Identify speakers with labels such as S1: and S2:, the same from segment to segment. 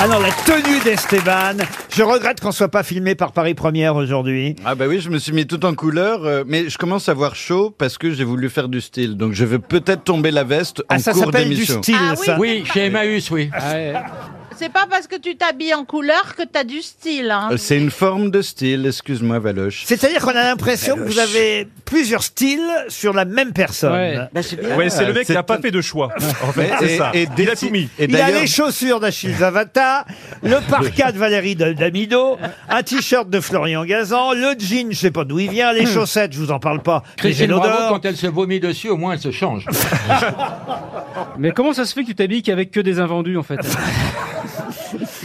S1: Ah non, la tenue d'Esteban. Je regrette qu'on soit pas filmé par Paris Première aujourd'hui.
S2: Ah bah oui, je me suis mis tout en couleur, euh, mais je commence à avoir chaud parce que j'ai voulu faire du style. Donc je vais peut-être tomber la veste en
S1: Ah, ça
S2: cours
S1: s'appelle du
S2: d'émission.
S1: style,
S3: Ah oui,
S1: ça. Ah
S4: Oui, chez Emmaüs, oui.
S3: C'est pas parce que tu t'habilles en couleur que t'as du style. Hein.
S2: Euh, C'est une forme de style, excuse-moi Valoche.
S1: C'est-à-dire qu'on a l'impression
S5: Eh,
S1: que vous avez plusieurs styles sur la même personne.
S5: Ouais, Bah,
S1: Ah,
S5: c'est le mec qui
S2: c'est
S5: n'a pas
S2: tout-
S5: fait de choix. En fait,
S2: Et-
S5: c'est ça.
S2: et- et
S5: Il a
S2: déci-
S5: tout mis.
S2: Et
S1: Il a
S2: d'ailleurs,
S1: les chaussures d'Achille Zavata, le parka de Valérie de- Damido, un t-shirt de Florian Gazan, le jean, je sais pas d'où il vient,
S5: Hmm.
S1: les chaussettes, je vous en parle pas, mais j'ai
S4: Christine Bravo,
S1: l'odeur.
S4: quand elle se vomit dessus, au moins elle se change.
S6: Mais comment ça se fait que tu t'habilles qu'avec que des invendus en fait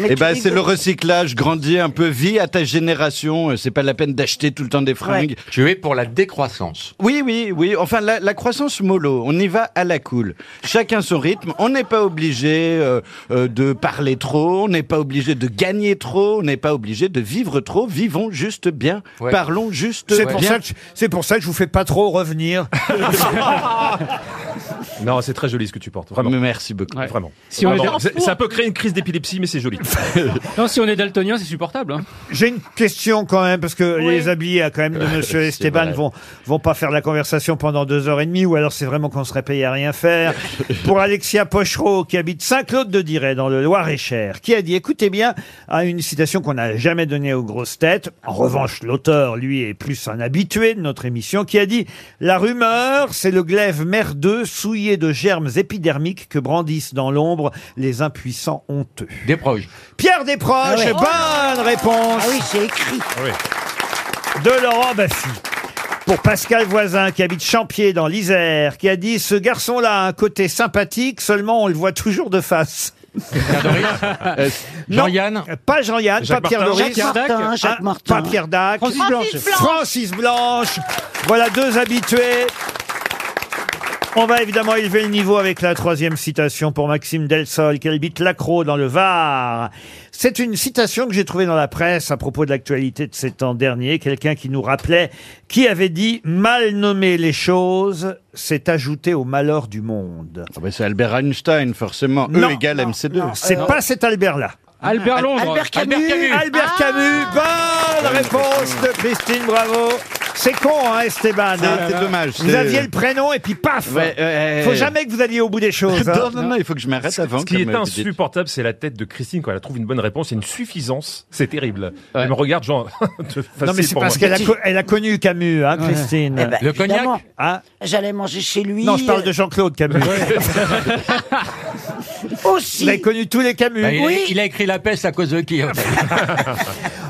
S2: eh ben, c'est le recyclage, grandis un peu, vie à ta génération, euh, c'est pas la peine d'acheter tout le temps des fringues.
S4: Tu es pour la décroissance.
S2: Oui, oui, oui, enfin la, la croissance mollo, on y va à la cool. Chacun son rythme, on n'est pas obligé euh, euh, de parler trop, on n'est pas obligé de gagner trop, on n'est pas obligé de vivre trop, vivons juste bien,
S4: Ouais.
S2: parlons juste
S1: C'est
S2: bien.
S1: pour, ça que je- c'est pour ça que je vous fais pas trop revenir.
S5: Non, c'est très joli ce que tu portes. Vraiment.
S2: Mais Merci beaucoup.
S6: Ouais.
S5: Vraiment.
S6: Si on est,
S5: Vraiment. C'est- Ça peut créer une crise d'épilepsie, mais c'est joli.
S6: non, si on est daltonien, c'est supportable. hein.
S1: J'ai une question quand même, parce que les habillés ah, quand même de Monsieur Esteban
S2: vrai.
S1: vont, vont pas faire la conversation pendant deux heures et demie, ou alors c'est vraiment qu'on serait payé à rien faire. Pour Alexia Pochereau, qui habite Saint-Claude de Diray, dans le Loir-et-Cher, qui a dit, écoutez bien, à une citation qu'on n'a jamais donnée aux grosses têtes. En revanche, l'auteur, lui, est plus un habitué de notre émission, qui a dit, la rumeur, c'est le glaive merdeux souillé de germes épidermiques que brandissent dans l'ombre les impuissants honteux.
S4: Des proches.
S1: Pierre
S6: Ah
S1: Desproges, Oh, bonne réponse. De Laurent Baffy. Pour Pascal Voisin, qui habite Champier dans l'Isère, qui a dit Ce garçon-là a un côté sympathique, seulement on le voit toujours de face.
S2: Euh,
S1: Non.
S4: Jean-Yann,
S1: Pas Jean-Yann, pas
S5: Jacques
S1: Pierre
S5: Martin.
S1: Doris.
S6: Jacques
S1: Ah,
S6: Martin,
S1: Pas Pierre Dac.
S6: Francis
S3: Francis
S6: Blanche.
S3: Blanche.
S1: Francis Blanche. Voilà deux habitués. On va évidemment élever le niveau avec la troisième citation pour Maxime Delsol, qui habite Lacro dans le Var. C'est une citation que j'ai trouvée dans la presse à propos de l'actualité de ces temps derniers. Quelqu'un qui nous rappelait qui avait dit « Mal nommer les choses, c'est ajouter au malheur du monde
S2: ah bah, c'est Albert Einstein, forcément.
S1: Non.
S2: E égale MC2. ».
S1: C'est pas cet Albert-là.
S6: Albert Londres.
S4: Albert Camus. Ah.
S1: Albert Camus, bonne réponse de Christine, bravo. C'est con, hein, Esteban.
S2: C'est-
S1: hein.
S2: c'est dommage,
S1: Vous
S2: c'est-
S1: aviez le prénom et puis paf.
S2: Ouais, ouais,
S1: Faut
S2: ouais.
S1: jamais que vous alliez au bout des choses. hein.
S2: non, non, non, il faut que je m'arrête avant.
S5: Ce qui
S2: comme
S5: est
S2: vous dites.
S5: insupportable, c'est la tête de Christine quand elle trouve une bonne réponse. Il y a une suffisance. C'est terrible. Elle me regarde, genre. de
S1: Non, mais
S5: facile
S1: c'est
S5: pour
S1: parce
S5: moi.
S1: qu'elle a, co- elle a connu Camus, hein, Christine.
S7: Eh ben,
S4: Le cognac
S7: évidemment.
S1: Hein
S7: J'allais manger chez lui.
S1: non, je parle de Jean-Claude Camus.
S7: Aussi.
S1: Vous avez connu tous les Camus.
S4: Bah, il, a-
S7: Oui.
S4: il a écrit La peste à cause de qui en fait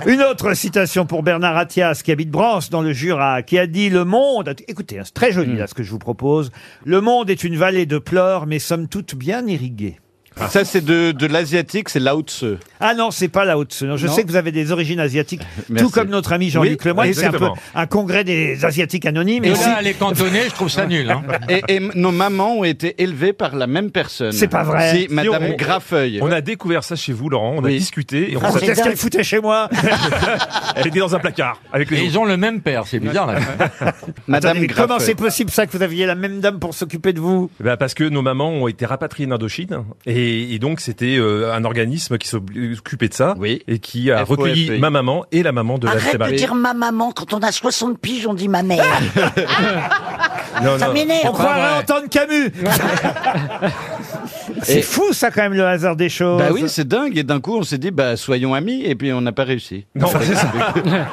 S1: Une autre citation pour Bernard Attias, qui habite Brance, dans le Jura, qui a dit Le monde. Écoutez, hein, c'est très
S2: Mm.
S1: joli, là, ce que je vous propose. Le monde est une vallée de pleurs, mais somme toute bien irriguée.
S2: Ça, c'est de, de l'asiatique, c'est Lao Tse.
S1: Ah non, c'est pas la haute Non, je sais que vous avez des origines asiatiques, tout
S2: Merci.
S1: comme notre ami Jean-Luc
S2: Oui,
S1: Lemoyne. C'est un peu
S5: exactement.
S1: un congrès des Asiatiques anonymes.
S4: Et
S1: Et si-
S4: là, elle est cantonnée, je trouve ça nul. hein.
S2: Et, et m- nos mamans ont été élevées par la même personne.
S1: C'est pas vrai.
S2: Si, Madame
S5: on-
S2: Graffeuille.
S5: On a découvert ça chez vous, Laurent. On a
S2: Oui.
S5: discuté et on
S1: Ah,
S5: s'est
S1: Qu'est-ce qu'elle foutait chez moi
S5: Elle était dans un placard avec
S4: Et
S5: les autres.
S4: ils ont le même père, c'est bizarre là.
S1: Attendez,
S2: Madame
S1: mais Comment c'est
S2: Graffeuille.
S1: possible ça que vous aviez la même dame pour s'occuper de vous
S5: Bah, parce que nos mamans ont été rapatriées d'Indochine et, et donc c'était euh, un organisme qui s'occupait de ça
S2: Oui.
S5: et qui a
S4: E.
S2: FOFI.
S5: recueilli ma maman et la maman de la
S7: Arrête
S5: Stéphane.
S7: de dire ma maman quand on a 60 piges, on dit ma mère.
S5: Non,
S7: Ça
S5: non.
S1: On
S7: m'énerve.
S1: croirait
S4: vrai.
S1: entendre Camus C'est fou ça quand même le hasard des choses.
S2: Bah oui, c'est dingue. Et d'un coup, on s'est dit, bah, soyons amis, et puis on n'a pas réussi.
S5: Non, c'est ça.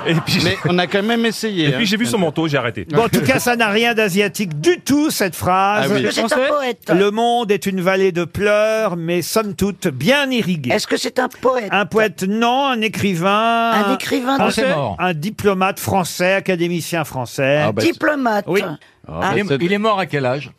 S5: Et puis,
S2: Mais on a quand même essayé.
S5: et puis
S2: hein.
S5: j'ai vu son manteau, j'ai arrêté.
S1: Bon, en tout cas, ça n'a rien d'asiatique du tout cette phrase.
S2: Ah oui.
S7: C'est un
S6: Français
S7: poète.
S1: Le monde est une vallée de pleurs, mais somme toute bien irriguée.
S7: Est-ce que c'est un poète
S1: Un poète, non, un écrivain.
S7: Un écrivain
S1: un-
S4: Français mort.
S1: Un diplomate français, académicien français.
S2: Ah bah, c'est-
S7: Diplomate.
S1: Oui.
S2: Ah,
S4: Il
S2: bah,
S4: est,
S2: c'est-
S4: il est mort à quel âge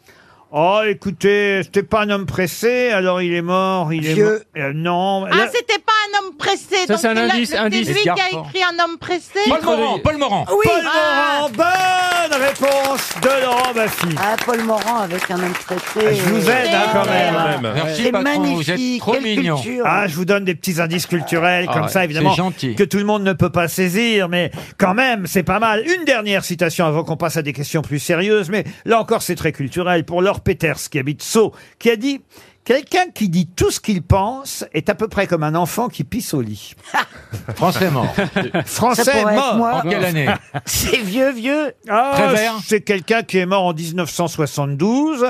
S1: Oh, écoutez, c'était pas un homme pressé, alors il est mort, il est mort.
S7: Vieux.
S1: Euh, non.
S3: Ah,
S1: Là-
S3: c'était pas un homme pressé.
S6: Ça,
S3: donc
S6: c'est un
S3: il a-
S6: indice,
S3: c'est
S6: indice.
S3: lui qui a
S4: Edgar Faure.
S3: écrit un homme pressé.
S4: Paul Morand, Paul Morand.
S7: Oui.
S1: Paul
S3: Ah.
S1: Morand, bonne réponse de Laurent Baffy.
S7: Ah, Paul Morand avec un homme
S8: Ah,
S7: traité.
S1: je vous aide hein, quand même. hein.
S5: Même.
S4: Merci
S7: C'est
S4: patron, vous êtes
S7: magnifique.
S4: trop
S7: Quelle
S4: mignon.
S7: culture.
S1: Ah, je vous donne des petits indices culturels
S4: Ah
S1: comme
S4: ouais,
S1: ça,
S4: c'est
S1: évidemment,
S4: gentil.
S1: que tout le monde ne peut pas saisir, mais quand même, c'est pas mal. Une dernière citation avant qu'on passe à des questions plus sérieuses, mais là encore, c'est très culturel pour Laure Peters, qui habite Sceaux, qui a dit Quelqu'un qui dit tout ce qu'il pense est à peu près comme un enfant qui pisse au lit.
S7: Français mort.
S8: Ça
S1: Français
S8: pourrait être
S1: mort.
S8: moi.
S7: En quelle année
S8: C'est vieux, vieux.
S1: Ah,
S7: Prévert.
S1: c'est quelqu'un qui est mort en 1972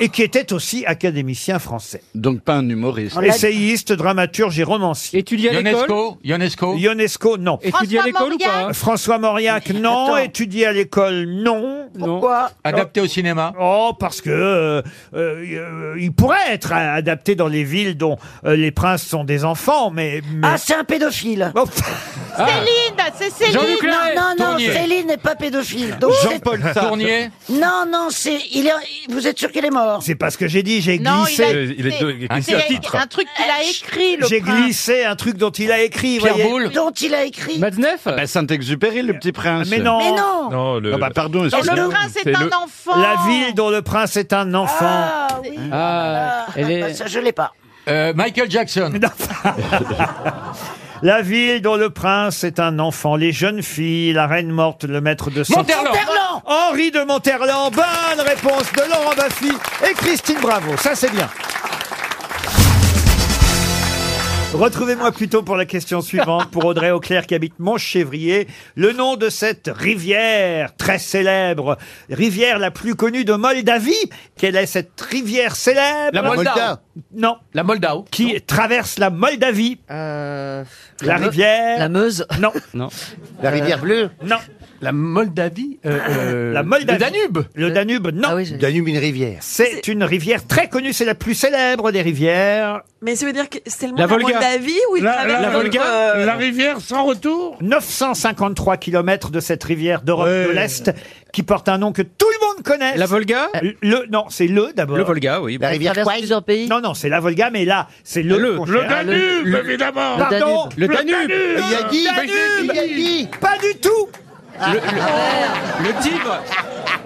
S1: et qui était aussi académicien français.
S9: Donc pas un humoriste.
S8: On l'a-
S1: Essayiste, dramaturge et romancier.
S4: Étudier à l'école
S7: Ionesco Ionesco
S1: Ionesco, non.
S4: Étudier à
S10: François
S4: l'école ou pas hein
S1: François Mauriac, non.
S8: Attends.
S1: Étudié à l'école, non.
S4: Non.
S8: Quoi
S7: Adapté au cinéma
S1: Oh, parce que euh, euh, il pourrait être euh, adapté dans les villes dont euh, les princes sont des enfants, mais... mais-
S8: Ah, c'est un pédophile.
S1: Oh,
S10: Céline, c'est Céline.
S4: Ah. Jean-Luc Lahaye
S8: Non, non,
S7: Tournier.
S8: Céline n'est pas pédophile. Donc c'est-
S9: Jean-Paul Sartre.
S7: Tournier
S8: Non, non, c'est. Il est. Vous êtes sûr qu'il est mort
S1: c'est pas ce que j'ai dit, j'ai
S10: Non, il
S1: glissé.
S10: a-
S5: Il est de- il est
S10: C'est
S5: glissé un titre.
S10: un truc qu'il
S8: Ah,
S10: a écrit, le
S1: J'ai
S10: prince.
S1: glissé un truc dont il a écrit.
S7: Pierre
S1: voyez. Ah,
S7: Boulle
S8: Dont il a écrit.
S4: Matzneff
S9: Bah, Saint-Exupéry, le petit prince.
S1: Mais non.
S8: Mais non.
S5: Non, le.
S9: Ah bah pardon, excusez-moi.
S10: Le prince est,
S5: C'est
S10: un
S5: le-
S10: enfant.
S1: La ville dont le prince est un enfant.
S8: Ah oui. Ah,
S4: Ah, elle
S8: bah,
S4: est...
S8: ça, je l'ai pas.
S7: Euh, Michael Jackson
S1: Non. La ville dont le prince est un enfant, les jeunes filles, la reine morte, le maître de son...
S7: Monterland
S8: Berland
S1: Henri de Monterland, bonne réponse de Laurent Baffy et Christine Bravo, ça c'est bien. Retrouvez-moi plutôt pour la question suivante pour Audrey Auclair qui habite Montchévrier. Le nom de cette rivière très célèbre, rivière la plus connue de Moldavie. Quelle est cette rivière célèbre
S11: La Moldau.
S1: Non,
S11: La Moldau.
S1: qui traverse la Moldavie. La
S11: Meu-
S1: rivière.
S11: Euh, La Meuse.
S1: Non,
S11: La rivière bleue.
S1: non. Ah,
S11: La Moldavie.
S1: La Moldavie.
S11: Le Danube.
S1: Le Danube, non.
S12: Ah oui, j'ai-
S11: Danube, une rivière.
S1: C'est une rivière très connue, c'est la plus célèbre des rivières.
S13: Mais ça veut dire que c'est tellement
S4: La
S13: la,
S4: Volga.
S13: Moldavie où il
S11: La,
S13: traverse notre,
S11: Volga.
S13: euh,
S11: La rivière sans retour.
S1: 953 km de cette rivière d'Europe de l'Est qui porte un nom que tout le monde connaît. Euh,
S4: La Volga
S1: le, non, c'est le d'abord.
S4: Le Volga, oui.
S12: Elle traverse plusieurs pays.
S1: Non, non, c'est la Volga, mais là, c'est le.
S4: Le-
S1: qu'on
S4: le
S1: cherche.
S11: Danube, évidemment.
S12: Le
S1: Pardon
S12: Danube.
S4: Le Danube
S11: Il a dit.
S1: Danube.
S11: Il a dit.
S1: Pas du tout
S4: Le Tigre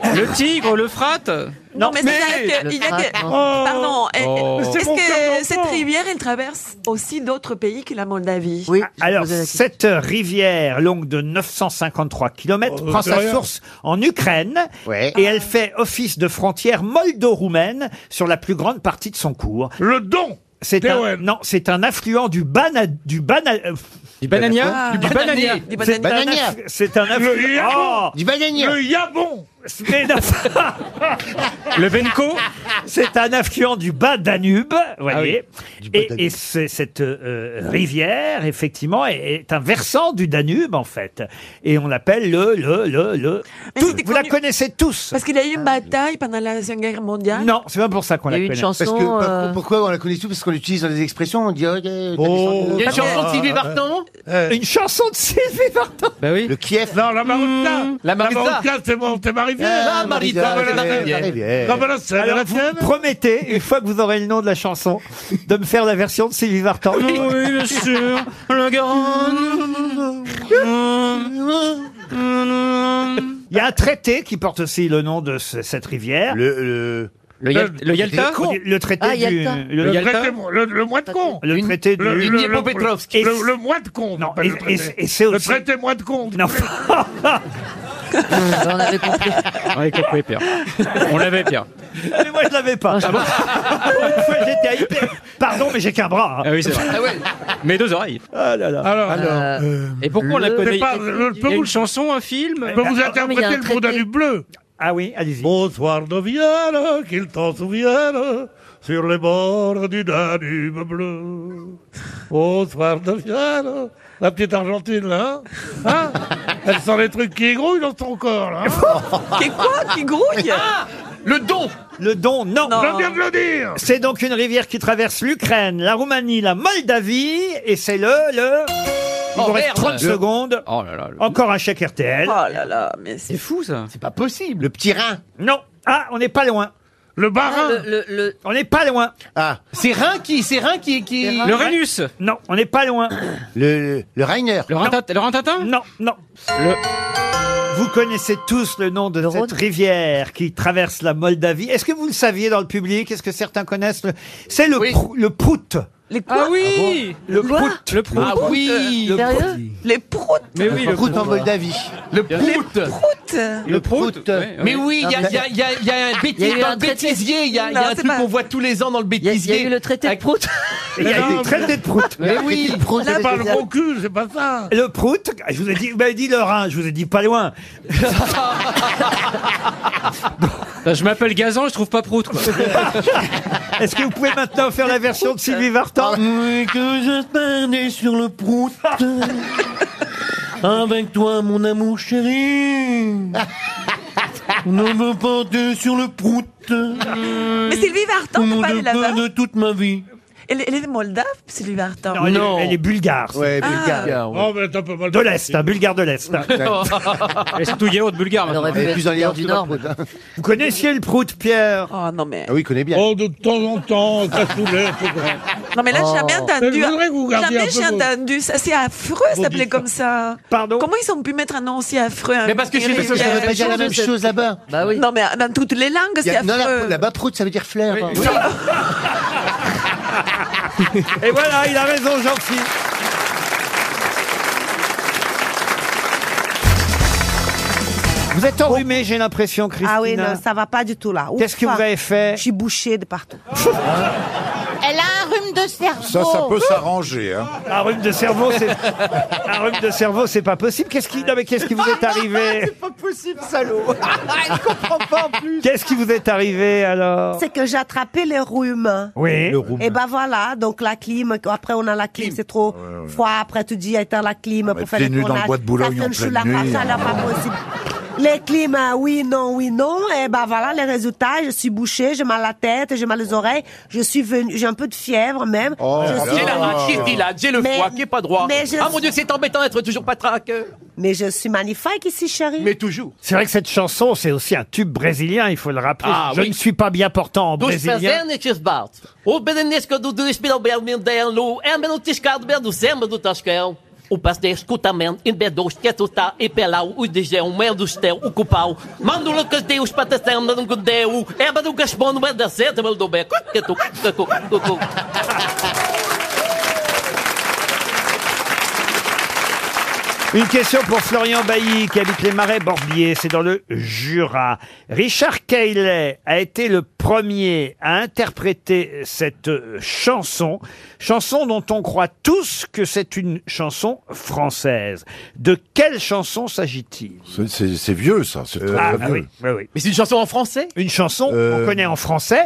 S4: Le Tigre, le Frate
S13: Non, mais,
S12: mais-
S13: c'est-à-dire
S12: Le
S13: qu'il y a que.
S12: Frate, non.
S13: Pardon. eh,
S4: Oh.
S13: Est-ce
S4: C'est mon cœur
S13: que cette rivière, elle traverse aussi d'autres pays que la Moldavie
S4: Ah.
S12: Oui. je
S1: Alors,
S12: posais la question.
S1: cette euh, rivière longue de 953 km
S11: Euh,
S1: prend sa source en Ukraine
S11: Ouais.
S1: et elle fait office de frontière moldo-roumaine sur la plus grande partie de son cours.
S11: Le don.
S1: C'est un,
S11: Tewen.
S1: non, c'est un affluent du Bana, du Bana, euh,
S4: Du Banania Du Banania
S13: Des
S1: c'est
S13: bananes-
S1: un,
S11: Banania.
S1: aff- c'est un
S11: Le
S1: affluent.
S11: Yabon.
S1: Oh,
S12: Du Banania.
S11: Le Yabon.
S1: c'est un aff-
S4: Le Benko
S1: c'est un affluent du bas Danube, voyez.
S11: Ah bas
S1: Et-
S11: Danube.
S1: Et, c'est- cette euh, rivière, effectivement, est, est un versant du Danube en fait. Et on l'appelle le, le, le, le.
S13: Mais
S1: Tout-
S13: c'était
S1: vous la
S13: connu-
S1: connaissez tous.
S13: Parce qu'il y a eu une bataille pendant la Seconde Guerre mondiale.
S1: Non, c'est pas pour ça qu'on
S12: Il
S1: la
S12: y a eu
S1: connaît.
S12: une chanson. euh,
S11: pourquoi on la connaît tous Parce qu'on l'utilise dans des expressions. On dit. oh,
S12: Il y a une chanson de Sylvie Vartan.
S1: Oh. Euh, Une chanson de Sylvie Vartan.
S4: Bah oui. Mmh.
S11: Le Kiev. Non, la Marita.
S12: Ah,
S4: La
S11: Ah,
S4: Marita.
S11: bah, c'est mon, c'est Ah, ma rivière.
S12: La Marita,
S11: Comme
S12: c'est
S11: la
S12: la
S11: mienne. Comme la sienne,
S1: Alors,
S11: bah, la
S1: vous
S11: tienne.
S1: promettez, une fois que vous aurez le nom de la chanson, de me faire la version de Sylvie Vartan.
S4: Oui, bien sûr, le Garonne.
S1: Il y a un traité qui porte aussi le nom de ce- cette rivière.
S11: Le, le,
S4: Le, Yal- le Yalta
S1: Le traité
S12: Ah,
S1: du.
S12: Yalta.
S1: Le,
S4: Le
S1: le,
S4: Yalta.
S11: traité- le, le mois de con.
S1: traité du.
S11: Le, le, le,
S1: Et-
S11: le, le mois de con.
S1: non,
S11: pas
S1: et,
S11: le traité.
S1: et- et c'est
S11: Le
S1: aussi.
S11: traité mois de con.
S1: Non.
S12: On avait compris.
S4: On l'avait compris, Pierre. On l'avait, Pierre.
S1: mais moi je l'avais pas.
S12: Ah bon
S1: Pour une fois j'étais à hyper. Pardon, mais j'ai qu'un bras. hein.
S4: Ah oui, c'est vrai. Mais deux oreilles.
S1: Ah là là.
S11: Alors,
S12: Euh,
S4: Et pourquoi on la
S12: Le-
S4: connaît
S11: c'est pas- le- euh,
S4: Il y a
S11: le-
S4: une chanson, un film Ah,
S11: je peux
S14: Ah,
S11: vous
S12: mais il y a
S11: interpréter
S12: un
S11: le mot
S12: traité.
S11: Danube bleu.
S1: Ah oui, allez-y.
S11: Bonsoir Noviane, qu'il t'en souvienne, sur les bords du Danube bleu. Bonsoir Noviane, la petite Argentine là, hein Hein Elle sent les trucs qui grouillent dans son corps là. hein Ah!
S13: Qui quoi Qui grouille
S11: le don
S1: Le don, non.
S13: Non.
S11: Je viens de le dire
S1: C'est donc une rivière qui traverse l'Ukraine, la Roumanie, la Moldavie, et c'est le le. Il vous reste 30 secondes.
S4: Oh là là. le-
S1: Encore un chèque
S13: Oh
S1: RTL.
S13: là là, mais
S4: C'est
S13: c'est.
S4: fou, ça.
S11: C'est pas possible Le petit rein
S1: Non. Ah, on n'est pas loin.
S11: Le
S12: Ah,
S11: barin
S12: le- le- le-
S1: On n'est pas loin.
S11: Ah C'est rein qui, c'est rein qui... qui...
S4: Le Rhinus
S1: Non, on n'est pas loin.
S11: Le, le Reiner
S4: Le Rintatin Le Rintatin
S1: Non, non. Vous connaissez tous le nom de cette
S12: Rhône.
S1: rivière qui traverse la Moldavie. Est-ce que vous le saviez dans le public Est-ce que certains connaissent le... C'est le, prou- le Prout.
S12: Les quoi
S6: Ah oui
S12: Le Quoi prout.
S6: Le prout.
S12: Ah
S15: Euh,
S12: oui
S6: Le
S12: Sérieux
S6: prout.
S12: Les proutes
S6: Mais oui, le prout.
S12: Le
S6: prout.
S12: Les proutes
S6: Le prout. ouais,
S14: Mais
S6: ouais.
S14: oui, il y, a- il y a- il y a- Ah, il y a un
S11: Il y a
S14: bêtisier,
S11: eu
S14: dans
S11: un
S14: le
S11: traité.
S14: bêtisier, il y a, il y a
S11: Non,
S14: un
S11: c'est
S14: truc
S11: pas-
S14: qu'on voit tous les ans dans le
S11: Il y a- il y a
S14: bêtisier.
S11: eu le traité de prout.
S1: Il y a eu des traités de prout.
S14: Mais oui,
S8: C'est pas le gros cul, c'est pas ça.
S1: Le prout, je vous ai dit, vous m'avez dit le rein, je vous ai dit pas loin.
S6: Bah, je m'appelle Gazan, je trouve pas prout, quoi.
S1: Est-ce que vous pouvez maintenant faire la version de Sylvie Vartan
S16: Ah que je t'aimais sur le prout. Avec toi, mon amour chéri. On ne veut pas de sur le prout.
S12: Mais Sylvie Vartan,
S16: Mon
S12: t'es pas allée
S16: départ
S12: là-bas
S16: de toute ma vie.
S12: Elle est- elle est moldave, Sylvie Vartan
S1: elle, Est, elle est bulgare.
S12: Ouais,
S11: Ah.
S16: Ah,
S12: bulgare,
S8: Oh, mais t'as pas mal
S1: De l'Est, hein, bulgare de l'Est.
S11: Ah,
S6: Et surtout yaourt bulgare.
S11: Elle aurait pu
S6: maintenant.
S11: être Pierre du Nord.
S1: Vous connaissiez le prout, Pierre
S12: Oh
S16: Ah
S12: non mais...
S8: oui, connais bien. Oh, de temps en temps, ça soulève. c'est vrai.
S12: Non mais là, j'ai
S16: Oh.
S12: jamais
S8: Mais
S12: entendu.
S8: je voudrais que vous gardiez un
S12: Jamais
S8: peu
S12: j'ai
S8: vos-
S12: entendu ça. C'est affreux,
S8: vos
S12: s'appeler comme ça.
S1: Pardon
S12: Comment ils ont pu mettre un nom aussi affreux hein,
S14: Mais parce que chez
S12: Pierre
S14: nous, ça
S12: Pierre-
S14: veut pas dire la même
S12: Pierre-
S14: chose
S16: là-bas.
S11: Bah oui.
S12: Non mais dans toutes les langues,
S16: Il y
S12: c'est
S16: a- non, là-
S12: affreux.
S16: là-bas, prout, ça veut dire flair.
S1: Et voilà, il a raison, Jean-Philippe. Vous êtes enrhumé, j'ai l'impression, Christine.
S17: Ah oui, non, ça va pas du tout là. Ouf,
S1: Qu'est-ce que vous
S17: pas.
S1: avez fait
S17: Je suis bouchée de partout.
S3: Elle a un rhume de cerveau.
S1: s'arranger. hein. Un rhume de cerveau, c'est un rhume de cerveau, c'est pas possible. Qu'est-ce qui, non, mais qu'est-ce qui vous est arrivé
S14: pas possible, salaud. Elle comprend pas en plus.
S1: Qu'est-ce qui vous est arrivé alors
S17: C'est que j'ai attrapé les rhumes.
S1: Oui. Le rhume.
S14: Eh
S17: Et ben voilà, donc la clim, après on a la clim, c'est trop froid, après tu dis éteins la clim pour faire
S18: t'es
S17: des
S18: nu dans le
S17: tournages.
S18: bois de Boulogne
S17: Ça,
S18: en
S17: je suis
S18: pleine
S17: là,
S18: nuit. hein.
S17: ça, là, pas possible. Les clims, hein, oui, non, oui, non. Et ben voilà, les résultats, je suis bouchée, j'ai mal à la tête, j'ai mal aux oreilles, je suis venue, j'ai un peu de fièvre même.
S11: Oh
S18: Oh,
S17: je suis-
S14: J'ai la rage, qui est dit là, j'ai le
S17: Mais-
S14: foie, qui est pas droit.
S17: mais je-
S14: Ah mon dieu, c'est embêtant d'être toujours pas traqueur.
S17: Mais je suis magnifique ici, chérie.
S14: Mais toujours.
S1: C'est vrai que cette chanson, c'est aussi un tube brésilien, il faut le rappeler.
S14: Ah,
S1: Je
S14: oui.
S1: ne suis pas bien portant en
S14: Dos
S1: brésilien.
S14: presentes bate. O benenesco do desbilobel delo, é menos tiscado bem do samba do Toscão. O pastor escutamento, em bedos, que tu tá e pelau, os digeu, mel do estel, o cupau. Mando lucas deus, patatem, não gudeu, é do gaspono, é da seta, meu do beco, que tu, que tu, que tu.
S1: Une question pour Florian Bailly, qui habite les Marais Borbier, c'est dans le Jura. Richard Cayley a été le premier à interpréter cette euh, chanson, chanson dont on croit tous que c'est une chanson française. De quelle chanson s'agit-il
S18: C'est- C'est c'est vieux, ça. C'est très,
S1: Ah,
S18: très
S1: ah
S18: vieux.
S1: oui, oui, oui.
S14: Mais c'est une chanson en français
S1: Une chanson
S18: Euh,
S1: qu'on connaît en français.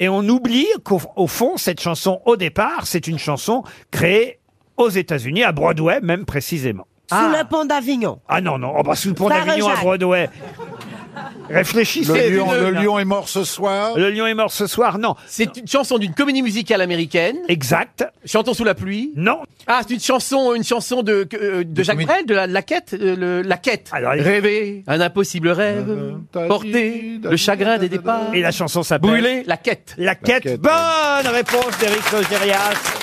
S1: Et on oublie qu'au au fond, cette chanson, au départ, c'est une chanson créée aux États-Unis, à Broadway même précisément.
S17: Sous le pont d'Avignon.
S1: Ah non, non, oh, bah, sous le pont
S17: Frère
S1: d'Avignon à
S17: Jacques.
S1: Broadway. Réfléchissez.
S18: Le lion-
S1: Une-
S18: le lion est mort ce soir.
S1: Le lion est mort ce soir, non.
S14: C'est une chanson d'une comédie musicale américaine.
S1: Exact.
S14: Chantons sous la pluie.
S1: Non.
S14: Ah, c'est une chanson, une chanson de, que- euh, de Jacques Brel, de la, la quête, euh, le- la quête.
S1: Alors, il-
S14: Rêver, un impossible rêve, porter le chagrin des départs.
S1: Et la chanson s'appelle
S14: Brûler, la quête.
S1: La quête. Bonne réponse d'Éric Logérias.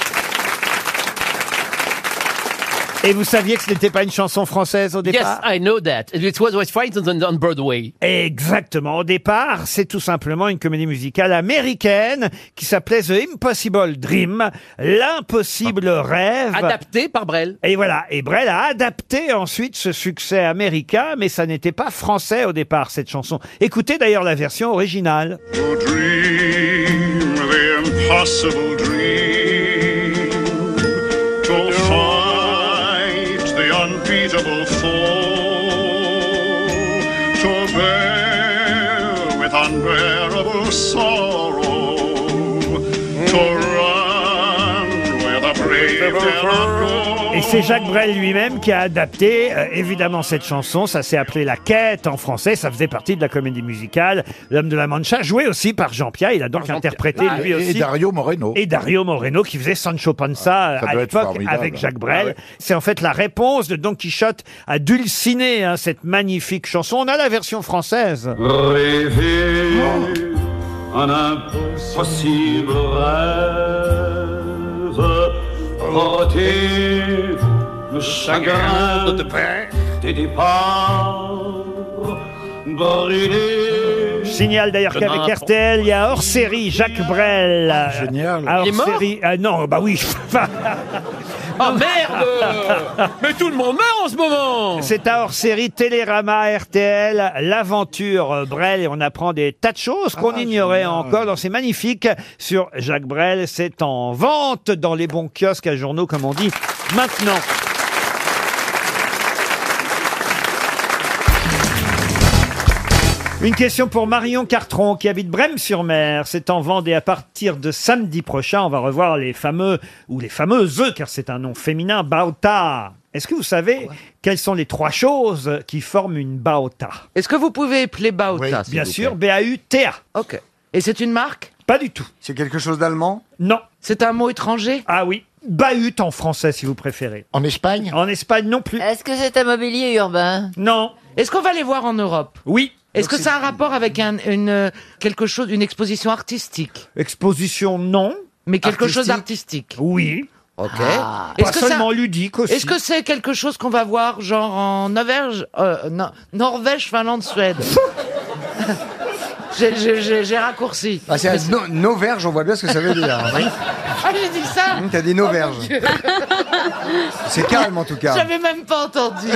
S1: Et vous saviez que ce n'était pas une chanson française au
S14: Yes,
S1: départ
S14: I know that. It was was frightened on, on Broadway.
S1: Exactement. Au départ, c'est tout simplement une comédie musicale américaine qui s'appelait The Impossible Dream, l'impossible
S18: Ah.
S1: rêve.
S14: Adapté par Brel.
S1: Et voilà. Et Brel a adapté ensuite ce succès américain, mais ça n'était pas français au départ, cette chanson. Écoutez d'ailleurs la version originale.
S19: To dream the impossible dream, to fight the unbeatable foe, to bear with unbearable sorrow, to run with a brave Delano.
S1: Et c'est Jacques Brel lui-même qui a adapté euh, évidemment cette chanson. Ça s'est appelé La Quête en français. Ça faisait partie de la comédie musicale. L'homme de la Mancha, joué aussi par Jean Pia. Il a donc interprété
S18: Ah,
S1: lui
S18: et- et
S1: aussi.
S18: Dario Moreno. Ah,
S1: Et Dario Moreno qui faisait Sancho Panza euh,
S18: Ça
S1: à
S18: doit être
S1: l'époque
S18: formidable.
S1: avec Jacques Brel.
S18: Ah ouais.
S1: C'est en fait la réponse de Don Quichotte à Dulcinée, hein, cette magnifique chanson. On a la version française.
S19: Rêver un impossible rêve, porter le chagrin de tes départs, brûler
S1: signale d'ailleurs
S16: Je
S1: qu'avec
S16: n'apprends-
S1: RTL, il y a hors série Jacques Brel.
S16: génial.
S1: Ah,
S16: Il est
S1: hors
S16: mort
S1: série. Ah, non, bah oui.
S16: Ah merde Mais tout le monde meurt en ce moment
S1: C'est un hors-série Télérama RTL, l'aventure euh, Brel, et on apprend des tas de choses qu'on ignorait encore dans ces magnifiques sur Jacques Brel. C'est en vente dans les bons kiosques à journaux, comme on dit maintenant. Une question pour Marion Cartron qui habite Brême-sur-Mer. C'est en Vendée à partir de samedi prochain. On va revoir les fameux ou les fameuses, car c'est un nom féminin, Baota. Est-ce que vous savez quelles sont les trois choses qui forment une Baota Est-ce que vous pouvez appeler Baota
S20: s'il
S1: Bien
S20: vous
S1: sûr,
S20: plaît.
S1: B-A-U-T-A.
S20: Ok. Et c'est une marque
S1: Pas du tout.
S20: C'est quelque chose d'allemand
S1: Non.
S20: C'est un mot étranger
S1: Ah oui. Bahut en français, si vous préférez. En Espagne En Espagne non plus.
S15: Est-ce que c'est un mobilier urbain
S1: Non.
S15: Est-ce qu'on va les voir en Europe
S1: Oui.
S15: Est-ce que ça a un rapport avec un- une, euh, quelque chose, une exposition artistique
S1: Exposition, non.
S15: Mais quelque chose d'artistique
S1: Oui.
S15: Ok.
S1: Ah. Pas seulement ludique aussi.
S15: Est-ce que c'est quelque chose qu'on va voir genre en Norvège, euh, no- Norvège, Finlande, Suède J'ai- j'ai- J'ai j'ai raccourci.
S21: Ah, c'est un no- Nauverge, on voit bien ce que ça veut dire.
S15: Ah, j'ai dit ça
S21: Hum, T'as dit
S1: Oh,
S21: Nauverge. C'est calme en tout cas.
S15: J'avais même pas entendu.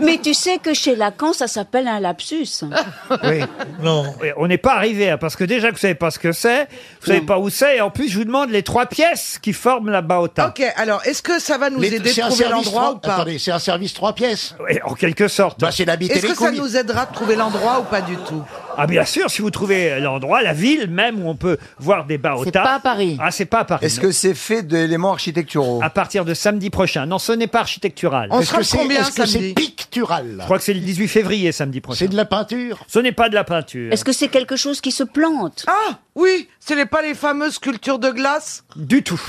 S22: Mais tu sais que chez Lacan, ça s'appelle un lapsus.
S1: Oui. Non. On n'est pas arrivé, hein, parce que déjà que vous savez pas ce que c'est, vous savez pas où c'est, et en plus je vous demande les trois pièces qui forment la baota.
S20: Ok, alors est-ce que ça va nous
S1: Les-
S20: aider
S1: c'est
S20: à
S1: un
S20: trouver
S1: service
S20: l'endroit
S1: trois-
S20: ou pas
S1: attendez,
S20: c'est un service trois pièces.
S1: Et en quelque sorte. Bah, c'est l'habit
S20: Est-ce que ça nous aidera à trouver l'endroit ou pas du tout
S1: Ah bien sûr, si vous trouvez l'endroit, la ville même où on peut voir des baotas.
S20: C'est pas à
S1: Paris. Ah, c'est pas à Paris.
S21: Est-ce
S1: non.
S21: que c'est fait d'éléments architecturaux
S1: À partir de samedi prochain. Non, ce n'est pas architectural.
S21: On Est-ce sera que c'est- combien
S20: est-ce que samedi c'est
S1: pictural Je crois que c'est le 18 février samedi prochain. C'est de la peinture Ce n'est pas de la peinture.
S22: Est-ce que c'est quelque chose qui se plante
S20: Ah oui, ce n'est pas les fameuses sculptures de glace
S1: Du tout.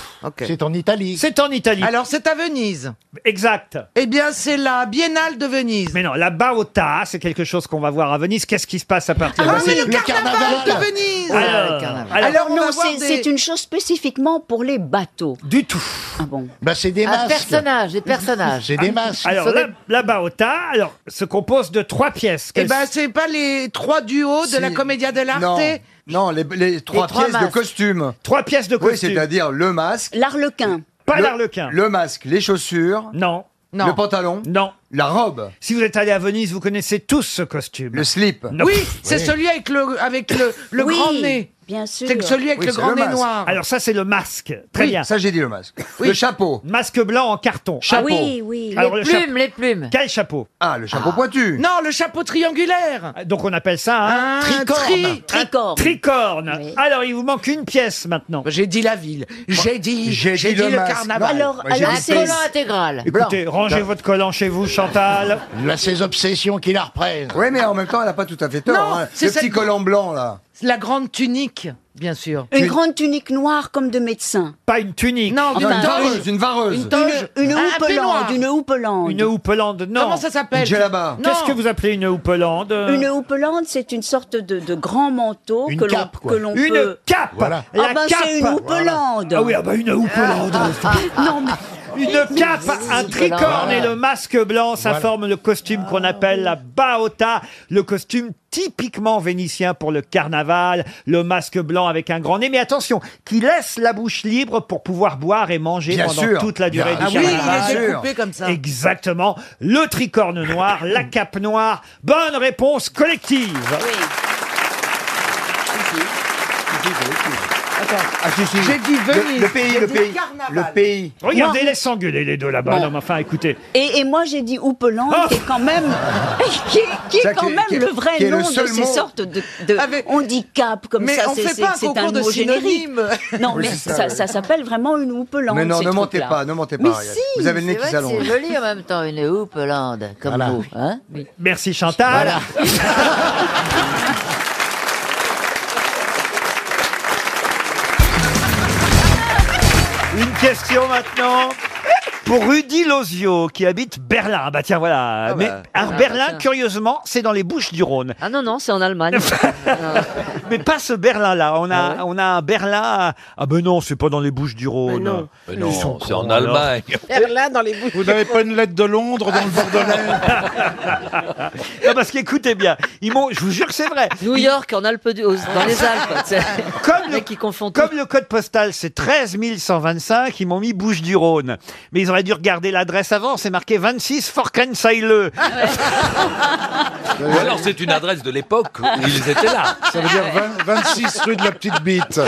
S20: C'est en Italie.
S1: C'est en Italie.
S20: Alors c'est à Venise.
S1: Exact.
S20: Eh bien c'est la Biennale de Venise.
S1: Mais non, la baota, c'est quelque chose qu'on va voir à Venise. Qu'est-ce qui se passe à partir
S20: Ah,
S1: de
S20: mais
S1: Venise
S20: le carnaval de Venise
S1: Alors, le carnaval. alors,
S20: on va
S22: non,
S20: voir
S22: c'est
S20: des-
S22: c'est une chose spécifiquement pour les bateaux.
S1: Du tout.
S22: Ah bon
S1: Bah, c'est des
S15: Un masques. personnage, des personnages. C'est des masques.
S1: Alors,
S15: Ce
S1: la,
S15: n'est-
S1: la baota, alors, se compose de trois pièces.
S20: Eh
S1: Quelles-
S20: ben c'est pas les trois duos de
S1: Si.
S20: la Commedia dell'arte
S21: Non, non les, les trois
S20: trois
S21: pièces de
S20: masques.
S21: costume.
S1: Trois pièces de
S21: Oui,
S1: costume.
S21: c'est-à-dire le masque.
S22: L'arlequin.
S1: Pas
S21: le-
S1: l'arlequin.
S21: Le masque, les chaussures.
S1: Non.
S21: Le pantalon.
S1: Non.
S21: La robe.
S1: Si vous êtes allé à Venise, vous connaissez tous ce costume. Le
S21: slip.
S20: Oui, c'est celui avec le avec le, le
S22: Oui,
S20: grand nez.
S22: Bien sûr.
S20: C'est celui avec le grand nez noir.
S1: Alors ça, c'est le masque. Très
S21: Oui,
S1: bien.
S21: ça, j'ai dit le masque. Le chapeau.
S1: Masque blanc en carton.
S20: Ah
S1: Chapeau.
S22: oui, oui.
S1: le
S15: plumes,
S1: chapeau-
S15: les plumes.
S1: Quel chapeau Ah,
S21: Ah, le chapeau pointu.
S20: Non, le chapeau triangulaire.
S1: Donc on appelle ça un,
S20: Un tri-
S1: tricorne. Un tricorne. Alors il vous manque une pièce maintenant.
S20: Bah, J'ai dit la ville. J'ai dit, j'ai dit, le, carnaval.
S15: Alors, alors un collant intégral.
S1: Écoutez,
S21: Blanc.
S1: rangez
S21: Blanc.
S1: votre collant chez vous, Chantal.
S21: Là, ses obsessions qui la reprennent. Oui, mais en même temps, elle n'a pas tout à fait tort.
S20: Non,
S21: hein.
S20: c'est
S21: Le
S20: cette-
S21: petit collant blanc, là.
S20: La grande tunique, bien sûr.
S22: Une grande tunique noire comme de médecin.
S1: Pas une tunique.
S20: Non,
S21: Ah,
S20: une,
S21: bah, une
S20: toge.
S21: vareuse, une vareuse.
S20: Une toge.
S22: Une
S20: Un- un peignoir.
S22: houppelande, une houppelande.
S1: Une houppelande, non.
S20: Comment ça s'appelle Une djellaba.
S1: Qu'est-ce
S20: Non.
S1: que vous appelez une houppelande
S22: Une houppelande, c'est une sorte de, de grand manteau
S1: Euh. Une
S22: que l'on-
S1: cape, quoi.
S22: que l'on peut...
S1: Une cape
S22: Voilà.
S1: La
S22: Ah ben, c'est
S1: cape
S22: une houppelande Ah.
S1: Ah oui, ah bah une houppelande.
S22: Non, mais...
S1: Une cape, un tricorne et le masque blanc, ça
S16: Voilà.
S1: forme le costume qu'on appelle la baota, le costume typiquement vénitien pour le carnaval, le masque blanc avec un grand nez, mais attention, qui laisse la bouche libre pour pouvoir boire et manger
S21: Bien
S1: pendant
S21: sûr. Ah
S1: toute la durée
S21: Bien
S1: du
S20: oui,
S1: carnaval.
S20: il est découpé comme ça.
S1: Exactement, le tricorne noir, la cape noire, bonne réponse collective.
S21: Ah, si, si.
S20: J'ai dit Venise.
S21: Le, le pays,
S20: J'ai
S21: le
S20: dit
S21: pays.
S20: carnaval.
S21: Le pays.
S1: Regardez, les s'engueuler les deux là-bas.
S22: Bon.
S1: Non, mais enfin, écoutez.
S22: Et, et moi, j'ai dit houppelande, qui est quand même, qui, est- qui est
S21: Ça, qui
S22: quand
S21: est-
S22: même
S21: qui est-
S22: le vrai
S21: qui est le
S22: nom de
S21: seul
S22: ces
S21: mot.
S22: sortes de, de- on dit cap comme
S20: Mais
S22: ça.
S20: on
S22: c'est-
S20: fait
S22: c'est-
S20: pas un
S22: c'est
S20: concours de
S22: mot générique.
S20: synonymes.
S22: Non,
S21: Oui,
S22: mais
S21: c'est ça,
S22: ça,
S21: oui.
S22: ça s'appelle vraiment une houppelande.
S21: Mais non,
S22: ces
S21: ne mentez
S22: trucs-là.
S21: pas, ne mentez pas.
S22: Mais
S21: Ariel.
S22: si,
S21: Vous avez le nez
S15: C'est
S21: qui
S15: vrai que
S21: s'allonge.
S15: c'est joli en même temps, une houppelande, comme vous. Hein
S1: Merci Chantal. Une question maintenant pour Rudy Lozio, qui habite Berlin. Bah tiens, voilà. Mais
S11: bah.
S1: alors,
S11: Ah,
S1: Berlin,
S11: tiens.
S1: curieusement, c'est dans les Bouches du Rhône.
S11: Ah non, non, c'est en Allemagne. Euh. Ah
S1: Mais pas ce Berlin-là. On a, on a un Berlin. à- Ah ben non, c'est pas dans les Bouches du Rhône.
S23: non. Mais non,
S1: Ils sont
S23: c'est
S1: cons,
S23: en
S1: alors.
S23: Allemagne.
S1: Berlin dans les Bouches.
S23: Vous n'avez pas une lettre de Londres dans le Bordelais
S1: Non, parce qu'écoutez bien, ils m'ont, je vous jure que c'est vrai. Ah.
S11: New York, en Alpes du- aux- dans les Alpes. tu sais.
S1: Comme le, comme le code postal, c'est 13 125, ils m'ont mis Bouche du Rhône. Mais ils auraient dû regarder l'adresse avant, c'est marqué 26 Forkensaileux.
S23: Ou alors c'est une adresse de l'époque où ils étaient là.
S18: Ça veut dire 20 26 rue de la Petite Bite.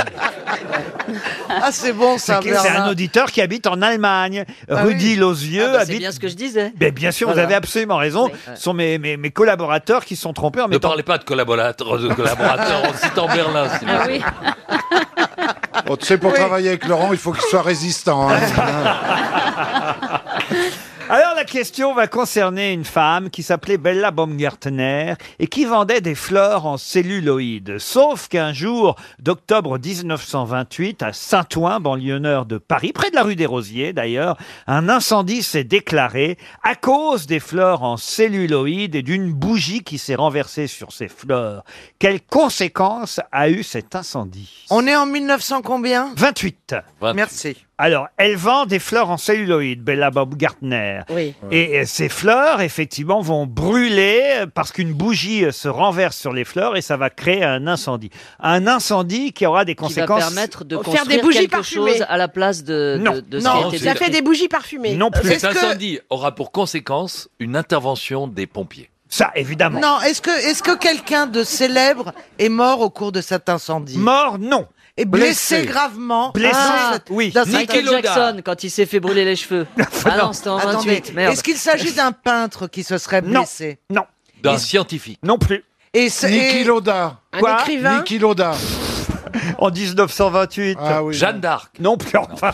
S1: Ah, c'est bon,
S18: ça,
S1: C'est
S18: Bernard.
S1: un auditeur qui habite en Allemagne.
S11: Ah oui.
S1: Rudy Lozieux
S11: Ah bah, c'est
S1: habite.
S11: bien ce que je disais.
S1: Ben, bien sûr, vous
S11: Voilà.
S1: avez absolument raison. Ce sont mes, mes, mes collaborateurs qui se sont trompés en
S23: Ne
S1: mettant
S23: parlez pas de collaborateurs, de collaborateurs on cite en Berlin. s'il
S11: Ah
S23: vous plaît.
S18: Oh, tu sais, pour travailler avec Laurent, il faut qu'il soit résistant.
S24: Ah,
S18: hein.
S1: Alors la question va concerner une femme qui s'appelait Bella Baumgartner et qui vendait des fleurs en celluloïd. Sauf qu'un jour d'octobre 1928 à Saint-Ouen, banlieue nord de Paris, près de la rue des Rosiers d'ailleurs, un incendie s'est déclaré à cause des fleurs en celluloïd et d'une bougie qui s'est renversée sur ces fleurs. Quelles conséquences a eu cet incendie
S20: On est en 1900 combien
S1: 28.
S20: Merci.
S1: Alors, elle vend des fleurs en celluloïd, Bella Bob Gartner.
S20: Oui.
S1: Et euh, ces fleurs, effectivement, vont brûler euh, parce qu'une bougie euh, se renverse sur les fleurs et ça va créer un incendie. Un incendie qui aura des
S11: Qui va
S1: conséquences.
S11: permettre de
S1: construire
S11: construire quelque chose à la place de, de-
S1: Non.
S11: de ce
S23: Non,
S11: qui était
S23: ça
S11: détruit.
S23: fait des
S17: bougies parfumées.
S1: Non plus.
S23: Cet incendie aura pour conséquence une intervention des pompiers.
S1: Ça, évidemment.
S20: Non, est-ce que, est que quelqu'un de célèbre est mort au cours de cet incendie
S1: Mort, non.
S20: Et blessé, gravement
S11: Blessé,
S20: Ah,
S11: oui.
S20: dans un-
S11: Michael Jackson, quand il s'est fait brûler les cheveux. ah non, c'était en
S20: Attendez,
S11: 28, merde.
S20: Est-ce qu'il s'agit d'un peintre qui se serait
S11: Non.
S20: blessé
S1: Non.
S23: D'un scientifique.
S1: Non plus.
S20: Et c'est-
S18: Niki
S20: et-
S18: Loda.
S20: Un Quoi écrivain
S18: Niki Loda.
S1: En 1928.
S18: Ah oui.
S23: Jeanne d'Arc.
S1: Non plus. enfin.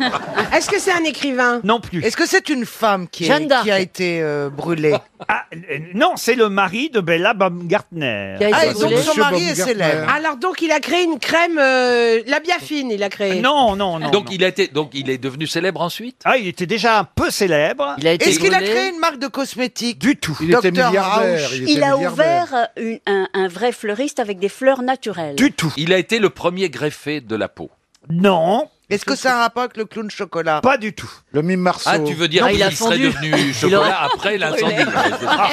S20: Est-ce que c'est un écrivain
S1: Non plus.
S20: Est-ce que c'est une femme qui, est-
S1: Jeanne d'Arc.
S20: qui a été euh, brûlée
S1: Ah, euh, non, c'est le mari de Bella Baumgartner.
S20: Ah, et donc son mari est célèbre.
S17: Alors donc il a créé une crème, euh, la biafine, il a créé.
S1: Ah, Non, non, non.
S23: donc, Il a été, donc il est devenu célèbre ensuite
S1: Ah, il était déjà un peu célèbre.
S11: Il a
S20: Est-ce qu'il a créé une marque de cosmétiques
S1: Du tout.
S20: Il était
S18: milliardaire,
S20: House.
S22: Il a ouvert euh, une- un, un vrai fleuriste avec des fleurs naturelles.
S1: tout.
S23: Il a été le premier greffé de la peau.
S1: Non.
S20: Est-ce que ça a un rapport avec le clown chocolat
S1: Pas du tout.
S18: Le mime Marceau.
S23: Ah, tu veux dire
S20: Non,
S23: qu'il
S20: il a
S23: serait
S20: fondu.
S23: devenu
S20: Il aurait-
S23: chocolat après Ah, l'incendie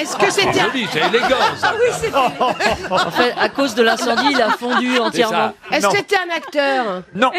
S11: Est-ce que
S23: C'est
S11: c'était-
S23: joli, c'est élégant
S8: Ah
S23: ça.
S11: En fait, à cause de l'incendie, il a fondu entièrement.
S17: Est-ce que c'était un acteur
S1: Non.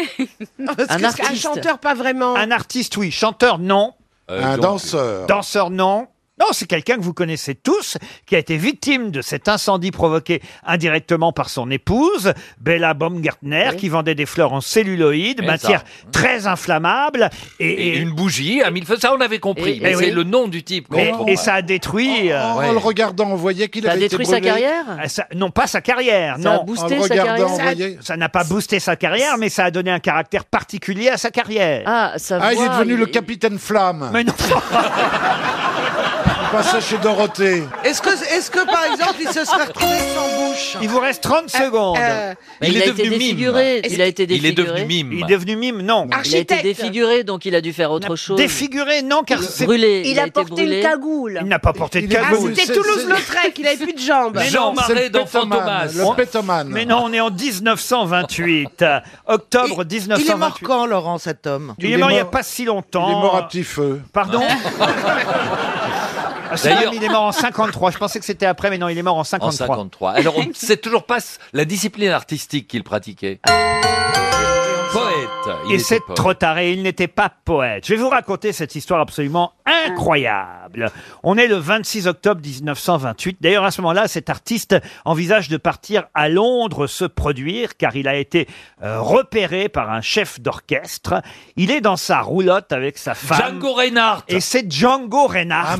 S17: Parce que c'est un chanteur, pas vraiment.
S1: Un artiste, oui. Chanteur, non.
S23: Euh,
S18: Un donc, danseur.
S1: Danseur, non. Non, c'est quelqu'un que vous connaissez tous, qui a été victime de cet incendie provoqué indirectement par son épouse, Bella Baumgartner, qui vendait des fleurs en celluloïd,
S23: Et
S1: matière
S23: ça.
S1: très inflammable. Et,
S23: Et une bougie à mille feux, ça on avait compris.
S1: Et-
S23: mais
S1: et
S23: c'est
S1: oui.
S23: le nom du type. qu'on
S1: et-
S23: comprend
S1: et
S23: pas.
S1: ça a détruit. euh,
S18: En en le regardant, Oh, on voyait qu'il
S1: Ça a
S18: avait été
S1: détruit sa
S18: brûlé.
S1: carrière Ah, ça- non, pas sa carrière.
S18: Ça a
S1: non.
S18: boosté En le sa regardant, carrière. on
S1: Ça-
S18: voyait.
S1: Ça n'a pas boosté sa carrière, mais ça a donné un caractère particulier à sa carrière.
S11: Ah, ça
S18: Ah, il est devenu le capitaine Flamme. Mais
S1: non.
S18: il passait chez Dorothée.
S20: Est-ce que, est que par exemple il se serait retrouvé sans bouche
S1: Il vous reste 30 secondes.
S20: euh,
S11: Mais Ah, il, a été défiguré. Il a été
S23: Il est
S11: défiguré.
S23: devenu mime.
S1: Il est devenu mime,
S11: Il
S1: non.
S11: a été
S17: Architecte.
S11: défiguré, donc il a dû faire autre chose.
S1: Défiguré, non, car c'est-
S11: brûlé.
S22: Il, a,
S11: été
S22: porté
S11: brûlé.
S22: une cagoule.
S1: Il n'a pas porté de
S17: Ah,
S1: cagoule.
S17: c'était Toulouse-Lautrec, il avait plus de jambes.
S1: Jean
S23: Marais
S1: c'est le
S23: dans
S1: pétoman,
S23: Fantomas.
S1: le pétoman. Mais non, on est en 1928. euh, Octobre 1928.
S20: Il est mort quand Laurent cet homme
S1: Il est mort il n'y a pas si longtemps.
S18: Il est mort à petit feu.
S1: Pardon Ah, c'est
S23: D'ailleurs-
S1: vrai, Il est mort en 53. Je pensais que c'était après, mais non, il est mort en
S23: En
S1: 53.
S23: 53. Alors on ne sait toujours pas la discipline artistique qu'il pratiquait. Poète. euh, il
S1: Et
S23: était
S1: c'est
S23: poète.
S1: trop tard et il n'était pas poète. Je vais vous raconter cette histoire absolument incroyable. On est le 26 octobre 1928. D'ailleurs, à ce moment-là, cet artiste envisage de partir à Londres se produire car il a été euh, repéré par un chef d'orchestre. Il est dans sa roulotte avec sa femme.
S23: Django Reinhardt.
S1: Et c'est Django Reinhardt.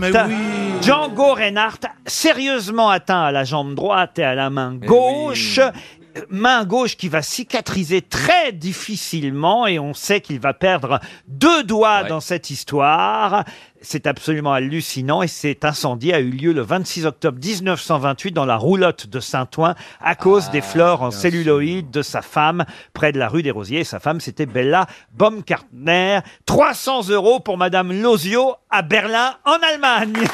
S1: Django Reinhardt, sérieusement atteint à la jambe droite et à la main gauche. main gauche qui va cicatriser très difficilement et on sait qu'il va perdre deux doigts dans cette histoire. C'est absolument hallucinant et cet incendie a eu lieu le 26 octobre 1928 dans la roulotte de Saint-Ouen à cause des fleurs en celluloïde de sa femme près de la rue des Rosiers. Et sa femme, c'était Bella Baumgartner. 300 euros pour Madame Lozio à Berlin en Allemagne.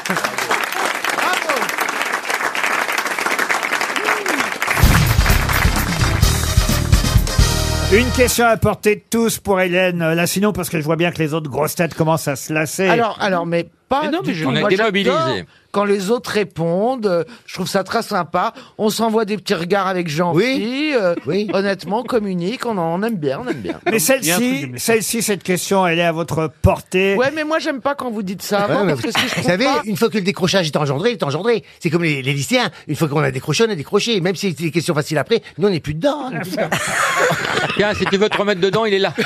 S1: Une question à portée de tous pour Hélène Lassinon, parce que je vois bien que les autres grosses têtes commencent à se lasser.
S20: Alors, alors, mais pas.
S1: Mais non, mais
S20: du
S1: je-
S20: tout.
S1: on est
S20: Moi, j'adore
S1: démobilisés.
S20: Quand les autres répondent, euh, je trouve ça très sympa. On s'envoie des petits regards avec jean oui. Honnêtement, on communique, on, en- on aime bien, on aime bien.
S1: Mais celle-ci, celle-ci, cette question, elle est à votre portée.
S20: Ouais, mais moi, j'aime pas quand vous dites ça. avant, parce que si je
S12: vous
S20: trouve
S12: savez,
S20: pas-
S12: une fois que le décrochage est engendré, il est engendré. C'est comme les, les lycéens. Une fois qu'on a décroché, on a décroché. Même si c'est des questions faciles après, nous, on n'est plus dedans.
S1: Ah,
S12: hein.
S23: Tiens, si tu veux te remettre dedans, il est là.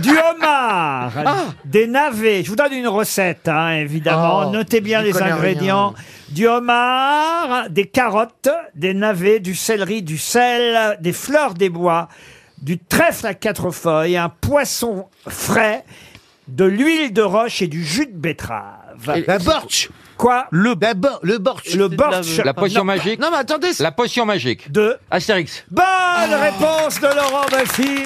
S1: Du homard, des navets. Je vous donne une recette, hein, évidemment.
S12: Oh,
S1: Notez bien
S12: je
S1: les
S12: connais
S1: ingrédients. Du homard, des carottes, des navets, du céleri, du sel, des fleurs des bois, du trèfle à quatre feuilles, un poisson frais, de l'huile de roche et du jus de betterave.
S12: La bortch.
S1: Quoi
S12: Le, la bor- le bortch.
S1: Le bortch.
S23: La potion
S1: Non.
S23: magique.
S20: Non, mais attendez.
S23: La potion magique.
S1: De
S23: Astérix.
S1: Bonne réponse de Laurent Baffy.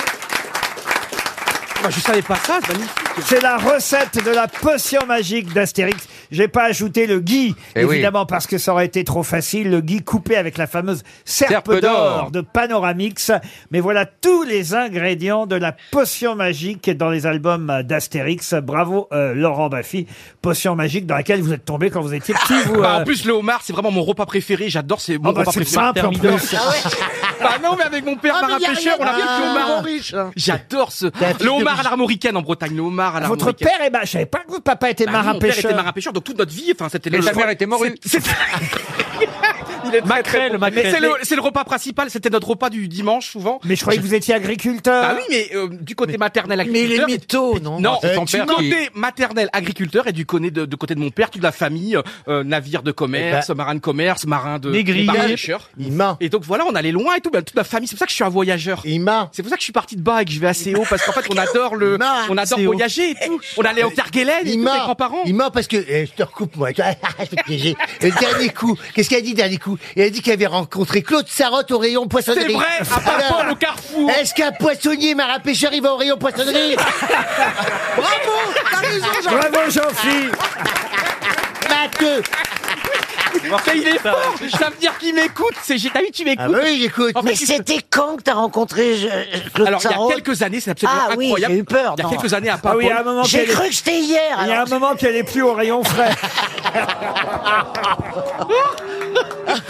S4: Moi, je savais pas ça, c'est magnifique.
S1: C'est la recette de la potion magique d'Astérix. J'ai pas ajouté le gui,
S23: Eh oui.
S1: évidemment, parce que ça aurait été trop facile. Le gui coupé avec la fameuse serpe,
S23: Serpe
S1: d'or
S23: d'or.
S1: de Panoramix. Mais voilà tous les ingrédients de la potion magique dans les albums d'Astérix. Bravo, euh, Laurent Baffy. Potion magique dans laquelle vous êtes tombé quand vous étiez petit, vous.
S4: Bah,
S1: euh,
S4: en plus, le homard, c'est vraiment mon repas préféré. J'adore, c'est mon
S1: Ah bah,
S4: repas
S1: c'est
S4: préféré.
S1: simple, en
S4: Thermidor.
S1: plus.
S4: bah non, mais avec mon père,
S20: Ah, mais
S4: marin
S20: y a
S4: pêcheur, on
S20: rien
S4: a bien
S20: de
S4: le homard.
S20: riche,
S4: J'adore ce.
S20: T'as un fils
S4: Le
S20: de
S4: homard à
S20: riche.
S4: l'armoricaine en Bretagne, le homard à l'armoricaine.
S1: votre père, eh ben, je savais pas que votre papa était
S4: Bah oui,
S1: marin
S4: mon père
S1: pêcheur.
S4: était marin pêcheur, donc toute notre vie, enfin, c'était
S23: Et
S4: le.
S23: sa mère était morue.
S4: C'est- c'est- Il est très, très bon.
S23: mackerel.
S4: Mais C'est le, c'est le repas principal, c'était notre repas du dimanche souvent.
S1: Mais je croyais que vous étiez agriculteur.
S4: Bah oui, mais euh, du côté maternel
S20: Mais il est
S4: agriculteur.
S20: mytho, non
S12: Bah,
S4: Non,
S23: c'est ton
S4: du
S23: père
S4: côté
S23: qui-
S4: maternel agriculteur et du côté de, du côté de mon père, toute la famille, euh, navire de commerce, marin de commerce, marin de
S20: Négrier.
S4: marin pêcheur.
S12: Il ment.
S4: Et donc voilà, on allait loin et tout, bah, toute la famille. C'est pour ça que je suis un voyageur.
S12: Il ment.
S4: C'est pour ça que je suis parti de
S12: Bah,
S4: bas et que je vais assez haut parce qu'en fait on adore le,
S12: Marre.
S4: on adore
S12: C'est haut.
S4: voyager et tout. On allait au Kerguelen et
S12: Il
S4: tout, mes
S12: ment.
S4: grands-parents.
S12: Il ment parce que eh, je te recoupe moi. je vais te piéger. Le dernier coup. Qu'est-ce qu'elle a dit dernier coup Elle a dit qu'elle avait rencontré Claude Sarotte au rayon poissonnerie.
S4: C'est vrai, à
S12: Alors,
S4: Paimpol, au Carrefour.
S12: Est-ce qu'un poissonnier marin pêcheur il va au rayon poissonnerie
S4: Bravo, t'as raison, Jean.
S1: Bravo, Jean-Philippe.
S12: Matheux
S4: Mais il est fort. Ça veut dire qu'il m'écoute. C'est, j'ai- t'as vu, tu m'écoutes.
S12: Ah bah oui, j'écoute.
S4: En fait,
S12: Mais
S4: il se-
S8: C'était quand que t'as rencontré je- je- Claude
S4: Alors, il y
S8: Sarraud
S4: a quelques années, c'est absolument
S8: Ah oui,
S4: incroyable.
S8: j'ai eu peur,
S4: Il y a
S8: non.
S4: quelques années à
S1: Ah oui,
S4: Paimpol.
S1: à un moment
S8: J'ai
S1: qu'elle est-
S8: cru que c'était hier.
S1: Il y a un
S8: alors.
S1: moment qu'elle est plus au rayon frais.
S20: Ah,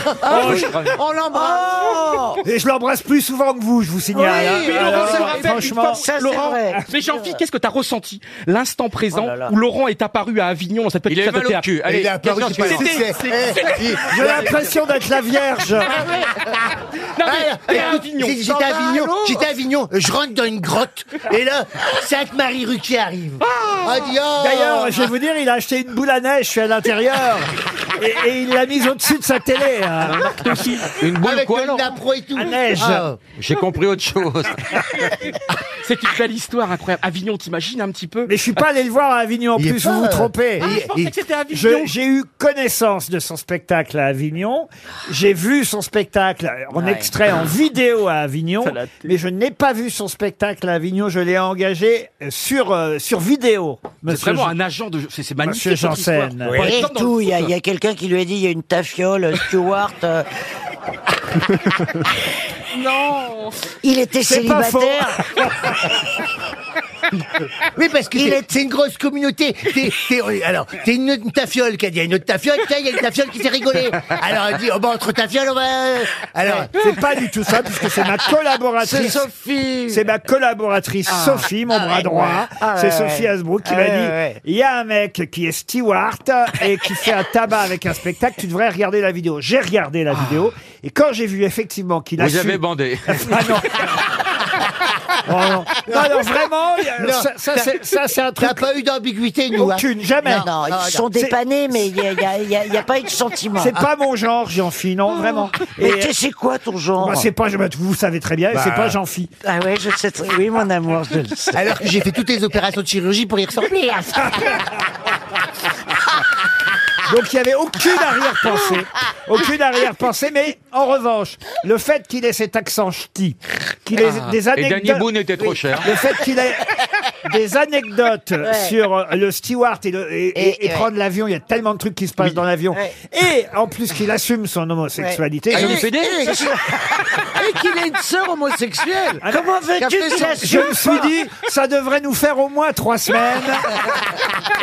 S8: Oh,
S20: on l'embrasse.
S1: Et je l'embrasse plus souvent que vous, je vous signale. hein.
S4: Mais
S1: Alors,
S4: Laurent, ça me rappelle une
S1: franchement,
S4: fois,
S8: ça, c'est
S4: Laurent,
S8: vrai.
S4: mais Jean-Philippe, qu'est-ce que t'as ressenti L'instant présent
S8: Oh là là.
S4: où Laurent est apparu à Avignon dans cette petite
S23: Il est
S4: salle de
S23: mal au
S4: théâtre.
S23: cul. Allez,
S12: Il a apparu,
S23: question
S12: je sais pas
S23: suivante.
S12: qui c'est. Eh, il-
S1: j'ai l'impression d'être la Vierge.
S8: Oh.
S4: Non, mais
S12: Ah,
S4: t'es à
S12: écoute,
S4: Avignon.
S12: c'est- J'étais à Avignon, j'étais à Avignon, je rentre dans une grotte, et là, Sainte-Marie Ruquier arrive. Ah, dis, oh.
S1: D'ailleurs, je vais vous dire, il a acheté une boule à neige, je suis à l'intérieur. Et, et il l'a mise au-dessus de sa télé.
S4: Ah,
S1: hein.
S23: Une boule
S12: avec
S23: quoi,
S12: le
S23: Laurent
S12: napro et tout.
S1: À neige.
S12: Ah.
S23: J'ai compris autre chose.
S4: C'est une belle histoire incroyable. Avignon, t'imagines un petit peu
S1: Mais je suis pas allé le voir à Avignon en
S12: Il est
S1: plus, vous
S12: pas,
S1: vous
S12: euh,
S1: trompez.
S4: Ah, je pensais
S12: il-
S4: que c'était à Avignon.
S1: Je- J'ai eu connaissance de son spectacle à Avignon. J'ai vu son spectacle en extrait, en vidéo à Avignon. Mais je n'ai pas vu son spectacle à Avignon. Je l'ai engagé sur, euh, sur vidéo.
S4: C'est
S1: Monsieur
S4: vraiment un agent de. C'est c'est magnifique.
S1: Monsieur
S4: cette histoire.
S1: Janssen.
S4: Par
S8: Et
S4: exemple, dans le
S8: tout, il y a,
S4: foot.
S8: il y a quelqu'un qui lui a dit il y a une tafiole, Stewart. euh,
S4: Non.
S8: il était
S1: C'est pas faux.
S8: célibataire.
S12: Oui, parce que
S8: Il
S12: c'est-
S8: est-
S12: c'est une grosse communauté. T'es- t'es- alors, t'es une, une tafiole qui a dit à une autre tafiole, tiens, il y a une tafiole qui fait rigoler. Alors, elle dit, oh, bah, entre tafioles, on va... euh, Alors,
S1: C'est pas du tout ça, puisque c'est ma
S20: C'est
S1: collaboratrice.
S20: Sophie.
S1: C'est ma collaboratrice Sophie, mon bras droit.
S20: Ah ouais,
S1: c'est
S20: ouais.
S1: Sophie Hasbrook qui
S20: Ah
S1: m'a
S20: ouais,
S1: dit
S20: ouais.
S1: il y a un mec qui est steward et qui fait un tabac avec un spectacle. Tu devrais regarder la vidéo. J'ai regardé la vidéo et quand j'ai vu effectivement qu'il a
S23: Vous
S1: su-
S23: avez bandé.
S1: Ah non. Oh, non. Non, alors, vraiment, il y a- ça- ça, c'est- ça, c'est un truc-
S21: T'as pas eu d'ambiguïté, nous. hein.
S1: Aucune, jamais.
S7: Non, ils
S1: Ah,
S7: sont
S1: non.
S7: dépannés, mais il n'y a, il y a- il y a- il y a pas eu de sentiment.
S1: C'est pas mon genre, Jean-Phi, non, vraiment.
S7: Mais
S1: Et- euh,
S7: t'es- c'est quoi ton genre
S1: Bah, c'est pas, je- bah, vous savez très bien, c'est
S7: Bah.
S1: pas Jean-Phi.
S7: Ah ouais, je sais. très- Oui, mon amour, je le sais.
S21: Alors que j'ai fait toutes les opérations de chirurgie pour y ressembler.
S1: Donc il n'y avait aucune arrière-pensée. Aucune arrière-pensée, mais en revanche, le fait qu'il ait cet accent ch'ti, qu'il ait
S4: Ah.
S1: des
S4: Et
S1: anecdotes...
S4: Danny Boone était trop cher.
S1: Le fait qu'il ait des anecdotes
S4: Ouais.
S1: sur euh, le steward et, le- et- et-
S4: Et-
S1: et
S4: ouais.
S1: prendre l'avion, il y a tellement de trucs qui se passent dans l'avion. Et en plus qu'il assume son homosexualité.
S20: Ouais.
S1: je
S20: Ah, il
S1: me-
S20: est pédé Et qu'il ait une sœur homosexuelle.
S1: Ah, Je me suis dit, ça devrait nous faire au moins trois semaines.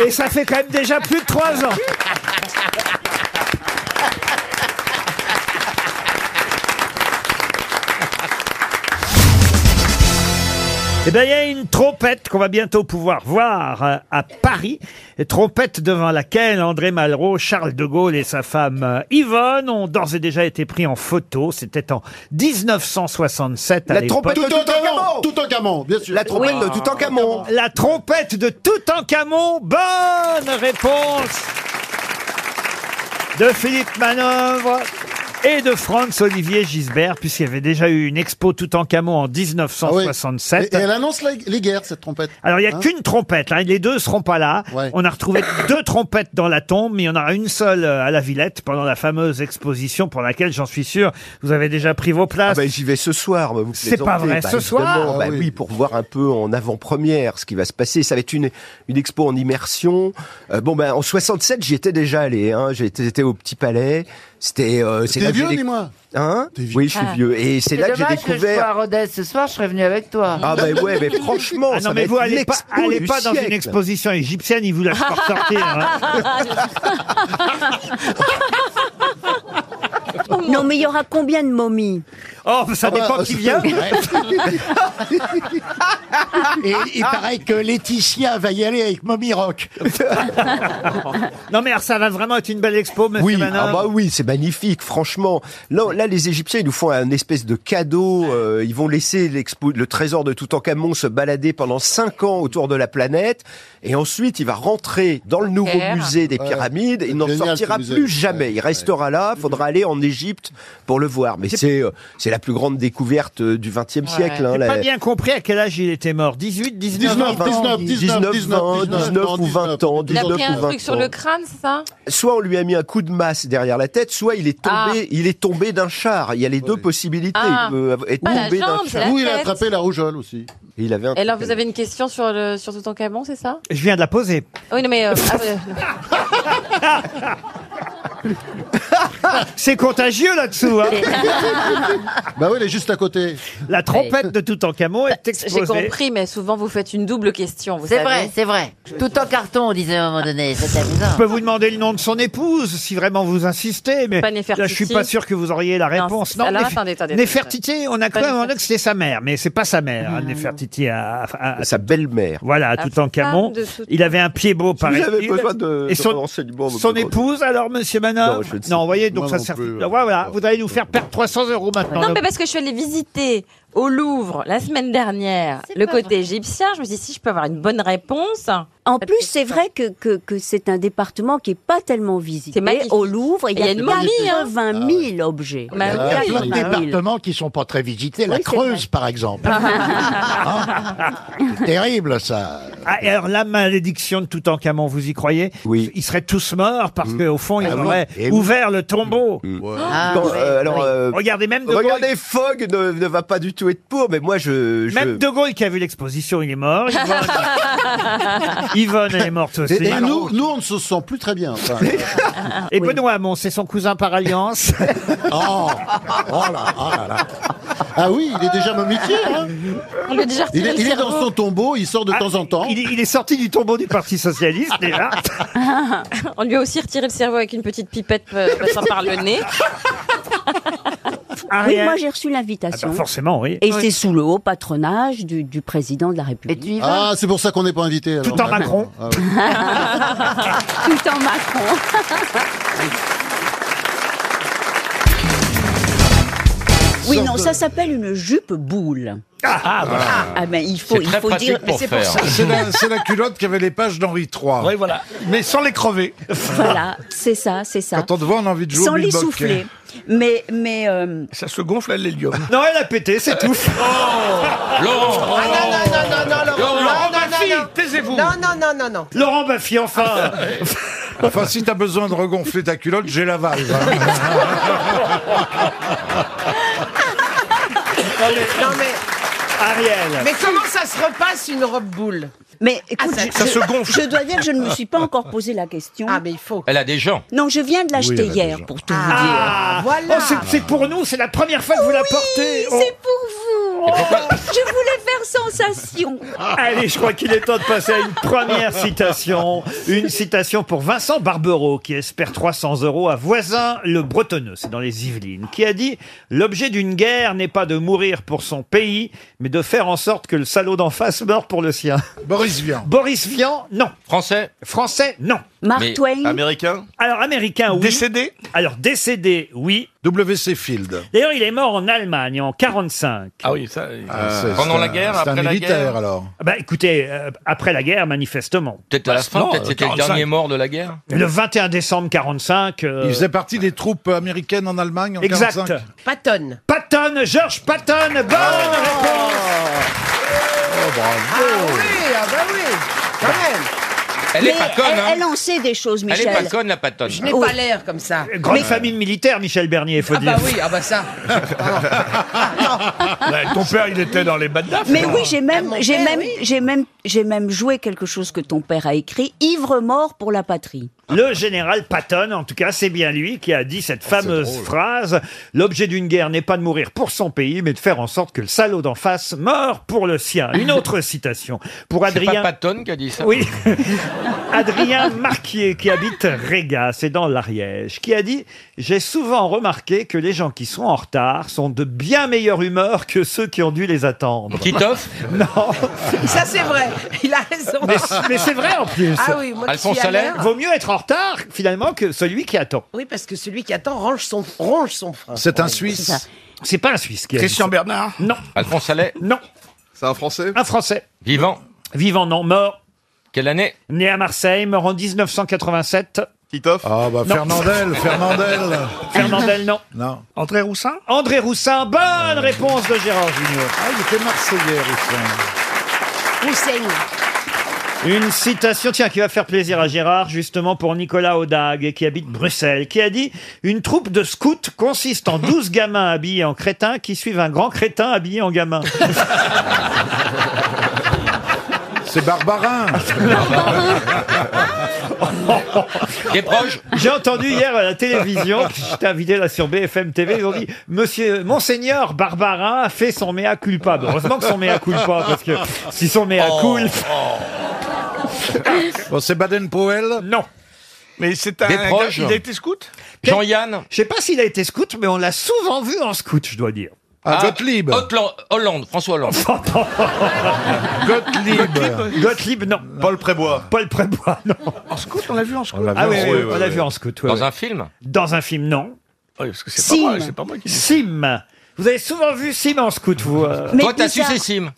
S1: Et ça fait quand même déjà plus de trois ans. Eh bien, il y a une trompette qu'on va bientôt pouvoir voir euh, à Paris. Une Trompette devant laquelle André Malraux, Charles de Gaulle et sa femme euh, Yvonne ont d'ores et déjà été pris en photo. C'était en 1967. à
S24: La
S1: l'époque.
S24: trompette de Toutankhamon Toutankhamon, bien sûr. Ah, La trompette de Toutankhamon
S1: La trompette de Toutankhamon. Bonne réponse de Philippe Manœuvre et de Franz Olivier Gisbert, puisqu'il y avait déjà eu une expo Toutankhamon en 1967.
S24: Ah Et, et elle annonce la- les guerres, cette trompette.
S1: Alors, il n'y a
S24: Hein
S1: qu'une trompette. là. Les deux seront pas là. On a retrouvé deux trompettes dans la tombe, mais il y en aura une seule euh, à la Villette pendant la fameuse exposition pour laquelle, j'en suis sûr, vous avez déjà pris vos places.
S25: Ah ben, J'y vais ce soir, bah, vous
S1: C'est
S25: plaisantez.
S1: pas vrai,
S25: Bah,
S1: ce soir
S25: évidemment, bah
S1: Ah oui.
S25: oui. pour voir un peu en avant-première ce qui va se passer. Ça va être une, une expo en immersion. Euh, bon, ben en 67, j'y étais déjà allé. Hein. J'étais j'étais au Petit Palais. C'était. Euh, c'est
S24: T'es
S25: là que j'ai
S24: vieux,
S25: déc-
S24: dis-moi
S25: Hein Oui, je suis vieux. Et c'est là que j'ai
S15: Ah. dommage que je sois à
S25: découvert.
S15: Rodez ce soir, je serais venu avec toi.
S25: Ah, bah ouais, mais franchement,
S1: Ah non,
S25: ça
S1: mais
S25: va
S1: vous
S25: être
S1: allez pas,
S25: l'expo
S1: allez
S25: du
S1: pas dans une
S25: siècle.
S1: exposition égyptienne, ils vous lâchent pas hein. sortir.
S7: Ah,
S22: Non, mais il y aura combien de momies
S1: Oh, ça dépend qui vient.
S16: Et
S24: Ah,
S16: il paraît que Laetitia va y aller avec Mommy Rock.
S1: Non, mais alors, ça va vraiment être une belle expo, monsieur
S25: Oui,
S1: Manon.
S25: ah bah oui, c'est magnifique, franchement. Là, là, les Égyptiens, ils nous font un espèce de cadeau. euh, ils vont laisser l'expo, le trésor de Toutankhamon se balader pendant cinq ans autour de la planète, et ensuite, il va rentrer dans le nouveau Terre. musée des
S24: Ouais.
S25: pyramides.
S24: C'est
S25: Il n'en
S24: génial,
S25: sortira
S24: ce musée.
S25: plus jamais. Il restera là. Faudra aller en Égypte pour le voir. Mais c'est euh, c'est la plus grande découverte euh, du XXe siècle. hein,
S1: J'ai
S25: la-
S1: pas bien compris à quel âge il était mort. 18, 19,
S25: 19, 19, 19, 19, 19 ou 20 ans.
S13: Il a
S25: 19
S13: pris un
S25: ou 20
S13: truc sur
S25: ans.
S13: le crâne, c'est ça
S25: soit on lui a mis un coup de masse derrière la tête, soit il est tombé,
S13: Ah.
S25: il est tombé d'un char. Il y a les deux possibilités.
S13: Ah.
S25: Il peut av- être
S13: Pas la
S25: tombé d'un
S13: jambe, c'est
S25: char.
S13: la Ou il a tête. attrapé
S25: la rougeole aussi. il avait un
S13: Et alors, vous avez une question sur, le, sur Toutankhamon, c'est ça
S1: Je viens de la poser.
S13: Oui, non, mais. euh, ah, ouais.
S1: C'est contagieux là-dessous. hein.
S24: Bah oui, elle est juste à côté.
S1: La trompette de Toutankhamon est exposée.
S13: J'ai compris, mais souvent vous faites une double question. vous
S15: C'est
S13: savez.
S15: vrai, c'est vrai. Tout en carton, on disait à un moment donné. C'était amusant.
S1: Je peux vous demander le nom de son épouse si vraiment vous insistez, mais
S13: Pas
S1: là
S13: Néfertiti.
S1: je suis pas sûr que vous auriez la réponse.
S13: c'est- alors,
S1: Néf-
S13: attendez, attendez,
S1: Néfertiti,
S13: attendez.
S1: on a
S13: Pas Ah.
S1: cru à un moment donné que c'était sa mère, mais c'est pas sa mère, hein, Néfertiti à,
S25: sa belle-mère.
S1: Voilà,
S25: La
S1: tout en
S25: femme
S1: camon.
S25: de Toutankhamon.
S1: Il avait un pied beau, pareil.
S25: J'avais besoin de-
S1: Et
S25: de
S1: son,
S25: renseignements,
S1: son
S25: monsieur
S1: épouse, alors, monsieur Manon
S25: Non, je ne sais
S1: Non, vous voyez,
S25: pas.
S1: donc
S25: Moi
S1: ça
S25: non
S1: sert.
S25: plus, ouais.
S1: Voilà, vous allez nous faire perdre 300 euros maintenant.
S13: Non, mais parce que je suis allée visiter au Louvre la semaine dernière le côté égyptien. Je me suis dit, si je peux avoir une bonne réponse.
S22: En plus, c'est vrai que, que, que c'est un département qui n'est pas tellement visité.
S13: magnifique.
S22: Au Louvre, il y
S13: Et
S22: a,
S13: il y a une momie, hein.
S22: 20
S24: Ah
S22: 000 objets.
S13: Bah
S22: Il y a
S13: oui.
S22: quatre-vingt
S13: Il
S22: mille.
S13: y a plein de
S16: Départements qui sont pas très visités, la
S22: Oui, c'est
S16: Creuse par exemple.
S20: Ah.
S16: C'est terrible ça.
S1: Ah, et alors la malédiction de Toutankhamon, vous y croyez Oui. Ils seraient tous morts parce qu'au fond, ils
S25: Ah oui.
S1: auraient
S25: Et oui.
S1: ouvert le tombeau.
S25: Ah, Quand, euh, alors, euh,
S1: regardez, même De Gaulle,
S25: regardez, Fogg ne, ne va pas du tout être pour, mais moi je. je-
S1: même De Gaulle qui a vu l'exposition, il est mort. Yvonne, Yvonne, elle est morte aussi.
S24: Et, et nous, nous, on ne se sent plus très bien. enfin.
S1: Et Benoît Hamon, c'est son cousin par alliance.
S24: oh, oh là, oh là là. Ah oui, il est déjà momifié. hein.
S13: On lui a déjà retiré
S24: il est,
S13: le
S24: il est dans
S13: cerveau.
S24: son tombeau, il sort de temps en temps.
S1: Il, est- il est sorti du tombeau du Parti Socialiste déjà.
S13: On lui a aussi retiré le cerveau avec une petite pipette euh, passant par le nez.
S22: Oui,
S1: Ariel.
S22: moi j'ai reçu
S1: Ah
S22: l'invitation.
S1: bah, forcément, oui.
S22: Et
S1: Oui.
S22: c'est sous le haut patronage du, du président de la République.
S24: Ah, c'est pour ça qu'on n'est pas invité. alors.
S22: Tout en Macron.
S24: Ah oui.
S22: Tout en Macron. Oui,
S13: sorte
S22: non,
S13: de-
S22: ça s'appelle une jupe boule. Ah,
S13: voilà.
S22: mais il faut,
S13: C'est
S22: il
S13: très
S22: faut
S13: pratique
S22: dire.
S13: pour
S22: mais c'est pour
S13: faire.
S22: ça.
S13: C'est la-
S18: C'est la culotte qui avait les pages d'Henri III. Oui,
S26: voilà.
S18: Mais sans les crever.
S22: Voilà, c'est ça, c'est ça.
S18: Ah. Quand on te voit, on a envie de jouer
S22: Sans
S18: au
S22: les
S18: billbock.
S22: souffler. Mais, mais. euh,
S8: Ça se gonfle à l'hélium.
S1: Non, elle Oh, a pété, c'est tout.
S22: Oh,
S8: Laurent
S1: Ah, non, non, non, non, non, Laurent. Laurent
S8: Baffy, taisez-vous Non, non, non, non, non.
S1: Laurent Baffy, enfin
S18: Enfin, si t'as besoin de regonfler ta culotte, j'ai la valve. hein.
S8: Non, mais.
S1: Ariel
S8: Mais comment ça se repasse une robe boule Ah,
S22: Mais écoute,
S8: ça-
S22: je,
S8: ça
S22: je-
S8: se gonfle.
S22: je dois dire que je ne me suis pas encore posé la question. Ah,
S8: mais il faut.
S4: Elle a des gens.
S22: Non, je viens de l'acheter
S4: elle a
S22: hier,
S4: des gens.
S22: pour tout vous dire.
S1: Ah,
S22: voilà.
S1: Oh, c'est- c'est pour nous, c'est la première fois que vous la portez. On-
S22: C'est pour vous. Oh, Je voulais faire sensation.
S1: Allez, je crois qu'il est temps de passer à une première citation. Une citation pour Vincent Barbereau, qui espère 300 euros à Voisin le Bretonneux, c'est dans les Yvelines, qui a dit « L'objet d'une guerre n'est pas de mourir pour son pays, mais de faire en sorte que le salaud d'en face meure pour le sien. »
S18: Boris Vian.
S1: Boris Vian, non.
S4: Français
S1: Français, non.
S22: Mark Mais Twain
S1: Américain Alors, américain, oui. Décédé Alors, décédé, oui.
S18: W.C. Field.
S1: D'ailleurs, il est mort en Allemagne en 45.
S8: Ah oui, ça.
S18: Ah, c'est- c'est un- c'est un militaire, alors.
S1: Ah Bah écoutez, euh, après la guerre, manifestement.
S4: Peut-être à la fin,
S1: Non,
S4: peut-être
S1: euh,
S4: c'était le
S1: 45.
S4: dernier mort de la guerre.
S1: Le 21 décembre 45. euh,
S18: Il faisait partie des troupes américaines en Allemagne en
S1: Exact.
S18: 45.
S8: Patton.
S1: Patton, George Patton, bonne réponse
S18: Oh,
S8: Ah oui, ah bah oui, quand même.
S4: Elle est
S22: Mais
S4: pas conne,
S22: elle,
S4: hein.
S22: elle en sait des choses,
S4: Elle est
S22: Michel.
S4: pas conne, la patonne.
S8: Je n'ai pas l'air comme ça.
S1: Grande famine militaire, Michel Bernier, faut
S8: Ah
S1: dire.
S8: bah oui, ah bah ça.
S1: ton père, il était dans les badafs.
S22: Mais oui, j'ai même, j'ai
S8: père,
S22: même, j'ai même, j'ai même joué quelque chose que ton père a écrit, ivre mort pour la patrie.
S1: Le général Patton, en tout cas, c'est bien lui qui a dit cette
S4: Ah,
S1: fameuse phrase L'objet d'une guerre n'est pas de mourir pour son pays, mais de faire en sorte que le salaud d'en face meure pour le sien. Une autre citation pour
S4: C'est
S1: Adrien.
S4: pas Patton qui a dit ça
S1: Oui. Adrien Marquier, qui habite Réga, c'est dans l'Ariège, qui a dit « J'ai souvent remarqué que les gens qui sont en retard sont de bien meilleure humeur que ceux qui ont dû les attendre. »
S4: Titoff
S1: Non.
S8: Ça c'est vrai, il a raison.
S1: Mais, mais c'est vrai en plus.
S8: Ah oui, moi qui suis à l'heure-
S1: Vaut mieux être en retard, finalement, que celui qui attend.
S8: Oui, parce que celui qui attend range son, range son frein.
S1: C'est un
S8: Ouais,
S1: Suisse.
S8: c'est ça.
S1: C'est pas un Suisse qui a dit
S8: Christian
S1: ça.
S8: Bernard
S1: Non.
S4: Alphonse Allais
S1: Non.
S4: C'est un Français
S1: Un Français.
S4: Vivant
S1: Vivant, non, mort.
S4: Quelle année
S1: Né à Marseille, mort en 1987.
S18: Titoff Ah bah
S1: Non.
S18: Fernandel, Fernandel.
S1: Fernandel, non.
S18: Non.
S1: André Roussin André Roussin, bonne réponse de Gérard Junior.
S18: Ah, il était marseillais, Roussin.
S8: Hussein.
S1: Une citation, tiens, qui va faire plaisir à Gérard, justement pour Nicolas Audag, qui habite Bruxelles, qui a dit « Une troupe de scouts consiste en 12 gamins habillés en crétin qui suivent un grand crétin habillé en gamin.
S18: C'est Barbarin.
S4: Des proches »
S1: J'ai entendu hier à la télévision, puis j'étais invité là sur BFM TV, ils ont dit « Monsieur, Monseigneur Barbarin a fait son mea culpa Bon, Heureusement que son mea culpa, parce que si son mea
S4: Oh.
S11: Oh.
S1: culpa...
S18: Bon, c'est Baden-Powell
S1: Non.
S8: Mais c'est un.
S1: Des proches.
S8: Il a été scout
S1: Jean-Yann Je sais pas s'il a été scout, mais on l'a souvent vu en scout, je dois dire.
S4: Ah, Hollande, Hollande, François Hollande.
S18: Gottlieb.
S1: Gottlieb, non.
S18: Paul Prébois.
S1: Paul Prébois, non.
S8: En scout, on l'a vu en scout.
S1: Ah oui, oui, on l'a vu en scout. ouais,
S4: Dans
S1: ouais.
S4: un film
S1: Dans un film, non.
S8: Oui, parce que
S1: Sim.
S8: moi- moi qui.
S1: Sim. Vous avez souvent vu Sim en scout, vous euh
S4: Toi, t'as su ces cimes.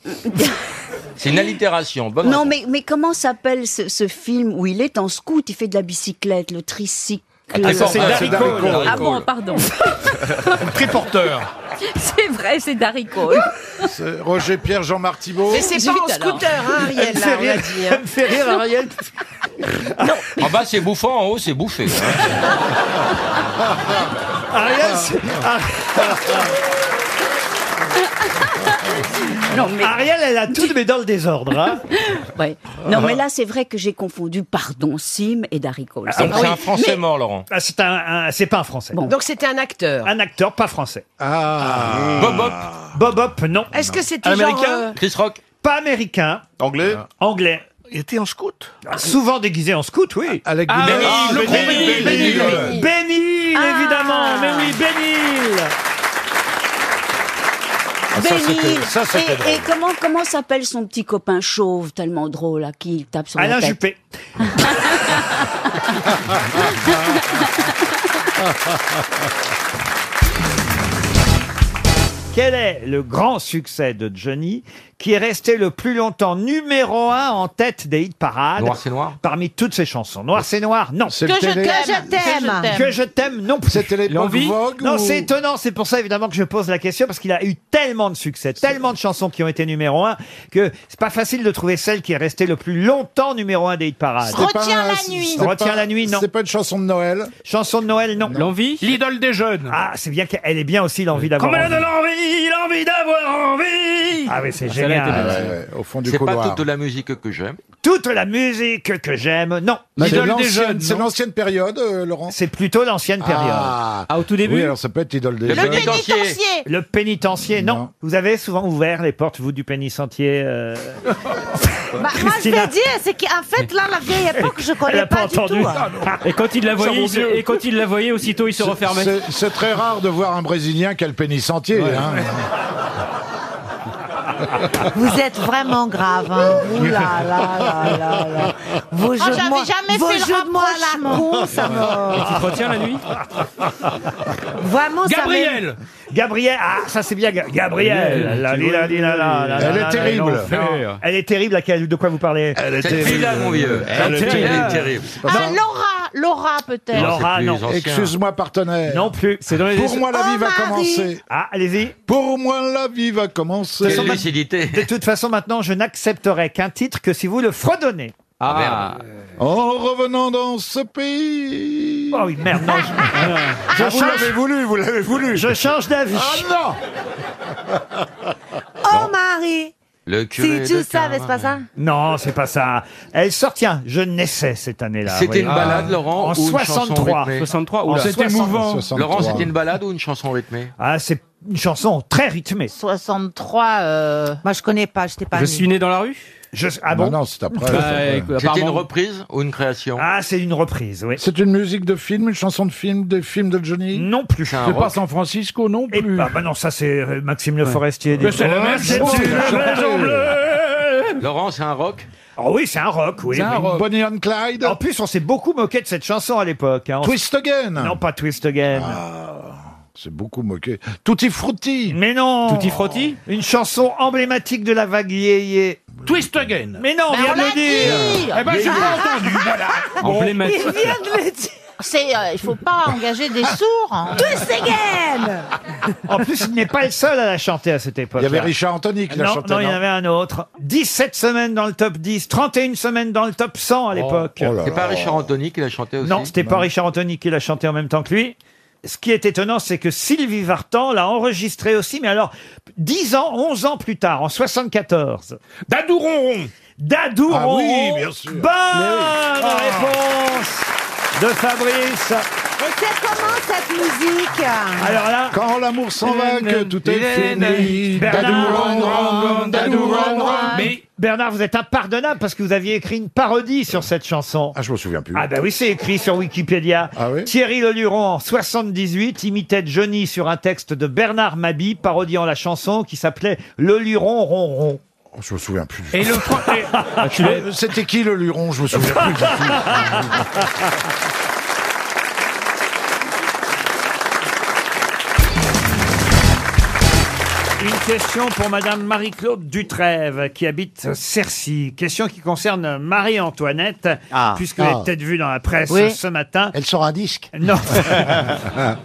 S4: C'est une allitération. Bonne
S22: Non,
S4: réponse.
S22: mais, mais comment s'appelle ce, ce film où il est en scout, il fait de la bicyclette, le tricycle
S4: Ah, ça, c'est Ah, Darry c'est Darry Cole. Cole.
S27: Ah bon, pardon.
S18: Triporteur.
S27: C'est vrai, c'est Darry Cole.
S18: C'est Roger Pierre Jean-Marc Thibault.
S22: Oh,
S8: Mais c'est pas en scooter, hein, Ariel, là, on l'a dit. hein.
S1: fait rire, Ariel.
S4: En bas, c'est bouffant, en haut, c'est bouffé.
S1: Ah, Ariel, c'est-
S22: Ah.
S1: Ar- Ariel, elle a tout, mais dans le désordre. hein.
S22: Ouais. Non, mais là, c'est vrai que j'ai confondu, pardon, Sim et Darry Cole.
S4: Ah, Donc, c'est un Français mort, Laurent.
S1: Ah, c'est un, un- c'est pas un français.
S8: Donc c'était un acteur.
S1: Un acteur, pas français.
S18: Ah.
S4: Bob Hop.
S1: Bob Hop, non.
S8: Est-ce que c'était genre. euh,
S4: Chris Rock.
S1: Pas américain. Ah.
S18: Anglais
S1: Anglais. Ah,
S8: Il était en scout
S1: Souvent déguisé en scout, oui.
S18: Avec
S1: Ah,
S18: Guillaume.
S1: Benny,
S18: Ah,
S1: je le
S18: Benny,
S1: comprends, Benny,
S18: Benny,
S1: Benny. Benny,
S22: Ah.
S1: évidemment. Mais oui, Benny.
S18: Ah, ça, c'était- ça, c'était
S22: et, et
S18: drôle.
S22: comment comment s'appelle son petit copain chauve tellement drôle à qui il tape sur
S1: Alain
S22: la tête
S1: Juppé. Quel est le grand succès de Johnny qui est resté le plus longtemps numéro un en tête des hit parades
S23: Noir, c'est noir
S1: Parmi toutes ses chansons. Noir c'est noir, non.
S23: le Que je télé- t'aime.
S3: Que je t'aime.
S1: Que je t'aime, non plus. C'était
S23: l'époque Vogue
S1: Non,
S23: ou-
S1: c'est étonnant. C'est pour ça évidemment que je pose la question parce qu'il a eu tellement de succès, tellement de chansons qui ont été numéro un que c'est pas facile de trouver celle qui est restée le plus longtemps numéro un des hit parades.
S18: C'était Retiens pas- la c'était nuit. pas-
S1: Retiens la nuit, non.
S18: c'est
S1: pas une chanson de Noël. Chanson de Noël, non. L'envie. L'idole des jeunes. Ah, c'est bien qu'elle est bien aussi l'envie d'avoir.
S16: Comme elle a de
S1: envie.
S16: l'envie, l'envie d'avoir envie.
S1: Ah oui, c'est génial.
S23: Au fond
S1: du
S23: C'est pas
S1: couloir.
S23: toute la musique que j'aime.
S1: Toute la musique que j'aime, non.
S23: Mais L'idole c'est des l'ancienne- jeunes, c'est non
S1: l'ancienne période, euh, Laurent C'est plutôt l'ancienne période.
S18: Ah. Ah, au tout début Oui, alors ça peut être l'idole des Le jeunes. pénitencier.
S1: Le pénitencier, non. Vous avez souvent ouvert les portes, vous, du pénitencier euh,
S6: Bah, moi, je
S1: Christina.
S6: vais dire, c'est qu'en fait, là, la vieille époque, je connais pas, du tout.
S1: Ah,
S8: Ah, Et quand il la
S18: Ah, Ça
S8: voyait,
S18: vaut
S8: il se-
S18: mieux.
S8: et quand il la voyait, aussitôt il se
S18: C'est-
S8: refermait.
S18: c'est- C'est très rare de voir un Brésilien qui a le pénis entier. hein.
S6: Vous êtes vraiment grave, hein. Ouh là là là là là. Vos
S3: Oh,
S8: Ah,
S6: jeux de
S3: j'avais
S6: mots-
S3: jamais
S6: vos
S3: fait le
S6: jeux de mots à la
S3: rapprochement.
S6: con, ça
S8: Et tu te
S6: me...
S8: retiens la nuit
S6: Vraiment, ça
S8: Gabriel
S6: m'énerve.
S1: Gabriel Ah, ça c'est bien Ga- Gabriel
S8: Gabriel,
S1: La,
S8: tu
S1: li- la, li- la, la, la,
S8: Elle
S1: la,
S8: est
S1: la,
S8: terrible.
S1: la, la, la, la. Elle est terrible, laquelle De quoi vous parlez Elle
S23: Cette fille-là, mon vieux, elle est terrible.
S3: Ah, Laura, Laura peut-être.
S1: Laura,
S8: Ah,
S1: non.
S18: Excuse-moi, partenaire.
S1: Non plus. C'est dans
S18: Pour moi, la vie va
S3: Oh, Marie.
S18: commencer.
S1: Ah, allez-y.
S18: Pour moi, la vie va commencer.
S1: Quelle lucidité. De toute façon, maintenant, je n'accepterai qu'un titre que si vous le fredonnez.
S18: Ah. En revenant dans ce pays.
S1: Oh oui, merde, non.
S18: Je...
S1: Je
S18: Ah, vous
S1: change-
S18: l'avez voulu, vous l'avez voulu.
S1: Je change d'avis.
S18: Ah
S6: Oh, Marie
S1: Le
S6: Si tu savais, c'est pas ça
S1: Non, c'est pas ça. Elle sort, tiens, je naissais cette année-là.
S23: C'était
S1: voyez. Ah.
S23: une balade, Laurent
S1: En
S23: ou une chanson
S1: 63.
S23: rythmée
S1: En 60.
S23: Laurent, c'était une balade ou une chanson rythmée
S1: Ah, c'est une chanson très rythmée.
S6: 63, euh... Moi, je connais pas, je t'ai pas mis.
S8: né dans la rue
S1: Ah bon
S18: non, c'est après.
S23: Bah,
S18: C'est
S23: écoute,
S18: après.
S23: C'était une reprise ou une création
S1: Ah, c'est une reprise, oui.
S18: C'est une musique de film, une chanson de film, des films de Johnny
S1: Non plus. C'est
S18: pas
S1: San Francisco non plus. Ah bah non, ça c'est euh, Maxime Le Forestier.
S18: Mais c'est la même chose.
S23: Laurent, c'est un rock
S1: Ah oui, c'est un rock, oui.
S23: C'est un
S1: Oui.
S23: rock.
S18: Bonnie and Clyde.
S1: En plus, on s'est beaucoup moqué de cette chanson à l'époque. hein. On-
S18: Twist Again. Ah,
S1: Non, pas Twist Again.
S18: C'est beaucoup moqué. Tutti Frutti.
S1: Mais non.
S18: Tutti
S1: Frutti Une chanson emblématique de la vague yé, yé.
S16: Twist again.
S1: Mais non, on vient de le dire. Ah.
S16: Eh ben, j'ai pas entendu, voilà.
S8: Emblématique.
S3: Il vient de le dire. C'est, euh, il faut pas engager des sourds. hein.
S6: Tous again
S1: En plus, il n'est pas le seul à la chanter à cette époque.
S18: Il y avait Richard Anthony qui la
S1: Non,
S18: chantait,
S1: Non, il y en
S18: non
S1: avait un autre. 17 semaines dans le top 10, 31 semaines dans le top 100 à
S4: Oh,
S1: l'époque.
S23: C'est pas Richard Anthony qui l'a chanté aussi
S1: Non, c'était pas Richard Anthony qui l'a chanté en même temps que lui. Ce qui est étonnant, c'est que Sylvie Vartan l'a enregistré aussi, mais alors 10 ans, 11 ans plus tard, en 74. Dadou Ronron Dadou
S16: Ah
S1: Ronron
S16: oui, bien sûr.
S1: Bonne
S16: Mais oui. Ah.
S1: réponse de Fabrice
S6: Et c'est comment, cette musique
S1: Alors là...
S18: Quand l'amour s'en va, que tout est fini. Dadou, ron, ron, ron, dadou, ron, ron.
S1: Mais Bernard, vous êtes impardonnable parce que vous aviez écrit une parodie sur cette chanson.
S18: Ah, je me souviens plus. Ah
S1: Ah bah oui, c'est écrit sur Wikipédia. Thierry Leluron, en 78, imitait Johnny sur un texte de Bernard Mabi, parodiant la chanson qui s'appelait Leluron ronron.
S18: Oh, Je me souviens plus.
S1: Et le Ah,
S18: Euh, C'était qui le luron Je me souviens plus. du tout.
S1: Une question pour Madame Marie-Claude Dutrève, qui habite Cercy. Question qui concerne Marie-Antoinette, puisque vous
S24: Ah.
S1: l'avez peut-être vu dans la presse
S24: Oui.
S1: ce matin.
S24: Elle sort un disque.
S1: Non.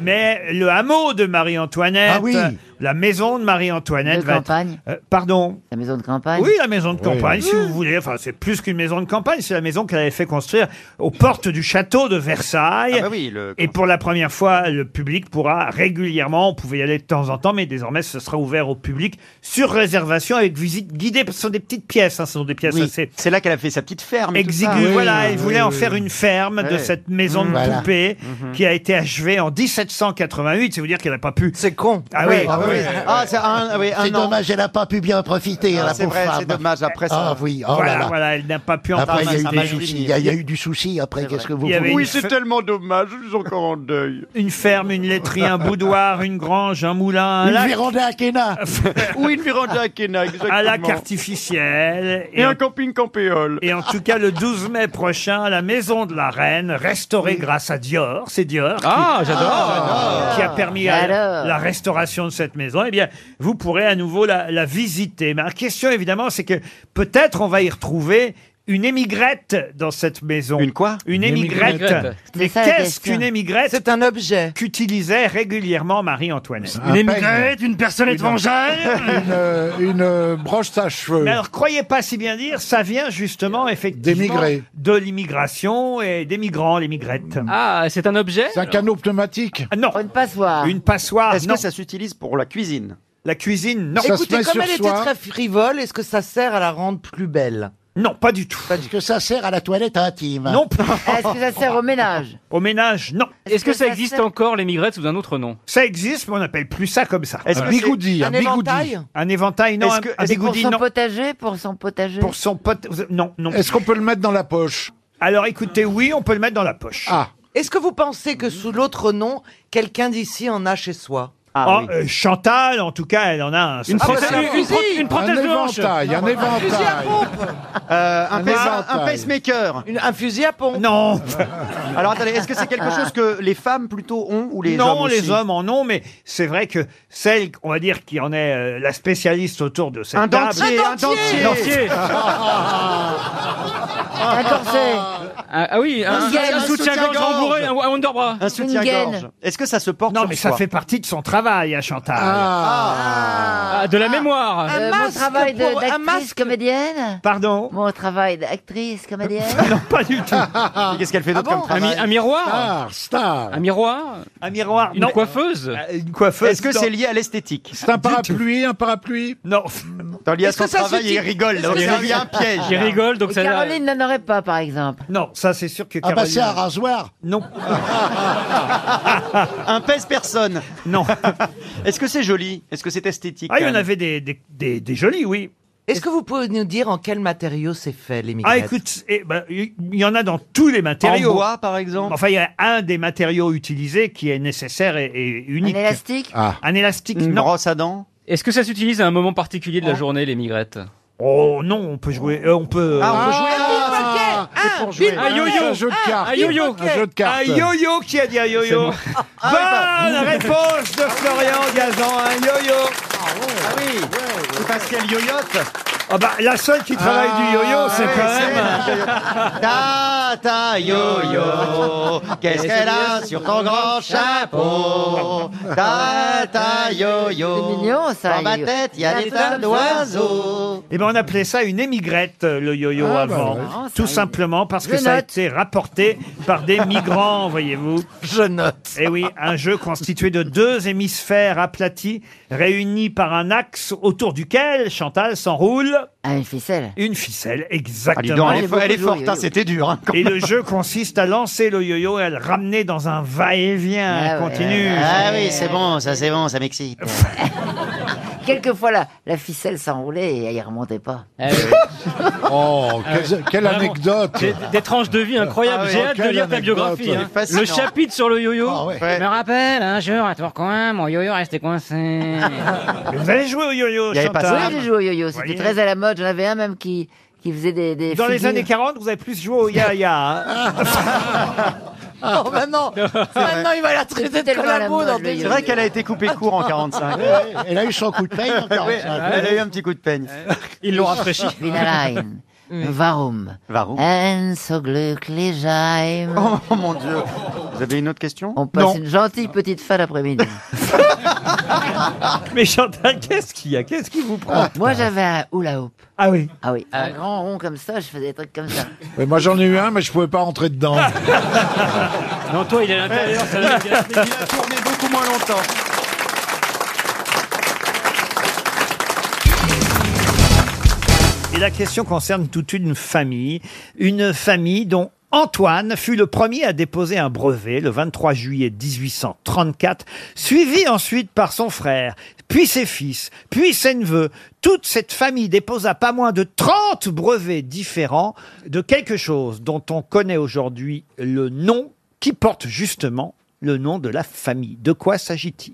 S1: Mais le hameau de Marie-Antoinette,
S24: Ah oui.
S1: la maison de Marie-Antoinette, va être- Euh, pardon.
S6: La maison de campagne
S1: Oui, la maison de campagne, si vous voulez. Enfin, c'est plus qu'une maison de campagne, c'est la maison qu'elle avait fait construire aux portes du château de Versailles.
S12: Ah bah oui, le-
S1: Et pour la première fois, le public pourra régulièrement, on pouvait y aller de temps en temps, mais désormais, ce sera ouvert au public sur réservation avec visite guidée. parce que Ce sont des petites pièces, hein, ce sont des pièces assez...
S12: C'est là qu'elle a fait sa petite ferme. et tout
S1: Exigu,
S12: ça.
S1: voilà,
S12: Oui,
S1: elle
S12: oui,
S1: voulait en
S12: oui.
S1: faire une ferme de
S12: Ouais.
S1: cette maison de
S12: Mmh. Voilà.
S1: poupée
S12: Mhm.
S1: qui a été achevée en 1788. C'est vous dire qu'elle n'a pas pu. C'est con. Ah oui.
S12: Ah oui. Ah, c'est un- ah oui, un
S24: C'est
S12: an.
S24: dommage, elle n'a pas pu bien en profiter, hein,
S12: Ah,
S24: la
S12: c'est
S24: pauvre
S12: vrai,
S24: femme.
S12: c'est dommage, après ça-
S24: Ah oui, oh
S1: voilà,
S24: là là.
S1: voilà, elle n'a pas pu en
S24: Après, il y
S1: parler.
S24: a eu des soucis. Il y a- il y a eu du souci. Après, qu'est-ce que vous
S1: Il y avait
S24: voulez
S1: une fe-
S12: tellement dommage, je suis encore en deuil.
S1: Une ferme, une laiterie, un boudoir, une grange, un moulin, un
S24: Une
S1: lac,
S24: véranda à Kéna.
S12: Oui, une véranda à Kena,
S1: un lac artificiel
S12: Et un
S1: camping campéole. Et en tout cas, le 12 mai prochain, la maison de la reine, restaurée grâce à Dior, c'est Dior. qui-
S12: Ah, j'adore. Ah, j'adore.
S1: Qui a permis à-
S12: Alors.
S1: la restauration de cette cette maison, eh bien, vous pourrez à nouveau la, la visiter. Ma question, évidemment, c'est que peut-être on va y retrouver une émigrette dans cette maison. Une quoi Une émigrette.
S20: émigrette.
S1: Mais
S20: C'est ça la
S1: qu'est-ce
S20: question.
S1: qu'une émigrette C'est
S20: un objet.
S1: Qu'utilisait régulièrement Marie-Antoinette.
S18: Une émigrette, une personne étrangère
S1: Une,
S24: euh,
S18: Une, broche à cheveux.
S1: Mais alors, croyez pas si bien dire, ça vient justement, effectivement,
S18: D'émigrés.
S1: de l'immigration et des migrants, l'émigrette.
S8: Ah, c'est un objet
S18: C'est un canot pneumatique
S1: Ah, Non.
S18: Une passoire.
S1: Une passoire,
S12: Est-ce
S1: non.
S12: que ça s'utilise pour la cuisine
S1: La cuisine, non.
S20: Écoutez, comme elle était très frivole, est-ce que ça sert à la rendre plus belle
S1: Non, pas du tout.
S20: Parce que ça sert à la toilette intime.
S1: Non.
S12: Euh,
S6: Est-ce que ça sert au ménage
S1: Au ménage, non.
S8: Est-ce que,
S6: que
S8: ça
S6: ça
S8: existe
S6: sert-
S8: encore, l'émigrette, sous un autre nom
S1: Ça existe, mais on n'appelle plus ça comme ça.
S8: Est-ce que
S18: bigoudi,
S8: un Un bigoudi. éventail
S1: Un éventail, non.
S18: Est-ce
S1: un-
S18: que-
S1: un
S18: est-ce que
S1: bigoudi,
S18: pour son
S1: non.
S6: Potager pour son potager.
S1: Pour son pote, non, non.
S18: Est-ce qu'on peut le mettre dans la poche
S1: Alors écoutez, oui, on peut le mettre dans la poche. Ah.
S20: Est-ce que vous pensez que sous l'autre nom, quelqu'un d'ici en a chez soi
S12: Ah
S1: euh, Chantal, en tout cas, elle en a un.
S20: Une
S1: Ah, ça,
S20: prothèse-
S1: c'est sûr.
S20: une- une prothèse-
S18: Un éventail, un éventail.
S12: Euh, un,
S18: Un
S12: pace-
S18: éventail.
S12: un pacemaker.
S20: Un fusil à pompe
S1: Non
S12: Alors attendez, est-ce que c'est quelque chose que les femmes plutôt ont ou les hommes
S1: non,
S12: aussi
S1: les hommes en ont, mais c'est vrai que celle, on va dire, qui en est euh, la spécialiste autour de cette
S12: Un
S1: table.
S12: dentier, un
S1: Un
S12: dentier.
S1: dentier.
S6: Un corset.
S8: Ah, ah oui, un,
S6: gaine,
S8: un
S6: un
S8: soutien-gorge
S12: soutien-gorge.
S8: rembourré, un, un underbras.
S12: Un
S6: gaine.
S12: soutien-gorge. Est-ce que ça se porte
S1: Non,
S12: sur
S1: mais ça
S12: soi
S1: fait partie de son travail, à Chantal.
S8: Ah, de la mémoire.
S6: Euh, mon travail de- d'actrice comédienne
S1: Pardon
S6: Mon travail d'actrice comédienne
S1: Non, pas du tout.
S12: Qu'est-ce qu'elle fait d'autre comme
S8: un, mi-
S12: travail
S8: un miroir
S18: Star, star.
S8: Un miroir
S1: Un miroir,
S8: Une
S1: non.
S8: coiffeuse
S1: Euh, Une coiffeuse.
S12: Est-ce que
S1: non.
S12: c'est lié à l'esthétique
S18: C'est un parapluie, un parapluie
S1: Non.
S12: Dans lié à
S20: Est-ce que
S12: son
S20: ça
S12: travail,
S20: s'utilise-
S12: il rigole.
S20: Est-ce
S12: Donc
S20: que
S12: il
S20: ça-
S12: y a un piège.
S8: Il rigole, donc
S6: Et
S8: ça
S6: Euh, Caroline n'en aurait pas, par exemple.
S1: Non, ça c'est sûr que
S16: Ah bah
S1: Caroline-
S16: c'est un rasoir.
S1: Non,
S12: Euh, Un pèse-personne.
S1: non.
S12: Est-ce que c'est joli Est-ce que c'est esthétique
S1: Ah, il y
S12: quand
S1: en
S12: même
S1: avait des, des, des, des jolis, oui.
S20: Est-ce que vous pouvez nous dire en quel matériau c'est fait,
S1: Ah,
S20: l'émigrette
S1: écoute, eh ben, il y en a dans tous les
S12: En
S1: matériaux.
S12: bois, par exemple
S1: Enfin, il y a un des matériaux utilisés qui est nécessaire et, et
S6: Un
S1: unique.
S6: élastique
S18: Ah.
S1: Un élastique,
S12: Une
S1: non.
S12: brosse à dents
S8: Est-ce que ça s'utilise à un moment particulier de la journée, l'émigrette
S1: Oh non, on peut jouer. euh, on peut.
S12: Ah, on peut jouer
S18: Ah, c'est pour jouer.
S8: Un yo-yo.
S18: Un jeu de cartes.
S8: un yo-yo.
S18: Un
S1: Un
S18: jeu de cartes.
S1: yo-yo qui a dit un yo-yo. Ah, Bonne réponse de Florian Gazan, un yo-yo.
S12: Ah oui C'est parce qu'elle yoyote
S1: Ah bah, la seule qui travaille du yo-yo, Ah, c'est quand même.
S12: Tata yo-yo, qu'est-ce qu'elle a sur ton grand chapeau Tata yo-yo,
S6: C'est mignon, ça,
S12: dans ma
S6: yo-yo.
S12: tête, il y a
S6: Ça
S12: des
S6: fait comme
S12: tas
S6: ça.
S12: d'oiseaux.
S1: Eh ben, on appelait ça une émigrette, euh, le yo-yo
S18: Ah, bah,
S1: avant.
S18: ouais.
S6: Marrant, ça,
S1: Tout
S6: oui.
S1: simplement parce que
S6: Je
S1: ça a
S6: note.
S1: été rapporté par des migrants, voyez-vous.
S20: Je note.
S1: Eh oui, un jeu constitué de deux hémisphères aplatis, réunis par un axe autour duquel Chantal s'enroule
S6: Ah, une ficelle.
S1: une ficelle,
S12: Ah, dis
S1: exactement.
S12: donc, elle, est,
S6: J'ai beaucoup
S12: elle est
S6: joué au
S12: forte, hein,
S6: yo-yo.
S12: c'était dur. hein, quand
S1: Et le jeu consiste à lancer le yo-yo et à le ramener dans un va-et-vient
S6: Ah ouais.
S1: continu.
S12: Ah oui, c'est bon, ça c'est bon, ça m'excite.
S6: Quelquefois, la, la ficelle s'enroulait et elle y remontait pas.
S8: Eh oui.
S18: Oh, quelle, quelle
S8: Vraiment.
S18: anecdote
S8: Des, des tranches de vie incroyables.
S12: Ah oui,
S8: J'ai hâte de
S18: quelle
S8: lire ta
S18: anecdote.
S8: biographie. hein.
S18: C'est
S12: fascinant.
S8: Le chapitre sur le yo-yo.
S18: Ah ouais.
S12: Ouais.
S11: Je me rappelle un jour à Tourcoing, mon yo-yo restait coincé.
S1: Mais Vous allez jouer au yo-yo,
S12: Il y avait pas
S1: Chantal
S12: ça.
S6: Oui, j'ai joué au yo-yo. C'était
S1: Voyez.
S6: très à la mode. J'en avais un même qui, qui faisait des. des
S1: Dans les
S6: figures.
S1: années 40, vous avez plus joué au ya-ya. hein.
S20: Oh,
S17: bah
S20: maintenant, maintenant il va la traiter de
S6: tellement la
S20: collabo
S6: mode,
S20: dans
S6: le
S20: des...
S12: C'est vrai qu'elle a été coupée court en 45.
S16: Elle a eu son coup de paye en 45.
S12: Ouais, elle a eu un petit coup de peigne.
S8: Ils l'ont rafraîchi.
S6: Finalein.
S12: Mm.
S6: Warum?
S12: Varou.
S6: Ein so glücklich sein.
S12: Oh mon dieu. Vous avez une autre question
S6: On passe une gentille petite fin d'après-midi.
S1: Ah, Mais Chantal, qu'est-ce qu'il y a Qu'est-ce qui vous prend
S6: Moi, j'avais un hula hoop.
S1: Ah oui.
S6: Ah oui, un grand rond comme ça, je faisais des trucs comme ça.
S18: Mais moi j'en ai eu un, mais je pouvais pas rentrer dedans.
S8: Ah. Non, toi, il est à l'intérieur. ça donne des-
S12: Il a tourné beaucoup moins longtemps.
S1: Et la question concerne toute une famille, une famille dont Antoine fut le premier à déposer un brevet le 23 juillet 1834, suivi ensuite par son frère, puis ses fils, puis ses neveux. Toute cette famille déposa pas moins de 30 brevets différents de quelque chose dont on connaît aujourd'hui le nom qui porte justement le nom de la famille. De quoi s'agit-il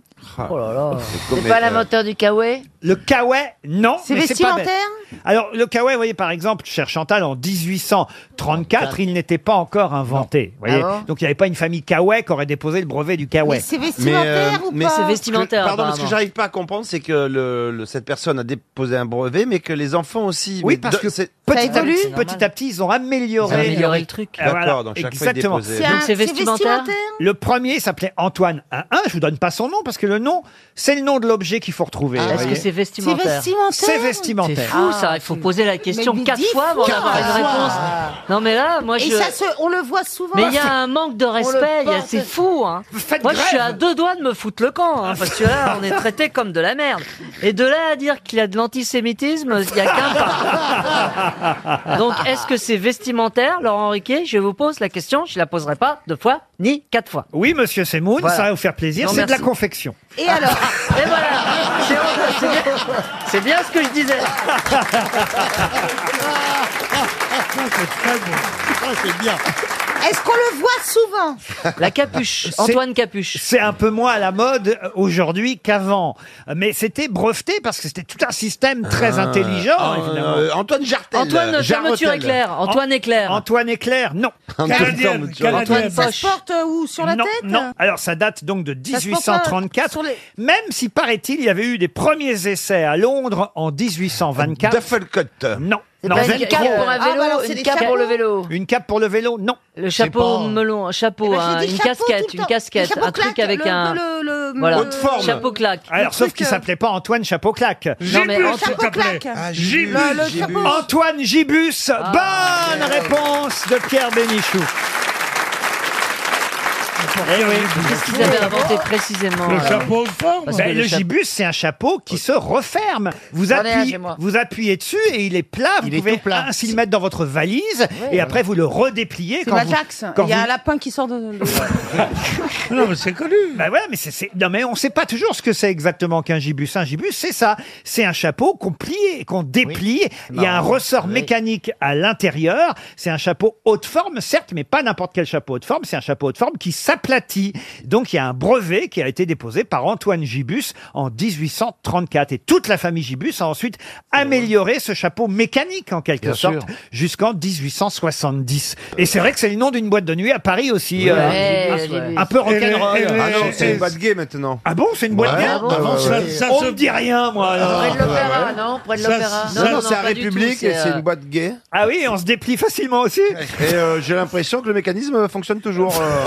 S6: Oh là là. C'est pas l'inventeur du kawaii
S1: Le Kawaii, non.
S6: C'est
S1: mais pas bête.
S6: vestimentaire
S1: Alors, le kawaii, vous voyez, par exemple, cher Chantal, en 1834, il n'était pas encore inventé. Vous voyez
S7: Ah bon
S1: Donc, il n'y avait pas une famille kawaii qui aurait déposé le brevet du kawaii. euh,
S7: mais c'est vestimentaire. Pardon, parce que
S1: apparemment.
S7: j'arrive pas à comprendre, c'est que le, le- cette personne a déposé un brevet, mais que les enfants aussi.
S1: Oui,
S7: Mais
S1: parce
S7: de-
S1: que
S7: c'est-
S1: petit à, petit, petit à petit, ils ont amélioré,
S7: Ils ont amélioré le truc.
S1: Ah, voilà,
S7: D'accord, donc chaque fois, ils
S1: exactement.
S7: déposaient. C'est Donc, un- c'est c'est vestimentaire vestimentaire
S1: Le premier s'appelait Antoine 1 Je vous donne pas son nom parce que le nom, c'est le nom de l'objet qu'il faut retrouver.
S7: Ah,
S1: vous
S7: est-ce que
S1: voyez.
S7: c'est vestimentaire C'est vestimentaire
S1: C'est vestimentaire.
S7: C'est fou, ça. Il faut poser la question Mais quatre dix fois fois. avant d'avoir une Quatre réponse. Non, mais là, moi, je-
S17: Et ça se, on le voit souvent.
S7: Mais il y a un manque de
S17: On le
S7: respect, il y a-
S17: porte.
S7: c'est fou. Hein. Moi, je suis
S17: grève.
S7: à deux doigts de me foutre le camp, hein, parce que là, on est traité comme de la merde. Et de là à dire qu'il y a de l'antisémitisme, il y a qu'un pas. Donc, est-ce que c'est vestimentaire, Laurent Riquet Je vous pose la question, je la poserai pas deux fois ni quatre fois.
S1: Oui, monsieur Semoun, ça va vous faire plaisir.
S7: Non,
S1: C'est de la
S7: merci.
S1: confection.
S7: Et alors Et voilà C'est- c'est bien- C'est bien ce que je disais
S24: Ah, c'est bien.
S17: Est-ce qu'on le voit souvent
S7: La capuche,
S1: Antoine Capuche. C'est un peu moins à la mode euh, aujourd'hui qu'avant. Mais c'était breveté parce que c'était tout un système très
S7: Ah,
S1: intelligent,
S7: ah,
S1: évidemment.
S7: euh, Antoine Jartel. Antoine, euh, fermeture Jarretel. éclair. Antoine éclair.
S1: Antoine éclair, non.
S7: Antoine Canadienne, fermeture. Antoine canadienne.
S17: Ça se porte euh, où Sur la
S1: non,
S17: tête
S1: Non, alors ça date donc de
S17: Ça se porte pas
S1: 1834.
S17: sur les-
S1: Même si, paraît-il, il y avait eu des premiers essais à Londres en 1824. Duffelcoat. Non.
S7: C'est
S1: non,
S7: pas une
S1: Velcro.
S7: cape pour un Ah, vélo, bah alors, une c'est des cape pour le chapeaux. vélo.
S1: Une cape pour le vélo, non.
S7: Le chapeau
S1: C'est pas-
S7: melon, un chapeau,
S1: Eh ben, j'ai
S7: hein,
S1: dit
S7: une
S1: chapeau
S7: casquette, une casquette, un truc avec un.
S17: Euh,
S7: voilà. Chapeau claque.
S1: Ah, Alors, sauf qu'il s'appelait pas Antoine Chapeau Claque.
S7: Non, mais Gibus, Antoine- s'il te plaît. Ah, Gibus, Ah. Le- le Gibus. chapeau.
S1: Antoine Gibus. Bonne réponse de Pierre Bénichou. Eh oui.
S7: Qu'est-ce qu'ils avaient inventé précisément alors
S1: chapeau
S7: Parce que
S1: Ben,
S7: le
S1: le
S7: chapeau-
S1: gibus, c'est un chapeau qui se referme. Vous
S7: Attendez,
S1: appuyez,
S7: lâchez-moi.
S1: vous appuyez dessus et il est plat. Vous pouvez ainsi le mettre dans votre valise et après vous le redépliez
S17: C'est
S1: quand vous.
S17: Majax.
S1: quand
S17: Il y a
S1: vous-
S17: un lapin qui sort de. de-
S1: non, mais c'est connu. Ben voilà, mais c'est, c'est- non, mais on sait pas toujours ce que c'est exactement qu'un gibus. Un gibus, c'est ça. C'est un chapeau qu'on plie et qu'on déplie. Il y a un ressort mécanique à l'intérieur. C'est un chapeau haute forme, certes, mais pas n'importe quel chapeau haute forme. C'est un chapeau haute forme qui s'aplatit. Donc, il y a un brevet qui a été déposé par Antoine Gibus en 1834. Et toute la famille Gibus a ensuite amélioré ce chapeau mécanique, en quelque
S7: Bien sûr.
S1: sorte, jusqu'en 1870. Et c'est vrai que c'est le nom d'une boîte de nuit à Paris aussi.
S7: Ouais,
S1: euh,
S7: ouais,
S1: un-
S7: les
S1: un peu
S7: bus.
S1: rock'n'roll.
S7: Et les- et
S25: Ah
S7: les- et-
S1: boîte gay maintenant. eh, Ah bon, c'est une boîte
S7: Ouais,
S1: gay
S7: ah bon, Avant, ouais, ça- ouais. ça
S1: On
S7: se-
S1: me dit rien, moi. alors.
S7: Près de l'Opéra,
S1: Ouais, ouais.
S7: non Près de
S1: Ça,
S7: l'Opéra. Non, non,
S25: c'est à
S7: pas du tout,
S25: République
S7: c'est,
S25: et c'est
S7: euh,
S25: une boîte gay.
S1: Ah oui, on se déplie facilement aussi.
S25: Et euh, j'ai l'impression que le mécanisme fonctionne toujours. euh.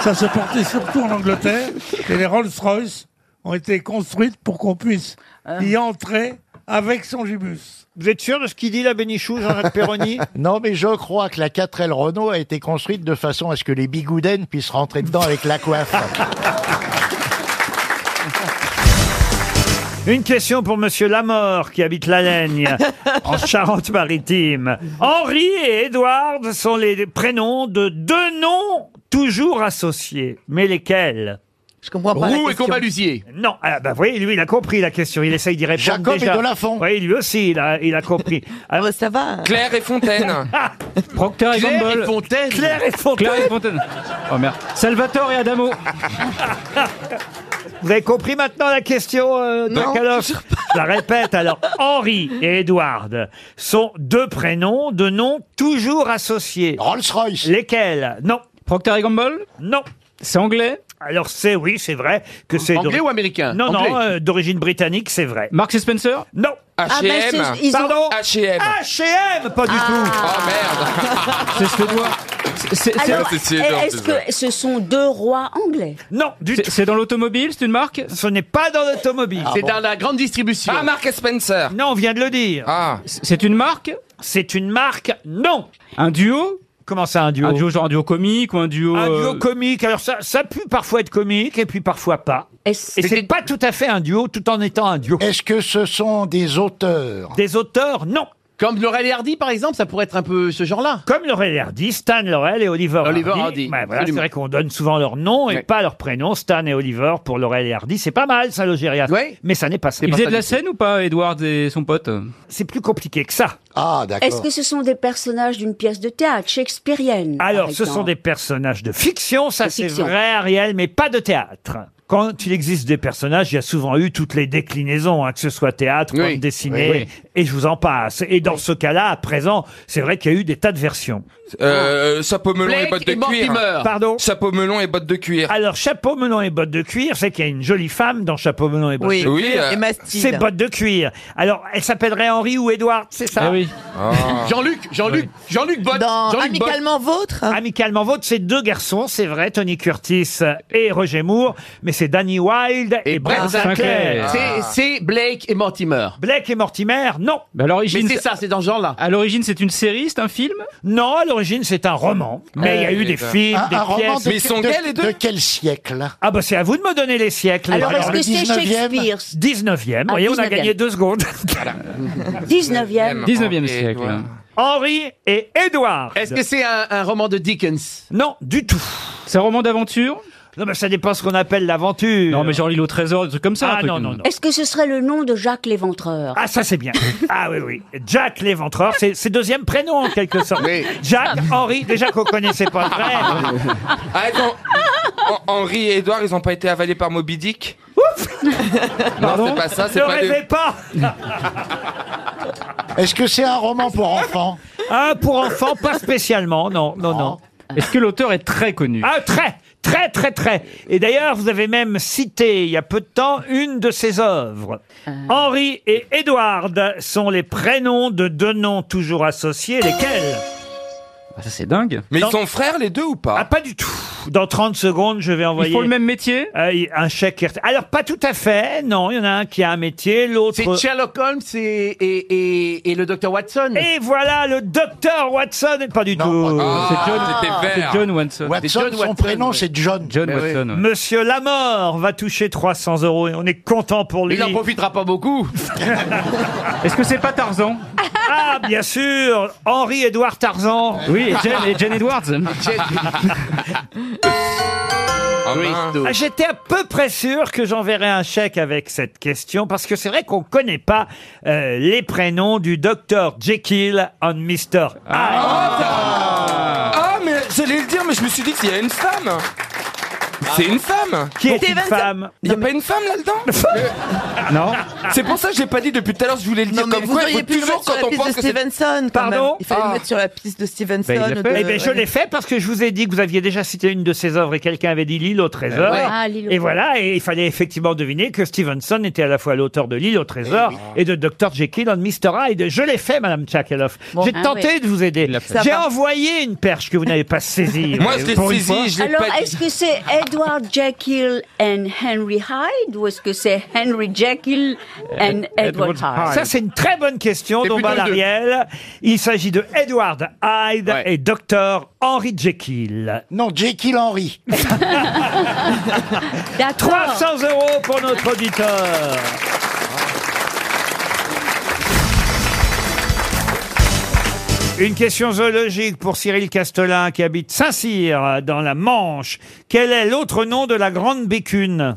S18: Ça se portait surtout en Angleterre et les Rolls-Royce ont été construites pour qu'on puisse y entrer avec son gibus.
S1: Vous êtes sûr de ce qu'il dit, la Bénichou, Jean-Jacques Perroni
S19: Non, mais je crois que la 4L Renault a été construite de façon à ce que les bigoudens puissent rentrer dedans avec la coiffe.
S1: Une question pour Monsieur Lamor qui habite la Laigne, en Charente-Maritime. Henri et Édouard sont les prénoms de deux noms toujours associés. Mais lesquels Je comprends
S5: pas la Roux et question.
S1: Combalusier. Non, ah bah, vous voyez, lui, il a compris la question. Il essaye d'y répondre
S19: Jacob et
S1: déjà.
S19: Delafont.
S1: Oui, lui aussi, il a, il a compris.
S5: Ah, bah,
S1: Alors, ça va.
S4: Claire et Fontaine.
S8: Procter et
S4: Claire
S8: Gamble.
S4: et Fontaine.
S1: Claire et Fontaine.
S8: Claire et Fontaine. Oh merde. Salvatore et Adamo.
S1: Vous avez compris maintenant la question euh, de
S8: Non,
S1: Kalof Je la répète alors. Henri et Edward sont deux prénoms de noms toujours associés. Rolls-Royce. Lesquels Non. Procter et Gamble Non. C'est anglais Alors c'est oui, c'est vrai que c'est
S4: Anglais
S1: d'ori-
S4: ou américain
S1: Non, non,
S4: Anglais.
S1: euh, d'origine britannique, c'est vrai.
S8: Marks et Spencer
S1: Non.
S22: Ah, bah,
S4: H&M.
S1: Ah ben, Pardon
S4: H&M.
S1: H&M, pas du
S4: Oh, tout.
S8: C'est suédois.
S22: Ah, Alors, est-ce que ce sont deux rois anglais
S1: Non, du
S8: tout. C'est dans l'automobile, c'est une marque
S1: Ce n'est pas dans l'automobile.
S4: C'est dans la grande distribution. Ah, Mark Spencer.
S1: Non, on vient de le dire.
S4: Ah.
S8: C'est une marque
S1: C'est une marque, non.
S8: Un duo
S1: Comment ça, un duo
S8: Un duo, genre un duo comique ou un duo.
S1: Un duo
S8: euh,
S1: comique. Alors ça, ça peut parfois être comique et puis parfois pas. Et c'est pas tout à fait un duo tout en étant un duo.
S19: Est-ce que ce sont des auteurs
S1: Des auteurs, non.
S5: Comme Laurel et Hardy, par exemple, ça pourrait être un peu ce genre-là.
S1: Comme Laurel et Hardy, Stan Laurel et Oliver,
S5: Oliver Hardy,
S1: Ouais, voilà, c'est
S5: absolument.
S1: vrai qu'on donne souvent leur nom et pas leur prénom. Stan et Oliver pour Laurel et Hardy, c'est pas mal ça, Logérias. Mais ça n'est pas ça.
S8: Ils faisaient de la scène ou pas, Edward et son pote
S1: C'est plus compliqué que ça.
S19: Ah,
S22: Est-ce que ce sont des personnages d'une pièce de théâtre shakespearienne par
S1: Alors, ce
S22: exemple
S1: sont des personnages de fiction, ça
S22: De
S1: c'est
S22: fiction.
S1: vrai, Ariel, mais pas de théâtre. quand il existe des personnages, il y a souvent eu toutes les déclinaisons, hein, que ce soit théâtre,
S5: Oui.
S1: bande dessinée,
S5: Oui, oui.
S1: et je vous en passe. Et dans ce cas-là, à présent, c'est vrai qu'il y a eu des tas de versions.
S4: Euh, chapeau melon et
S1: Blake
S4: bottes de
S1: et
S4: cuir.
S1: Mortimer. Pardon
S4: Chapeau melon et bottes de cuir.
S1: Alors, chapeau melon et bottes de cuir, c'est qu'il y a une jolie femme dans chapeau melon et bottes
S4: Oui,
S1: de
S4: oui,
S1: cuir.
S4: euh, Emma Steele.
S1: C'est bottes de cuir. Alors, elle s'appellerait Henri ou Édouard, c'est ça
S4: Ah
S12: Eh
S4: oui. Ah.
S5: Jean-Luc, Jean-Luc, Jean-Luc Bott. Jean-Luc Bott.
S1: Vôtre Amicalement Vôtre, c'est deux garçons, c'est vrai, Tony Curtis et Roger Moore, mais c'est Danny Wilde et, Brett Sinclair.
S5: C'est- C'est Blake et Mortimer.
S1: Blake et Mortimer, non.
S5: Mais c'est ça, c'est dans ce genre-là.
S8: À l'origine, c'est une série, c'est un film
S1: Non, à l'origine, c'est un roman. Mais il y a eu des
S4: Euh,
S1: films,
S19: un,
S1: des
S19: un roman
S1: pièces.
S19: de, de- de quel siècle
S1: Ah bah c'est à vous de me donner les siècles.
S19: Alors, est-ce que c'est
S1: 19e?
S19: Shakespeare
S1: 19e. Vous
S19: Ah,
S1: voyez, on a
S19: 19e.
S1: gagné deux secondes.
S2: 19e.
S8: 19e siècle.
S1: hein. Henri et Édouard.
S5: Est-ce que c'est un, un roman de Dickens
S1: Non, du tout.
S8: C'est un roman d'aventure
S1: Non, mais ça dépend ce qu'on appelle l'aventure.
S8: Non, mais genre l'île au trésor, des trucs comme ça.
S1: Ah,
S8: un truc.
S1: non, non, non.
S2: Est-ce que ce serait le nom de Jacques l'Éventreur
S1: Ah, ça c'est bien. Ah oui, oui. Jack l'éventreur, c'est c'est deuxième prénom en quelque sorte. Jack, Henri, déjà qu'on connaissait pas vrai.
S4: Ah, ils ont- Hen- Henri et Edouard, ils ont pas été avalés par Moby Dick Non, c'est pas ça, c'est
S1: Ne
S4: pas
S1: rêvez pas
S19: Est-ce que c'est un roman pour enfants
S1: Ah, pour enfants, pas spécialement, non, non, non.
S8: Ah. Est-ce que l'auteur est très connu
S1: Ah, très, très, très, très. Et d'ailleurs, vous avez même cité, il y a peu de temps, une de ses œuvres. Henri et Édouard sont les prénoms de deux noms toujours associés. Lesquels
S8: Ah, ça, c'est dingue.
S4: Mais ils sont frères les deux ou pas
S1: Ah, pas du tout. Dans 30 secondes, je vais envoyer...
S8: Ils font le même métier
S1: Euh, un chèque. RT. Alors, pas tout à fait. Non, il y en a un qui a un métier, l'autre...
S5: C'est Sherlock Holmes et, et, et, et le docteur Watson.
S1: Et voilà le docteur Watson, pas du tout.
S8: C'est John,
S5: Ah,
S4: c'était vert.
S8: c'est John Watson.
S19: Watson,
S8: C'est John
S19: son
S8: Watson,
S19: prénom,
S8: ouais.
S19: c'est John. Eh
S8: John Watson. ouais.
S1: Monsieur Lamort va toucher 300 euros et on est content pour lui.
S5: Il n'en profitera pas beaucoup.
S8: Est-ce que c'est pas Tarzan
S1: Ah, bien sûr Henri-Édouard Tarzan
S8: Oui, et Jane, et Jane Edwards.
S1: Ah, J'étais à peu près sûr que j'enverrais un chèque avec cette question parce que c'est vrai qu'on connaît pas euh, les prénoms du docteur Jekyll on Mr. Hyde.
S4: Ah, mais j'allais le dire, mais je me suis dit qu'il y a une femme. C'est une femme
S1: Qui est une femme
S4: Il n'y a pas une femme là-dedans
S8: Non.
S4: C'est pour ça que j'ai pas dit depuis tout à l'heure, je voulais le dire
S8: Bah,
S4: comme quoi, il faut toujours quand on pense que c'est...
S17: Stevenson. quand
S1: Pardon
S17: même. Il fallait
S4: Ah.
S17: le mettre sur la piste de Stevenson.
S8: Ben, il l'a fait.
S1: Eh bien, je l'ai fait parce que je vous ai dit que vous aviez déjà cité une de ses œuvres et quelqu'un avait dit L'île au trésor.
S17: Ouais. Ah, L'île
S1: et
S17: au trésor.
S1: voilà, et il fallait effectivement deviner que Stevenson était à la fois l'auteur de L'île au trésor et, de Dr. Jekyll and Mr. Hyde. Je l'ai fait, Madame Tchakaloff. J'ai
S2: Ah
S1: tenté
S2: ouais.
S1: de vous aider.
S17: fait. Ça
S1: J'ai
S17: va.
S1: envoyé une perche que vous n'avez pas saisie.
S4: Moi, je l'ai
S1: Pour une
S4: saisie,
S1: fois.
S4: je l'ai
S2: Alors,
S4: pas dit.
S2: est-ce que c'est Edward Jekyll and Henry Hyde ou est-ce que c'est Henry Jekyll and Edward Hyde
S1: Ça, c'est une très bonne question,
S4: Euh, C'est
S1: Don
S4: plutôt deux.
S1: Ariel. Il s'agit de Edward Hyde
S4: Ouais.
S1: et Dr. Henry Jekyll.
S19: Non, Jekyll Henry.
S2: D'accord.
S1: 300 euros pour notre auditeur. Une question zoologique pour Cyril Castelin qui habite Saint-Cyr dans la Manche. Quel est l'autre nom de la grande bécune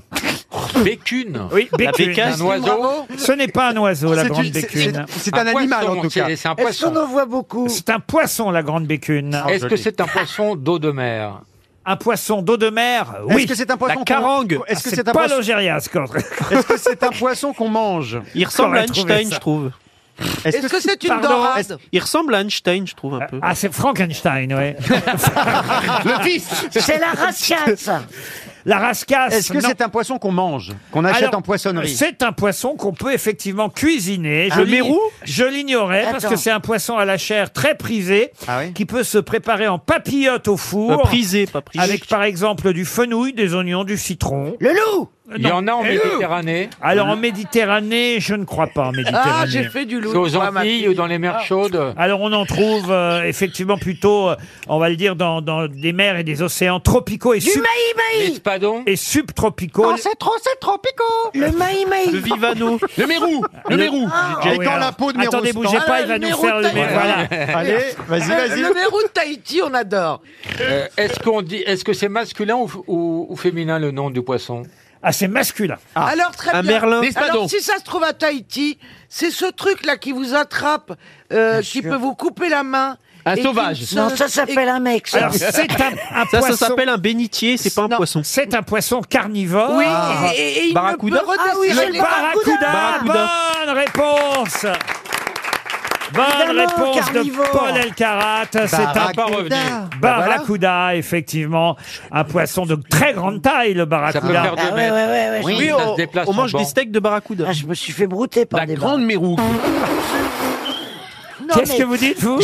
S14: Bécune.
S1: Oui, bécune.
S14: un oiseau.
S1: Ce n'est pas un oiseau, la
S14: C'est
S1: grande
S14: une- c'est-
S1: bécune.
S14: c'est- c'est un Un animal, poisson, en tout Thierry, cas. c'est un poisson. Ah,
S1: en voit beaucoup C'est un poisson, la grande bécune.
S14: Est-ce que c'est un poisson d'eau de mer
S1: Un poisson d'eau de mer Oui. Ah,
S12: Est-ce que c'est un poisson
S14: La
S12: qu'on-
S14: carangue.
S12: Est-ce que
S1: C'est
S12: c'est un
S1: pas
S12: poisson
S1: l'Ogéria, ce qu'on-
S12: Est-ce que c'est un poisson qu'on mange
S14: Il ressemble à
S1: J'aurais trouvé
S14: Einstein,
S1: ça.
S14: je trouve.
S12: Est-ce que c'est une
S1: Pardon
S12: dorade
S14: Il ressemble à Einstein, je trouve un peu.
S1: Ah, c'est Frankenstein, ouais.
S12: Le fils
S6: C'est la raciace.
S1: La rascasse.
S12: Est-ce que
S1: non.
S12: c'est un poisson qu'on mange Qu'on achète
S1: Alors,
S12: en poissonnerie
S1: C'est un poisson qu'on peut effectivement cuisiner.
S12: Un
S1: Je l'ig-
S12: mérou
S1: Je l'ignorais parce
S12: Attends.
S1: que c'est un poisson à la chair très prisé
S12: Ah oui
S1: qui peut se préparer en papillote au four.
S14: Euh, prisé, pas prisé.
S1: Avec par exemple du fenouil, des oignons, du citron.
S6: Le loup
S1: Euh,
S14: Il y
S1: non.
S14: en a en
S1: Et le-
S14: Méditerranée.
S1: Alors en Méditerranée, je ne crois pas en Méditerranée.
S5: Ah, j'ai fait du loup.
S14: C'est aux
S5: Ah, ma
S14: Antilles
S5: fille.
S14: ou dans les mers chaudes.
S1: Alors on en trouve euh, effectivement plutôt, euh, on va le dire, dans, dans des mers et des océans tropicaux et,
S6: Du
S1: sub-
S14: Les
S6: maï-maï
S14: spadons.
S1: et subtropicaux.
S20: Oh,
S6: c'est trop, c'est tropico Le
S14: Le
S6: maï-maï
S14: vivano.
S5: Le mérou. Le mérou.
S1: Ah oui,
S12: Et quand
S1: alors-
S12: la peau de Mérou
S1: Attendez,
S12: se
S1: bougez
S12: tend-
S1: pas,
S12: Ah,
S1: il va
S12: le
S1: nous
S12: Mérou
S1: faire le...
S12: taille-
S1: mais Voilà.
S12: Allez, vas-y,
S20: Euh,
S12: vas-y.
S20: le mérou de Tahiti, on adore.
S14: Euh, Est-ce qu'on dit, est-ce que c'est masculin ou, ou- ou féminin le nom du poisson
S1: Ah, c'est masculin.
S20: Alors très
S14: Un
S20: bien.
S14: merlin.
S5: Des spadons.
S20: Alors si ça se trouve à Tahiti, c'est ce truc là qui vous attrape, euh, qui peut vous couper la main
S28: Un
S8: Et
S28: sauvage.
S8: qu'une seule- Non, ça s'appelle un mec. ça.
S1: Alors, c'est un, un
S28: Ça, ça
S1: poisson.
S28: s'appelle
S1: un bénitier, c'est pas un poisson. C'est un poisson carnivore.
S28: Oui, et- et- et il ne Barracuda peut redescendre.
S1: Ah oui,
S28: Le
S1: le barracuda.
S28: barracuda.
S1: Bonne réponse. Bonne
S28: Évidemment,
S1: réponse
S28: carnivore.
S1: de Paul Elkarat. C'est un
S28: Barracuda. Pas revenu. Bah voilà.
S1: Barracuda, effectivement. Un poisson de très grande taille, le barracuda.
S28: peut faire deux Ah ouais, mètres. ouais, ouais, ouais, Oui, je- ça se déplace on en mange banc. des
S1: steaks de barracuda.
S8: Ah, je me suis fait brouter par
S1: La grande mérou.
S8: Non,
S1: Qu'est-ce
S8: mais-
S1: que vous dites, vous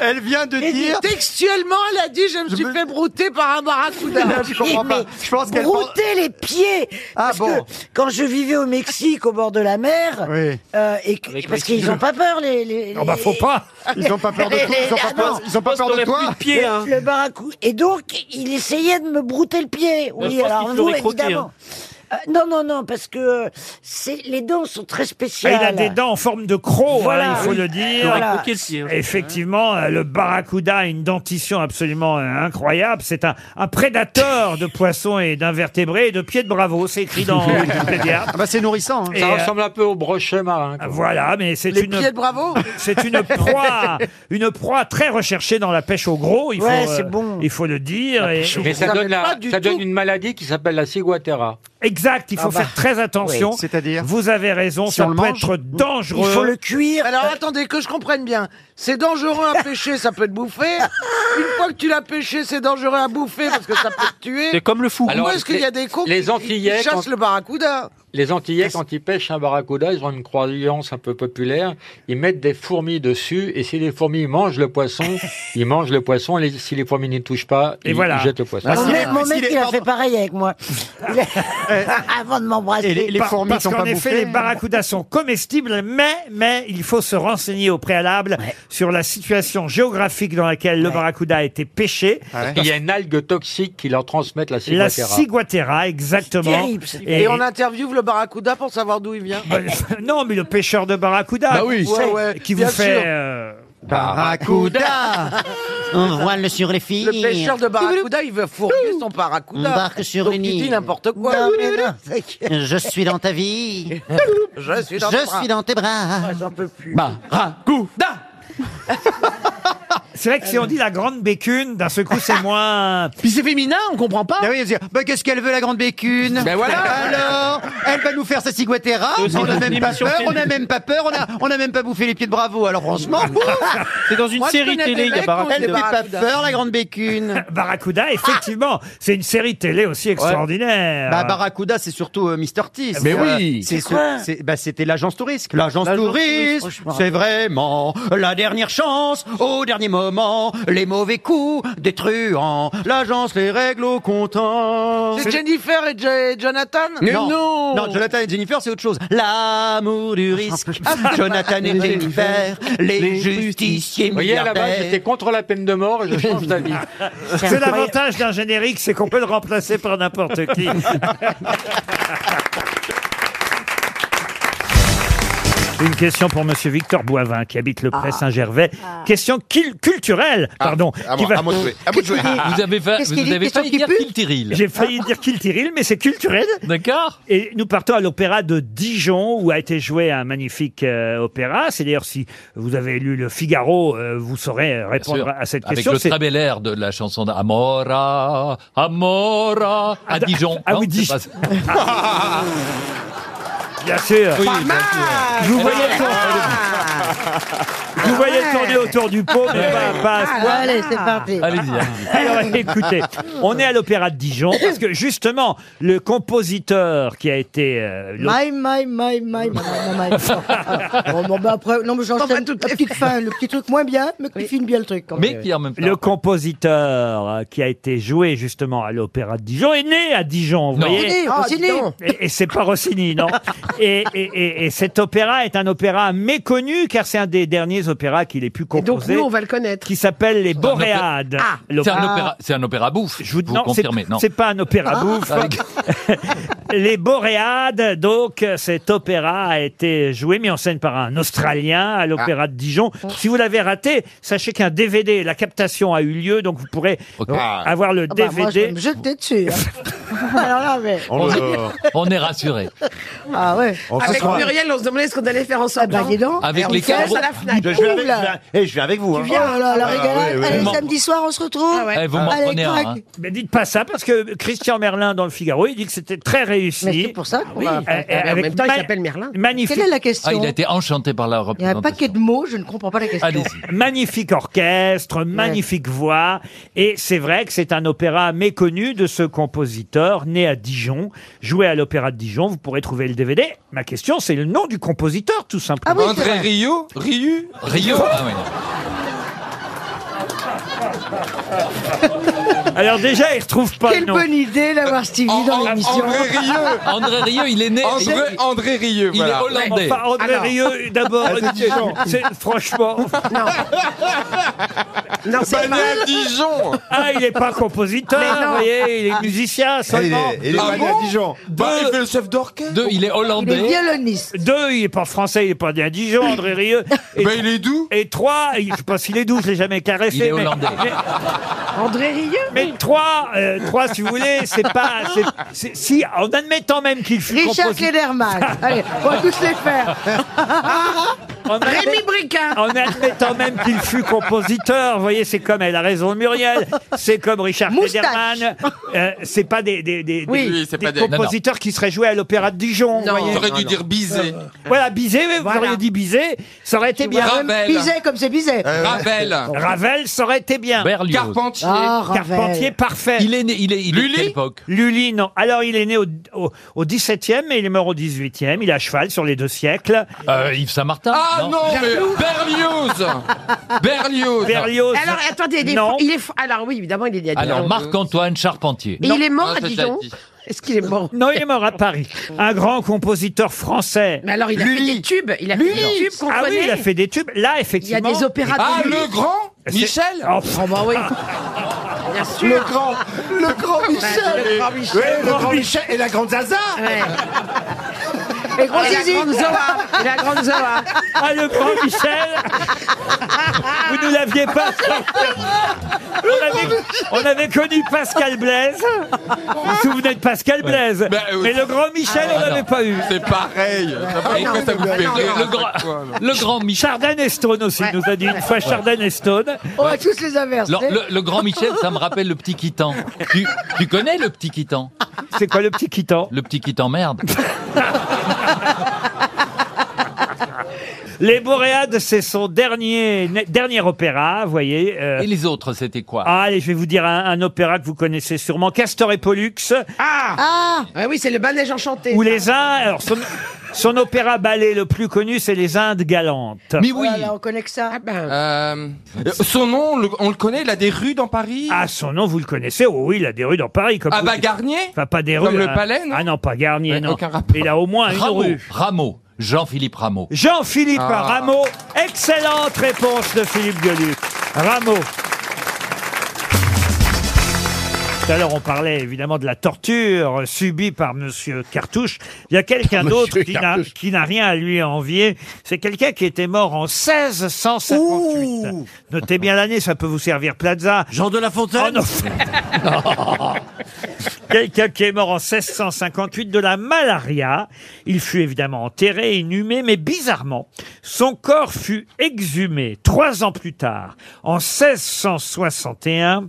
S20: Elle vient de dire. Textuellement, elle a dit Je me suis fait brouter par un barracuda.
S8: Je brouter les pieds. parce
S20: Ah bon.
S8: que quand je vivais au Mexique, au bord de la mer, euh, et que-
S20: Avec
S8: parce
S20: les
S8: qu'ils
S20: petits-
S8: n'ont pas peur les. les
S20: Oh bah, faut pas.
S8: n'ont
S20: Ils ont pas peur de toi, ils ont pas peur- ils ont pas peur de hein. toi.
S8: le,
S20: Le-
S8: ah le barracou- Et donc, il essayait de me brouter le pied.
S20: Bah, je
S8: Oui,
S20: pense
S8: alors
S20: qu'il hein. te
S8: vous,
S20: l'aurait croqué,
S8: évidemment. Euh, non, non, non, parce que euh, c'est- les dents sont très
S1: Ah,
S8: spéciales.
S1: il a des dents en forme de croc, hein,
S8: Voilà.
S1: il faut
S8: Oui.
S1: le
S8: Il
S1: dire.
S8: aurait Voilà. croqué le
S1: Effectivement, euh, le barracuda a une dentition absolument euh, incroyable. C'est un, un prédateur de poissons et d'invertébrés et de pieds de bravo. C'est écrit dans Wikipédia. euh,
S4: Ah bah, c'est
S1: nourrissant.
S8: hein.
S4: Ça ressemble un peu au brochet marin. quoi.
S1: Voilà, mais c'est
S4: Les
S1: une
S4: pieds de
S20: bravo.
S1: C'est une proie, une proie très recherchée dans la pêche au gros. Il
S4: Ouais,
S1: faut,
S4: c'est
S1: bon. Il faut le
S14: Ah,
S1: dire. Et-
S4: Mais ça donne, la- ça donne une maladie qui s'appelle la ciguatera.
S1: Exact, il faut
S4: Ah bah.
S1: faire très attention.
S4: Oui.
S1: C'est-à-dire Vous avez raison, ça peut être dangereux.
S20: cuire. Alors attendez, que je comprenne bien. C'est dangereux à pêcher, ça peut te bouffer. Une fois que tu l'as pêché, c'est dangereux à bouffer parce que ça peut te tuer.
S4: C'est comme le fou.
S20: Comment
S4: Alors,
S20: est-ce qu'il y a
S4: les-
S20: des cons
S4: les
S20: qui- qui-
S4: Antillais,
S20: qui chassent
S4: quand-
S20: le barracuda
S4: Les Antillais, quand ils pêchent un barracuda, ils ont une croyance un peu populaire. Ils mettent des fourmis dessus, et si les fourmis mangent le poisson, ils mangent le poisson. Les- si les fourmis n'y touchent pas,
S1: Et
S4: ils,
S1: voilà.
S4: ils jettent le poisson.
S8: Mon,
S20: Ah,
S8: mec- mon mec, il a fait pareil avec moi. Il a- Avant de m'embrasser.
S1: Par- parce qu'en effet, les barracudas sont comestibles, mais, mais il faut se renseigner au préalable sur la situation géographique dans laquelle le barracuda a été pêché.
S4: Ah Il y a une algue toxique qui leur transmet la
S1: La
S4: ciguatera.
S1: ciguatera, exactement.
S20: Et, on interviewe le barracuda pour savoir d'où il vient.
S1: Bah, non, mais le pêcheur de barracuda
S20: Bah oui. Ouais, ouais,
S1: qui vous
S20: bien
S1: fait
S20: sûr.
S1: euh,
S20: Barracuda.
S29: On voile sur les filles.
S20: Le pêcheur de barracuda, il veut fourrer son
S29: On
S20: barracuda.
S29: barque sur
S20: Donc
S29: une
S20: il dit
S29: île.
S20: n'importe quoi.
S29: Non, mais non. Je suis dans ta vie.
S20: Je suis dans
S29: Je
S20: tes bras. Ah,
S29: suis dans tes bras.
S8: J'en peux plus.
S29: Barracuda.
S1: C'est vrai que si on dit la grande bécune, d'un seul coup, c'est moins.
S12: Puis c'est féminin, on comprend pas. Bah oui, dire, bah qu'est-ce qu'elle veut la grande bécune
S1: Ben voilà.
S12: Alors, elle va nous faire sa ciguatera.
S1: C'est aussi
S12: On n'a
S1: une
S12: même pas
S1: émission
S12: peur, on n'a
S1: féminine.
S12: même pas peur, on a, on a même pas bouffé les pieds de Bravo. Alors franchement,
S1: C'est dans une
S12: Moi, je
S1: série
S12: connais des
S1: télé, il y a
S12: mecs
S1: Barracuda.
S12: qui ont des
S1: Elle fait pas
S12: barracudas.
S1: peur, la grande
S12: bécune.
S1: Barracuda, effectivement, c'est une série télé aussi extraordinaire.
S12: Bah, Barracuda, c'est surtout euh, Mr. T.
S1: Mais
S12: C'est,
S1: oui.
S12: c'est
S1: C'est
S12: ce-
S1: quoi
S12: c'est- bah, C'était l'agence touriste. L'agence
S1: L'agence
S12: touriste,
S1: touriste, franchement.
S12: c'est vraiment la dernière chance. Au dernier moment, les mauvais coups des truands. L'agence les règle au comptant.
S20: C'est Jennifer et, Jo- et Jonathan
S12: non. Non, Jonathan et Jennifer, c'est autre chose. L'amour
S21: Ah,
S12: du risque. Ah, Jonathan et Jennifer, les justiciers
S4: Vous voyez, à la base,
S12: milliardaires.
S4: j'étais contre la peine de mort, et je change d'avis.
S1: C'est l'avantage d'un générique, c'est qu'on peut le remplacer par n'importe qui. Une question pour Monsieur Victor Boivin, qui habite le
S30: Ah.
S1: Pré Saint-Gervais. Question quil- culturelle, pardon.
S30: Ah, à
S1: qui
S30: moi- à moi de jouer, à moi de jouer. Qu'est-ce qu'il dit Vous avez fa- Qu'est-ce qu'il vous dit avez Question failli qui dire pue Kiltyril.
S1: J'ai failli dire Kiltyril, mais c'est culturel.
S30: D'accord.
S1: Et nous partons à l'opéra de Dijon, où a été joué un magnifique euh, opéra. C'est d'ailleurs, si vous avez lu le Figaro, euh, vous saurez
S23: Bien
S1: répondre
S23: sûr.
S1: à cette
S23: Avec
S1: question.
S23: le
S1: C'est-
S23: très bel air de la chanson d'Amora, Amora, à Dijon.
S1: ah
S23: Non,
S1: oui,
S23: c'est
S1: Dijon. Ah,
S23: pas-
S1: Bien sûr.
S23: Oui, Pas bien mal. sûr.
S1: Vous voyez,
S23: Ah.
S1: tourner, vous voyez tourner autour du pot, mais
S20: Ah.
S1: pas, pas à ce point.
S8: Allez, c'est parti.
S23: hein.
S1: Alors écoutez, on est à l'Opéra de Dijon parce que justement, le compositeur qui a été... euh, l'au-
S31: My, my, my, my, my, my, my. bon, bon, bah après, non, mais j'enchaîne toute la petite fin, le petit truc moins bien, mais qui filme bien le truc. Quand même.
S1: Le compositeur euh, qui a été joué justement à l'Opéra de Dijon est né à Dijon, vous
S31: Non.
S1: voyez.
S31: Rossini, Ah, Rossini. dis donc.
S1: Et, et c'est pas Rossini, non. et, et, et- et cet opéra est un opéra méconnu car c'est un des derniers opéras qu'il ait pu composer.
S31: nous, on va le connaître.
S1: Qui s'appelle Les
S23: C'est un opé- Ah,
S1: Boréades.
S23: C'est un
S1: L'opéra-
S23: opéra, c'est un opéra bouffe. Je vous,
S1: non, c'est-
S23: confirmez, non Ah.
S1: c'est pas un opéra bouffe. Les Boréades, donc euh, cet opéra a été joué, mis en scène par un Australien à
S31: Ah.
S1: l'Opéra de Dijon.
S31: Oh.
S1: Si vous l'avez raté, sachez qu'un DVD, la captation a eu lieu, donc vous pourrez euh, avoir le
S31: Ah bah, moi, je vais
S1: DVD.
S31: me jeter dessus. hein. Alors là, mais.
S23: On, on est rassuré.
S31: Ah ouais.
S23: On se Avec sera-
S31: Muriel, on se demandait ce qu'on allait faire ensemble. Ah bah, dis donc.
S23: Avec les
S13: caisse à la Fnac.
S19: Je vais avec,
S13: Oula.
S19: je vais- eh, je vais avec vous.
S13: Tu viens,
S19: hein.
S13: oh là, la
S19: Ah,
S13: régalade.
S19: ouais, ouais.
S13: Allez,
S19: Vous m'en-
S13: samedi soir, on se retrouve.
S19: ouais. Eh, vous m'en
S13: Allez,
S19: prenez un,
S13: crac.
S19: hein.
S1: Mais dites pas ça parce que Christian Merlin dans le Figaro, il dit que c'était très réussi. euh, Mais c'est pour
S13: ça
S1: qu'on
S13: qu'on va- Mais en même temps, il s'appelle Merlin.
S1: Magnifique.
S13: Quelle est la question
S21: Ah, il a été enchanté par
S13: Il y
S21: la
S13: a un
S21: représentation.
S13: paquet de mots, je ne comprends pas la question.
S1: Magnifique orchestre, magnifique voix. Et c'est vrai que c'est un opéra méconnu de ce compositeur né à Dijon. Joué à l'opéra de Dijon, vous pourrez trouver le DVD. Ma question, c'est le nom du compositeur, tout simplement.
S13: Ah
S4: oui, c'est André vrai. Rio Riu
S21: Rio ah oui.
S1: Alors déjà, il ne trouve pas
S13: Quelle
S1: le nom.
S13: bonne idée d'avoir Stevie dans l'émission.
S21: André Rieu, il est né.
S4: André, André Rieu,
S21: Il est
S4: voilà.
S21: hollandais.
S1: Enfin, André
S21: Alors.
S1: Rieu, d'abord,
S21: Ah, c'est Dijon.
S1: c'est franchement.
S4: Non, c'est Bah, né pas- à Dijon.
S1: Ah, il n'est pas compositeur,
S4: Mais non.
S1: vous voyez, il est musicien seulement.
S4: Ah bon Bah, il fait le chef d'orchestre.
S21: Deux, il est hollandais.
S1: violoniste. Deux, il n'est pas français, il n'est pas né à Dijon, André Rieu. Et
S4: Ben, il est doux.
S1: Et trois, il- je ne sais pas s'il est doux, je ne l'ai jamais caressé.
S21: Il est
S1: mais-
S21: hollandais.
S1: mais-
S13: André Rieu
S1: Mais trois, euh, trois, si vous voulez, c'est pas. c'est- c'est- si, en admettant même qu'il fut
S13: Richard
S1: compositeur-
S13: Klederman. Allez, on va tous les faire.
S1: Rémi
S13: Briquin.
S1: En admettant même qu'il fut compositeur, vous voyez, c'est comme elle a raison Muriel, c'est comme Richard Federman. Euh, c'est pas des, des, des,
S4: Oui.
S1: des-
S4: Oui, c'est
S1: des
S4: pas des-
S1: compositeurs qui seraient joués à l'opéra de Dijon. vous voyez. Euh,
S4: J'aurais dû dire Bizet.
S1: Voilà, Bizet, oui, vous auriez dit Bizet, ça aurait été bien.
S4: Ravel.
S13: Bizet comme c'est Bizet.
S4: Ravel.
S1: Ravel, ça aurait été bien.
S21: Berlioz.
S4: Carpentier.
S13: Ah, Ravel.
S1: Carpentier, parfait.
S21: Il est né. Il est. Il est de quelle époque
S1: Lully, non. Alors, il est né au, au, au 17e, mais il est mort au 18e. Il est à cheval sur les deux siècles.
S21: Euh, Yves Saint-Martin.
S4: Ah non, mais Berlioz Berlioz
S1: Berlioz.
S15: Alors attendez, il est,
S1: Non.
S15: il est alors oui évidemment il est né à Dijon.
S21: Alors Marc-Antoine Charpentier.
S15: Mais il est mort à
S21: ça, ça
S15: Dijon.
S21: dit.
S15: Est-ce qu'il est mort
S1: Non, il est mort à Paris. Un grand compositeur français.
S15: Mais alors il a fait des tubes, il a fait des tubes qu'on
S1: Ah oui,
S15: connaît.
S1: il a fait des tubes. Là, effectivement.
S15: Il y a des opéras de
S4: Ah,
S15: lui.
S4: le grand
S1: C'est-
S4: Michel
S1: Oh, pff,
S15: bah oui. Bien sûr.
S19: Le grand, le grand Michel.
S15: le grand Michel.
S19: Ouais, le grand Michel et la grande Zaza.
S15: Ouais.
S13: Et gros
S15: Et la
S13: zizi.
S15: grande Zoa, et la grande Zoa.
S1: Ah, le grand Michel Vous ne l'aviez pas on avait, on avait connu Pascal Blaise. Vous vous souvenez de Pascal Blaise
S4: Ben, euh,
S1: Mais le grand Michel, on l'avait pas eu.
S4: Ah, C'est pareil. Ça fait
S21: non,
S4: que ça vous fait
S21: non,
S4: rire
S21: le
S4: à
S21: grand-
S4: chaque fois, là.
S21: Le grand Michel.
S1: Chardin Estone aussi nous a dit une fois Chardin Estone.
S13: On va tous les inverser.
S21: Le, le- le grand Michel, ça me rappelle le petit Quitan. Tu, tu connais le petit Quitan
S1: C'est quoi le petit Quitan
S21: Le petit Quitan merde.
S1: Les Boréades, c'est son dernier, ne- dernier opéra, vous voyez. euh,
S21: Et les autres, c'était quoi
S1: ah, allez, je vais vous dire un, un opéra que vous connaissez sûrement, Castor et Pollux,
S15: Ah,
S13: Ah
S15: Ouais, oui, c'est le manège enchanté.
S1: où les uns... Alors, son, son opéra ballet le plus connu, c'est Les Indes Galantes.
S21: Mais
S8: Oh
S21: oui.
S13: Voilà, on connaît que ça.
S1: ben.
S4: Euh, son nom, le- on le connaît, il a des rues dans Paris
S1: Ah, son nom, vous le connaissez Oh oui, il a des rues dans Paris. Comme
S4: Ah
S1: vous.
S4: bah Garnier
S1: Enfin, pas des rues.
S4: Comme le
S1: hein.
S4: Palais, non
S1: Ah non, pas Garnier,
S4: Ouais,
S1: non.
S4: aucun rapport.
S1: Il a au moins une
S21: Rameau.
S1: rue.
S21: Rameau. Jean-Philippe Rameau.
S1: Jean-Philippe
S4: Ah.
S1: Rameau. Excellente réponse de Philippe Gueluc. Rameau. Tout à l'heure, on parlait évidemment de la torture subie par Monsieur Cartouche. Il y a quelqu'un d'autre qui n'a- qui n'a rien à lui envier. C'est quelqu'un qui était mort en 1658. Notez bien l'année, ça peut vous servir Plaza.
S12: Jean de la
S1: Oh
S12: Fontaine
S1: non Quelqu'un qui est mort en 1658 de la malaria. Il fut évidemment enterré, inhumé, mais bizarrement, son corps fut exhumé trois ans plus tard, en 1661,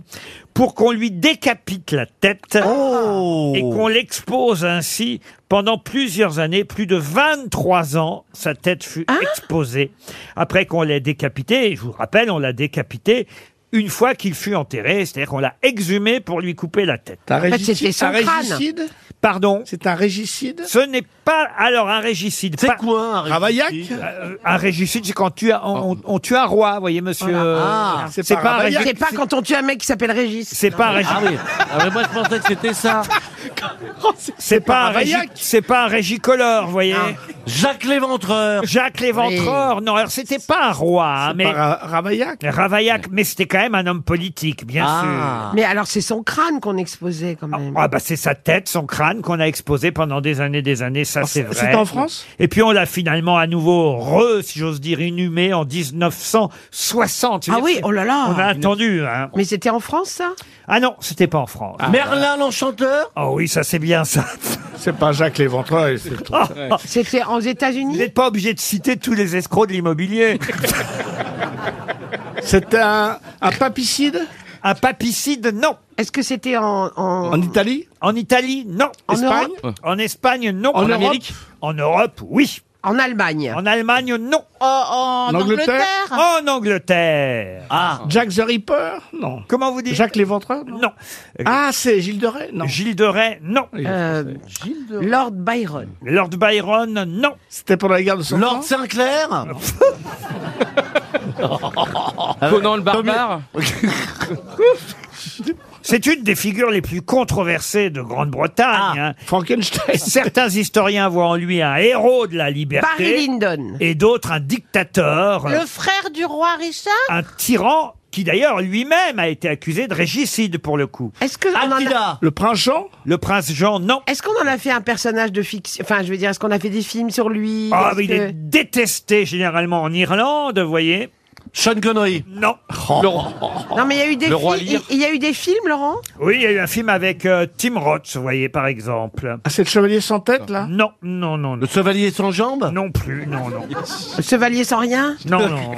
S1: pour qu'on lui décapite la tête et qu'on l'expose ainsi pendant plusieurs années, plus de 23 ans, sa tête fut exposée. Après qu'on l'ait décapité, et je vous rappelle, on l'a décapité une fois qu'il fut enterré, c'est-à-dire qu'on l'a exhumé pour lui couper la tête.
S20: En fait,
S15: régicide-
S20: c'était son
S15: un
S20: crâne.
S15: régicide
S1: Pardon
S20: C'est un régicide
S1: Ce n'est pas alors un régicide.
S12: C'est
S1: pas-
S12: quoi un Ah,
S20: Ravaillac
S1: euh, Un régicide, c'est quand tu as, on, on- on tue un roi, voyez, monsieur.
S12: Ah.
S1: euh,
S20: c'est
S1: c'est
S20: pas
S1: pas, un
S20: Ravaillac.
S1: régi-
S15: C'est pas quand on tue un mec qui s'appelle Régis.
S1: c'est pas un régi-
S12: Ah oui. Ah ouais, moi je pensais que c'était ça.
S1: c'est pas un régi- c'est pas un régicolore, vous voyez.
S12: Ah. Jacques Léventreur.
S1: Jacques Léventreur, non, alors c'était pas un roi, hein, mais
S20: Ravaillac
S1: Ravaillac, mais c'était quand même un homme politique, bien
S12: Ah.
S15: Mais alors c'est son crâne qu'on exposait quand
S1: sûr.
S15: même.
S1: Ah bah c'est sa tête, son crâne qu'on a exposé pendant des années, des années,
S15: Ah,
S1: ça c'est vrai.
S20: C'était en France
S1: Et puis on l'a finalement à nouveau re, si j'ose dire, inhumé en 1960.
S15: Ah oui, oh là
S1: On a
S15: là.
S1: attendu. Hein.
S15: Mais c'était en France ça
S1: Ah non, c'était pas en France. Ah.
S12: Merlin l'enchanteur
S1: Oh oui, ça c'est bien ça.
S19: C'est pas Jacques Léventreur.
S15: C'était aux États-Unis
S1: Vous n'êtes pas obligé de citer tous les escrocs de l'immobilier. C'était un, papicide Un papicide, non.
S15: Est-ce que c'était en,
S1: En Italie En Italie, non.
S15: En Espagne
S1: Europe En Espagne, non.
S15: En En Europe Amérique
S1: En Europe, oui.
S15: En Allemagne Oh,
S1: En Allemagne, non.
S15: en En Angleterre Angleterre
S1: En Angleterre. Ah. Jack the Ripper Non. Comment vous dites Jacques l'Éventreur Non. Ah, c'est Gilles de Rais Non. Gilles de Rais, non. Euh,
S15: Lord Byron.
S1: Lord Byron, non. C'était pendant la guerre de Cent Lord Sinclair
S4: Conan le barbare
S1: C'est une des figures les plus controversées de Grande-Bretagne. hein. Certains historiens voient en lui un héros de la liberté.
S15: Barry Lyndon.
S1: Et d'autres un dictateur.
S17: Le frère du roi Richard
S1: un tyran qui d'ailleurs lui-même a été accusé de régicide pour le coup.
S15: Est-ce que on en a-
S1: Le prince Jean Le prince Jean, non.
S15: Est-ce qu'on en a fait un personnage de fiction Enfin, je veux dire, est-ce qu'on a fait des films sur lui
S1: Ah,
S15: Est-ce
S1: mais il
S15: que-
S1: est détesté généralement en Irlande, vous voyez. Sean Connery Oh. Non.
S15: Non, mais il y a eu des
S1: Le roi
S15: films.
S1: Lear.
S15: Il il y a eu des films, Laurent.
S1: Oui, il y a eu un film avec euh, Tim Roth, vous voyez, par exemple. Ah, c'est le Chevalier sans tête, là Non, non, non. Le Chevalier sans jambes Non plus, non, non.
S15: Le Chevalier sans rien.
S1: Non, non.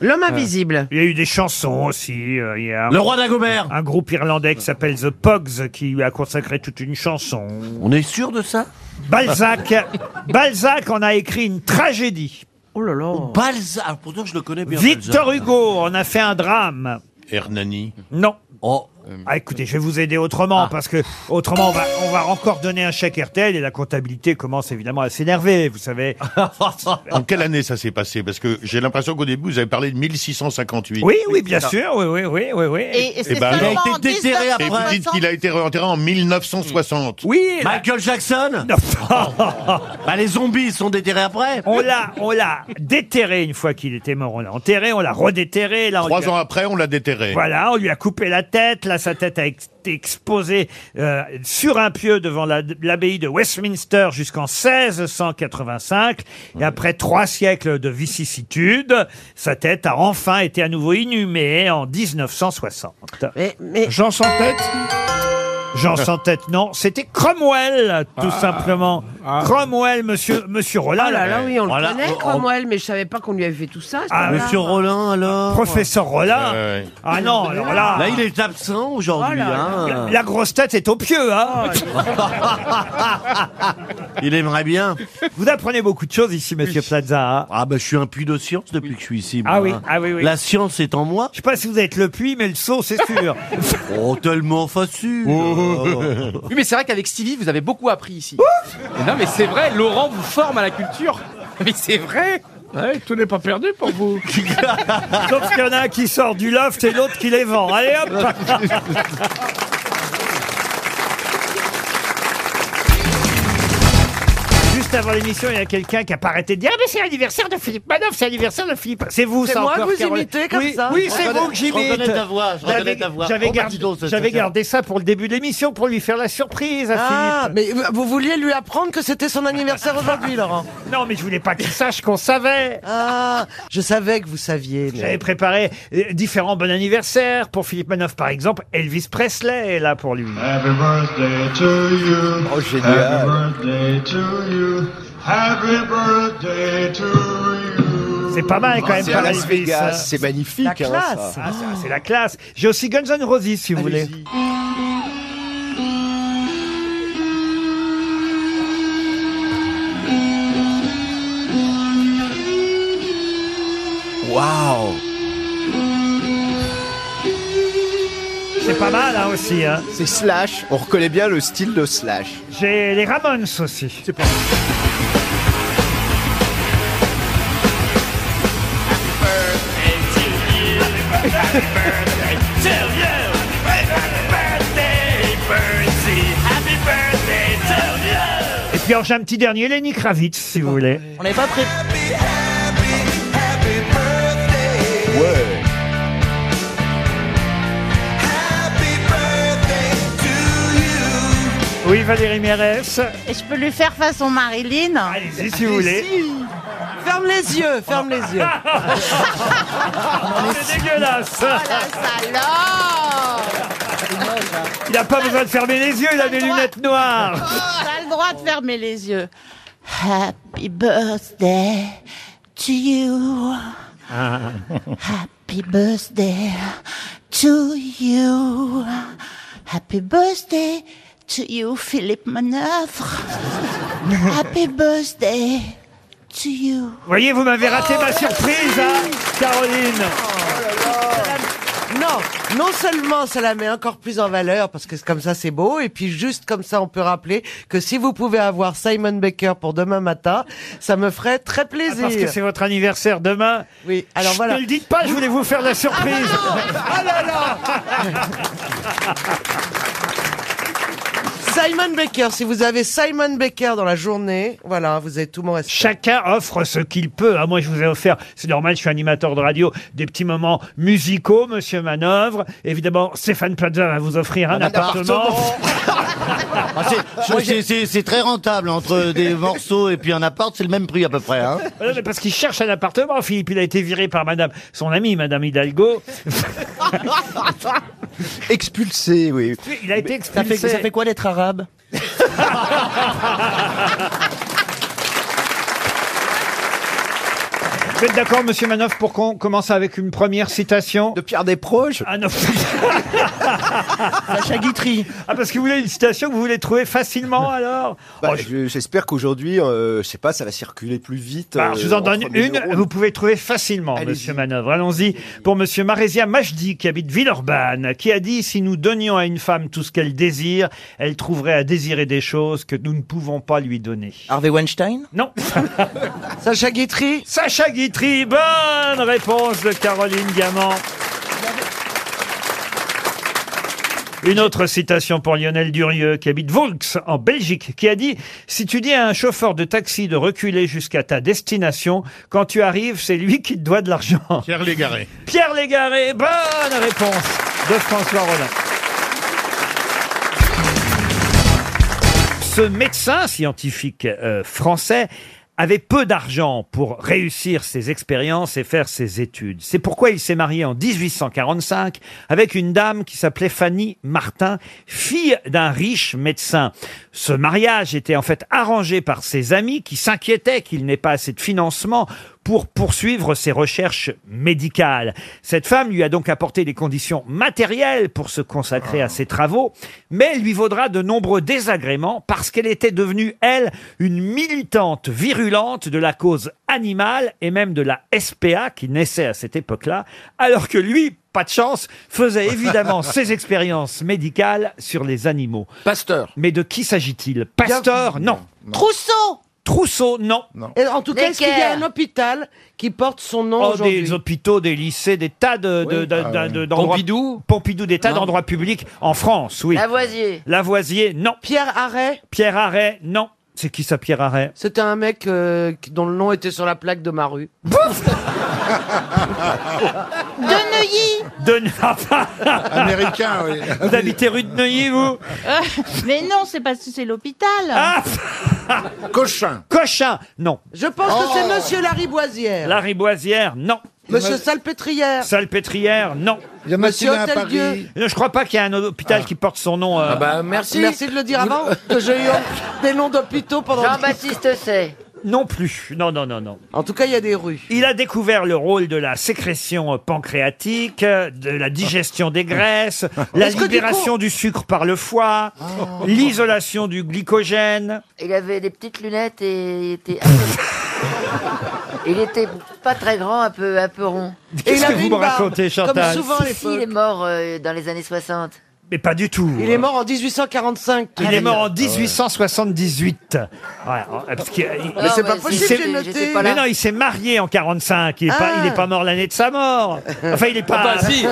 S15: L'homme invisible.
S1: Il y a eu des chansons aussi. euh, il y a un-
S12: Le roi d'Agobert.
S1: Un groupe irlandais qui s'appelle The Pogs qui lui a consacré toute une chanson. On est sûr de ça Balzac. Balzac en a écrit une tragédie.
S15: Oh là là.
S12: Balzac, pourtant je le connais bien.
S1: Victor Hugo en a fait un drame.
S12: Hernani.
S1: Non.
S12: Oh.
S1: Ah, écoutez, je vais vous aider
S12: Ah.
S1: autrement parce que autrement on va, on va encore donner un chèque RTL et la comptabilité commence évidemment à s'énerver, vous savez.
S12: Ah,
S3: En quelle année ça s'est passé Parce que j'ai l'impression qu'au début, vous avez parlé de 1658.
S1: Oui, oui,
S12: Ah.
S1: bien sûr, oui, oui, oui, oui, oui.
S3: Et,
S1: c'est seulement en
S3: Et vous dites
S1: 1960.
S3: qu'il a été enterré en 1960.
S1: Oui.
S12: Michael Jackson
S1: bah,
S12: Les zombies ils sont déterrés après
S1: On l'a, on l'a déterré une fois qu'il était mort. On l'a enterré, on l'a redéterré. Là,
S3: Trois ans
S1: après, on l'a déterré. Voilà, on lui a coupé la tête. Là, sa tête a été exposée euh, sur un pieu devant la- l'abbaye de Westminster jusqu'en 1685. Et après trois siècles de vicissitudes, sa tête a enfin été à nouveau inhumée en 1960. Jean sans tête Jean sans tête, non. C'était Cromwell, tout
S3: Ah.
S1: simplement.
S3: Ah.
S1: Cromwell, monsieur, monsieur Roland.
S15: Ah là là, oui, on
S1: Voilà. oh,
S15: le
S8: Oh,
S15: connaît, Cromwell, mais je savais pas qu'on lui avait fait tout ça.
S1: Ah, monsieur
S12: Rollin, alors
S1: Professeur Rollin Ah non, alors là... Ah
S12: Là, il est absent aujourd'hui.
S1: Voilà.
S12: hein.
S1: Oh La, la grosse tête est au pieu, hein
S12: Il aimerait bien.
S1: Vous apprenez beaucoup de choses ici, monsieur Plaza. hein.
S12: Ah ben, je suis un puits de science depuis que je suis ici.
S1: Ah
S12: moi. hein.
S1: oui, ah oui, oui.
S12: La science est en moi.
S1: Je sais pas si vous êtes le puits, mais le seau, c'est sûr.
S12: oh, tellement facile.
S1: Oh.
S4: Oui, mais c'est vrai qu'avec Stevie, vous avez beaucoup appris ici. Mais non, mais c'est vrai, Laurent vous forme à la culture. Mais c'est vrai.
S1: Ouais, tout n'est pas perdu pour vous. Sauf qu'il y en a un qui sort du loft et l'autre qui les vend. Allez hop Juste avant l'émission, il y a quelqu'un qui a pas arrêté de dire Ah, mais c'est l'anniversaire de Philippe Manoff, c'est l'anniversaire de Philippe. C'est vous,
S12: C'est
S1: ça
S12: moi
S1: encore,
S12: que vous
S1: Caroline.
S12: imitez comme
S1: Oui,
S12: ça
S1: Oui,
S12: Je
S1: c'est
S12: reconnais-
S1: vous que
S12: je
S1: j'imite.
S12: reconnais ta voix, je reconnais
S1: J'avais-
S12: ta voix.
S1: J'avais
S12: Oh, bah,
S1: gardé-
S12: dis donc, c'est-
S1: j'avais
S12: c'est-
S1: gardé ça pour le début de l'émission, pour lui faire la surprise à
S20: Ah,
S1: Philippe.
S20: mais vous vouliez lui apprendre que c'était son anniversaire aujourd'hui, Laurent
S1: Non, mais je voulais pas qu'il sache qu'on savait.
S20: Ah, je savais que vous saviez. mais-
S1: J'avais préparé euh, différents bons anniversaires pour Philippe Manoff, par exemple. Elvis Presley est là pour lui.
S16: Happy birthday to you.
S1: Oh,
S16: Happy birthday to you. Happy birthday to you.
S1: C'est pas mal quand même.
S16: C'est
S1: pas
S16: à Las
S1: Elvis,
S16: Vegas,
S1: hein.
S16: c'est magnifique,
S1: La
S16: hein, ça.
S1: classe. Ah, ça, c'est la classe. J'ai aussi Guns N' Roses si vous voulez.
S12: Waouh
S1: C'est pas mal hein, aussi. Hein.
S16: C'est Slash. On reconnaît bien le style de Slash.
S1: J'ai les Ramones aussi. C'est pas Et puis alors j'ai un petit dernier, Lenny Kravitz si vous voulez.
S7: On n'avait pas pris.
S1: Oui Valérie Mérès.
S17: Et je peux lui faire façon Marilyn
S1: Allez-y, si vous voulez.
S20: Ferme les yeux, ferme les yeux.
S1: C'est dégueulasse.
S17: Alors
S1: Il n'a pas besoin de fermer les yeux, il a des lunettes noires.
S17: T'as le droit de fermer les yeux. Happy birthday to you. Happy birthday to you. Happy birthday to you, Philippe Manœuvre. Happy birthday to you.
S1: Vous voyez, vous m'avez raté ma surprise, hein, Caroline.
S20: Non, non seulement ça la met encore plus en valeur parce que c'est- comme ça c'est beau et puis juste comme ça on peut rappeler que si vous pouvez avoir Simon Baker pour demain matin, ça me ferait très plaisir.
S1: Ah, Parce que c'est votre anniversaire demain.
S20: Oui, alors
S1: Chut,
S20: voilà.
S1: Ne le dites pas, je voulais vous faire la surprise.
S20: Ah là là Simon Baker, si vous avez Simon Baker dans la journée, voilà, vous avez tout mon respect.
S1: Chacun offre ce qu'il peut. Ah, moi, je vous ai offert, c'est normal, je suis animateur de radio, des petits moments musicaux, monsieur Manœuvre. Évidemment, Stéphane Plaza va vous offrir un,
S12: Un
S1: appartement.
S12: Ah, c'est-
S1: Moi,
S12: c'est- c'est c'est très rentable entre des morceaux et puis un appart, c'est le même prix à peu près. Hein.
S1: Voilà, mais parce qu'il cherche un appartement, Philippe. Il a été viré par madame, son amie, madame Hidalgo.
S25: Expulsé, oui.
S1: Il a été expulsé.
S25: Ça fait, ça fait quoi d'être arabe
S1: Vous êtes d'accord, monsieur Manoff, pour qu'on commence avec une première citation De Pierre Desproges Ah non Sacha Guitry Ah, parce que vous voulez une citation que vous voulez trouver facilement, alors Oh,
S25: Bah, je- J'espère qu'aujourd'hui, euh, je sais pas, ça va circuler plus vite.
S1: Bah, alors, je vous en
S25: euh,
S1: donne
S25: entre mille
S1: une,
S25: euros.
S1: vous pouvez trouver facilement, monsieur Manœuvre. Allons-y pour monsieur Marésia Majdi, qui habite Villeurbanne, qui a dit Si nous donnions à une femme tout ce qu'elle désire, elle trouverait à désirer des choses que nous ne pouvons pas lui donner. Harvey Weinstein Non. Sacha Guitry Sacha Guitry, bonne réponse de Caroline Diamant. Une autre citation pour Lionel Durieux, qui habite Volks, en Belgique, qui a dit « Si tu dis à un chauffeur de taxi de reculer jusqu'à ta destination, quand tu arrives, c'est lui qui te doit de l'argent. » Pierre Légaré. Pierre Légaré, bonne réponse de François Rollin. Ce médecin scientifique euh, français avait peu d'argent pour réussir ses expériences et faire ses études. C'est pourquoi il s'est marié en 1845 avec une dame qui s'appelait Fanny Martin, fille d'un riche médecin. Ce mariage était en fait arrangé par ses amis qui s'inquiétaient qu'il n'ait pas assez de financement pour poursuivre ses recherches médicales. Cette femme lui a donc apporté des conditions matérielles pour se consacrer à ses travaux, mais elle lui vaudra de nombreux désagréments parce qu'elle était devenue, elle, une militante virulente de la cause animale et même de la SPA qui naissait à cette époque-là, alors que lui, pas de chance, faisait évidemment ses expériences médicales sur les animaux. Pasteur. Mais de qui s'agit-il Pasteur, non.
S20: Trousseau
S1: Trousseau, non.
S20: Et en tout cas, est-ce qu'il y a
S1: Necker.
S20: un hôpital qui porte son nom
S1: Oh,
S20: aujourd'hui
S1: des hôpitaux, des lycées, des tas de, de- de- de- de- d'endroits- Pompidou des tas
S20: Non.
S1: d'endroits publics en France, oui.
S6: Lavoisier.
S1: Lavoisier, non.
S20: Pierre Arrêt
S1: Pierre Arrêt, non. C'est qui ça, Pierre Arrêt
S20: C'était un mec euh, qui- dont le nom était sur la plaque de ma rue.
S17: De Neuilly.
S1: De...
S17: Américain,
S1: oui. Vous habitez rue de Neuilly, vous
S17: Euh, Mais non, c'est parce que c'est l'hôpital.
S1: Ah. Cochin. Cochin, non.
S20: Je pense que c'est Monsieur Lariboisière.
S1: Oh. La Riboisière, non.
S20: Monsieur Salpêtrière.
S1: Salpêtrière, non.
S20: y a Monsieur Massena à Hôtel-Dieu. Paris.
S1: Non, Je crois pas qu'il y a un hôpital qui porte son nom. Ah bah
S20: Merci de le dire avant, que j'ai eu des noms d'hôpitaux pendant...
S6: Jean-Baptiste c'est.
S1: Non plus. Non, non, non, non.
S20: En tout cas, il y a des rues.
S1: Il a découvert le rôle de la sécrétion pancréatique, euh, de la digestion des graisses, la
S6: Est-ce que du
S1: libération
S6: coup-
S1: du sucre par le foie,
S20: Ah.
S1: l'isolation du glycogène.
S6: Il avait des petites lunettes et il était. il était pas très grand, un peu, un peu rond.
S1: Qu'est-ce que vous me racontez, Chantal
S6: Si, si, il est mort euh, dans les années 60.
S1: Mais pas du tout.
S20: Il est mort Ah, en 1845.
S1: Il est mort en 1878. Ouais, ouais, parce qu'il- il-
S20: Mais c'est pas possible,
S1: s'est-
S20: j'ai noté.
S1: Mais non, il s'est marié en 45. Il est pas,
S20: Ah.
S1: il est pas mort l'année de sa mort. Enfin, il est pas.
S4: Enfin, si.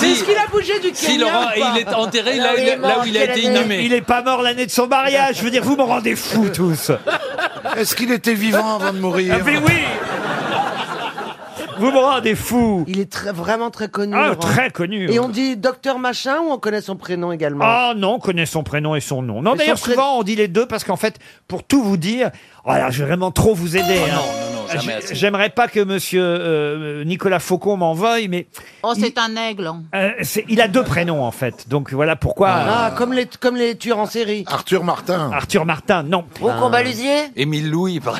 S20: Mais Est-ce qu'il a bougé du Kenya
S4: Si, Laurent,
S20: ou pas
S4: il est enterré là, où il a- là où il a été inhumé.
S1: Il est pas mort l'année de son mariage. Je veux dire, vous me rendez fou tous.
S11: Est-ce qu'il était vivant avant de mourir
S1: Ah, mais oui Vous me rendez fou
S20: Il est très- vraiment très connu.
S1: Ah,
S20: Laurent.
S1: très connu,
S20: Et
S1: oui.
S20: on dit docteur machin ou on connaît son prénom également
S1: Ah non, on connaît son prénom et son nom. Non,
S20: Et
S1: d'ailleurs,
S20: son pré-
S1: oh, souvent, on dit les deux parce qu'en fait, pour tout vous dire, voilà, je vais vraiment trop vous aider. hein.
S23: non, jamais
S1: j-
S23: assez.
S1: j'aimerais pas que monsieur euh, Nicolas Faucon m'en veuille, mais
S17: Oh, c'est un aigle. hein.
S1: euh, c'est- il a deux prénoms en fait. Donc voilà pourquoi.
S5: Ah, comme les, comme les tueurs en série.
S1: Arthur Martin. Arthur Martin, non.
S5: Au
S11: Ah.
S5: combat Lusier
S23: Émile Louis, par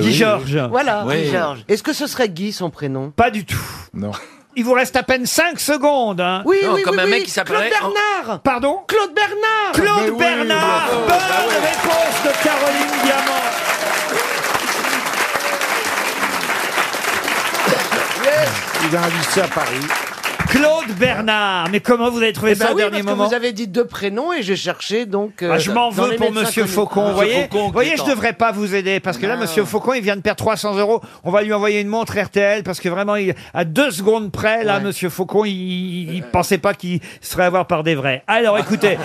S1: Guy Georges.
S5: Voilà.
S1: Oui.
S5: Guy Georges. Est-ce que ce serait Guy son prénom
S1: Pas du tout.
S5: Non.
S1: Il vous reste à peine 5 secondes. hein.
S5: Oui, oui, oui, oui. Claude Bernard.
S1: Pardon
S5: Claude Bernard.
S1: Claude Bernard Bonne réponse de Caroline Diamant
S24: Il a un lycée à Paris.
S1: Claude Bernard, mais comment vous avez trouvé
S5: Eh ben
S1: ça au
S5: oui,
S1: dernier
S5: parce que
S1: moment
S5: vous avez dit deux prénoms et j'ai cherché donc. euh,
S1: Ah, je m'en veux pour Monsieur Faucon. Vous voyez, vous voyez je devrais pas vous aider parce que là,
S5: Ah.
S1: Monsieur Faucon, il vient de perdre 300 euros. On va lui envoyer une montre RTL parce que vraiment, il, à deux secondes près, là, Monsieur Faucon, il, il- il pensait pas qu'il serait avoir par des vrais. Alors, écoutez,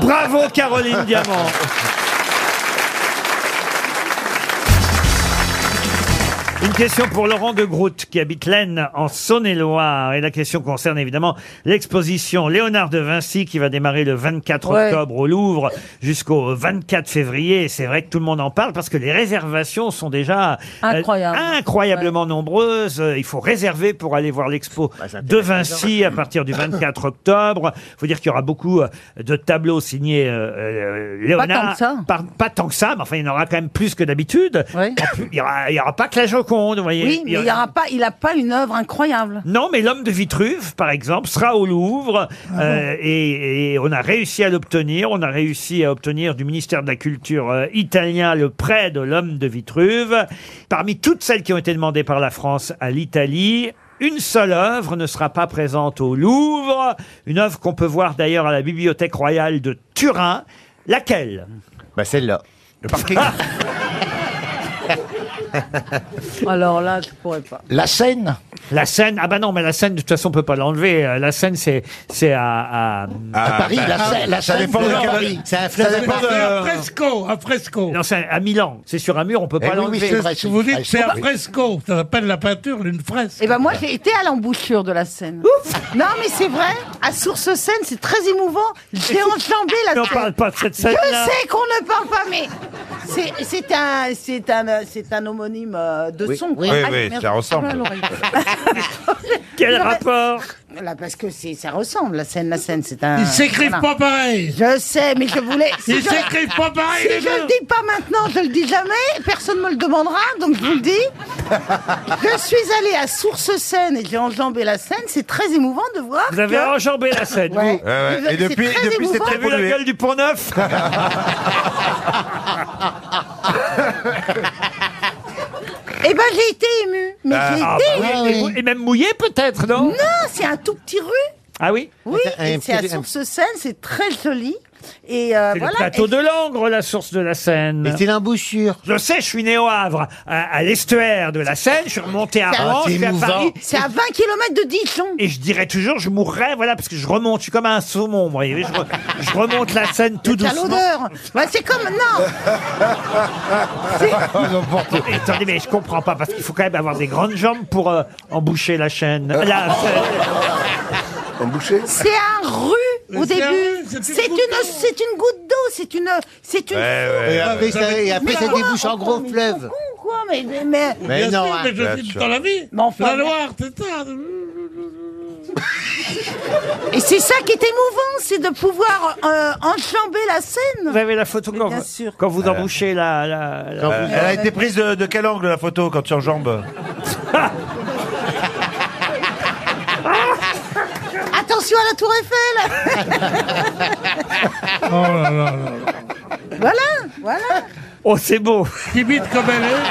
S1: bravo Caroline Diamant. Une question pour Laurent de Groot qui habite l'Aisne en Saône-et-Loire. Et la question concerne évidemment l'exposition Léonard de Vinci qui va démarrer le 24
S5: Ouais.
S1: octobre au Louvre jusqu'au 24 février. Et C'est vrai que tout le monde en parle parce que les réservations sont déjà euh, incroyablement nombreuses. Euh, Il faut réserver pour aller voir l'expo de Vinci à partir du 24 octobre. faut dire qu'il y aura beaucoup euh, de tableaux signés euh, euh, Léonard.
S8: tant que ça.
S1: Par- pas tant que ça, mais enfin, il y en aura quand même plus que d'habitude. En plus, Il n'y aura, il y aura pas que la Joconde, vous voyez.
S8: Oui, mais il y aura pas, il a pas une œuvre incroyable.
S1: Non, mais l'homme de Vitruve, par exemple, sera au Louvre euh, et, et on a réussi à l'obtenir. On a réussi à obtenir du ministère de la Culture euh, italien le prêt de l'homme de Vitruve. Parmi toutes celles qui ont été demandées par la France à l'Italie, une seule œuvre ne sera pas présente au Louvre, une œuvre qu'on peut voir d'ailleurs à la Bibliothèque royale de Turin. Laquelle
S18: Bah celle-là.
S1: Le
S8: Alors là, je pourrais pas.
S1: La Seine La Seine, ah bah non, mais la Seine, de toute façon, on peut pas l'enlever. Euh, La Seine, c'est c'est à, à...
S19: À Paris, la
S11: Ah.
S19: bah, Seine- la ça Seine, dépend c'est de- à Paris. c'est un fleuve Ça dépend de- C'est un
S1: fresco, un fresco. Non, c'est à Milan, c'est sur un mur, on peut pas l'enlever.
S22: vous dites c'est un fresco. Ça s'appelle la peinture d'une fresque.
S8: Eh ben moi, j'ai été à l'embouchure de la Seine. non, mais c'est vrai. À Source Seine, c'est très émouvant. J'ai enjambé la
S1: Mais
S8: Seine.
S1: on parle pas de cette Seine.
S8: Je sais qu'on ne parle pas, mais c'est- c'est un, c'est un, euh, c'est un homonyme euh, de
S1: Oui.
S8: son.
S1: Oui,
S8: Ah,
S1: oui,
S8: merde.
S1: ça ressemble.
S8: Ah, l'oreille.
S1: Quel
S8: Non, mais-
S1: rapport
S8: Là, parce que c'est, ça ressemble. La Seine, la Seine, c'est un.
S22: Ils s'écrivent
S8: voilà.
S22: pas pareil.
S8: Je sais, mais je voulais.
S22: Ils
S8: je-
S22: s'écrivent pas pareil, les
S8: Si je
S22: deux.
S8: le dis pas maintenant, je le dis jamais. Personne me le demandera, donc je vous le dis. Je suis allée à Source Seine et j'ai enjambé la Seine. C'est très émouvant de voir.
S1: Vous avez
S8: que-
S1: enjambé la Seine, vous.
S8: Ouais. C'est très émouvant.
S1: T'as vu la gueule du pont neuf
S8: Eh ben, j'ai été émue. Mais
S1: Ah,
S8: j'ai
S1: ah,
S8: été
S1: bah oui,
S8: émue.
S1: et mou- Et même mouillé, peut-être, non
S8: Non, c'est un tout petit rue.
S1: Ah oui
S8: Oui, et c'est à Source Seine, c'est très joli. Et euh,
S1: C'est
S8: voilà.
S1: le plateau
S8: Et-
S1: de Langres, la source de la Seine.
S8: Mais c'est
S1: l'embouchure. Je sais, je suis né au Havre, à, à l'estuaire de la Seine. Je suis remonté à
S8: C'est à-
S1: Rouen, je suis à Paris.
S8: C'est à 20 km de Dijon.
S1: Et je dirais toujours, je mourrais, voilà, parce que je remonte, je suis comme un saumon, vous voyez. Je, re- je remonte la Seine tout
S8: T'as
S1: doucement.
S8: l'odeur. Ouais, c'est comme. Non
S1: Non, mais attendez, mais je comprends pas, parce qu'il faut quand même avoir des grandes jambes pour euh, emboucher la chaîne.
S25: Euh,
S1: La Emboucher
S8: C'est un rue au
S22: Mais c'est
S8: début.
S22: un rue,
S8: C'est
S22: c'est
S8: une,
S22: une
S8: c'est
S22: goutte d'eau.
S8: une goutte d'eau. C'est une, c'est une.
S22: Ouais, ouais, Et après, ouais. ça- et après,
S8: Mais
S22: ça
S8: quoi,
S22: débouche en
S8: mais
S22: gros
S8: quoi, mais
S22: fleuve.
S8: ils sont cons, quoi, mais, mais,
S22: Bien sûr, mais hein. je suis dans la vie.
S8: Mais enfin,
S22: la
S8: mais-
S22: Loire, c'est ça.
S8: Et c'est ça qui est émouvant, c'est de pouvoir euh, enjamber la scène.
S1: Vous avez la photo quand, vous- quand vous embouchez la. la- la-
S25: Euh, elle a été prise de, de quel angle la photo quand tu enjambes
S8: Attention à la Tour Eiffel.
S11: Oh
S8: voilà, voilà.
S1: Oh, c'est beau.
S22: Timide comme elle est.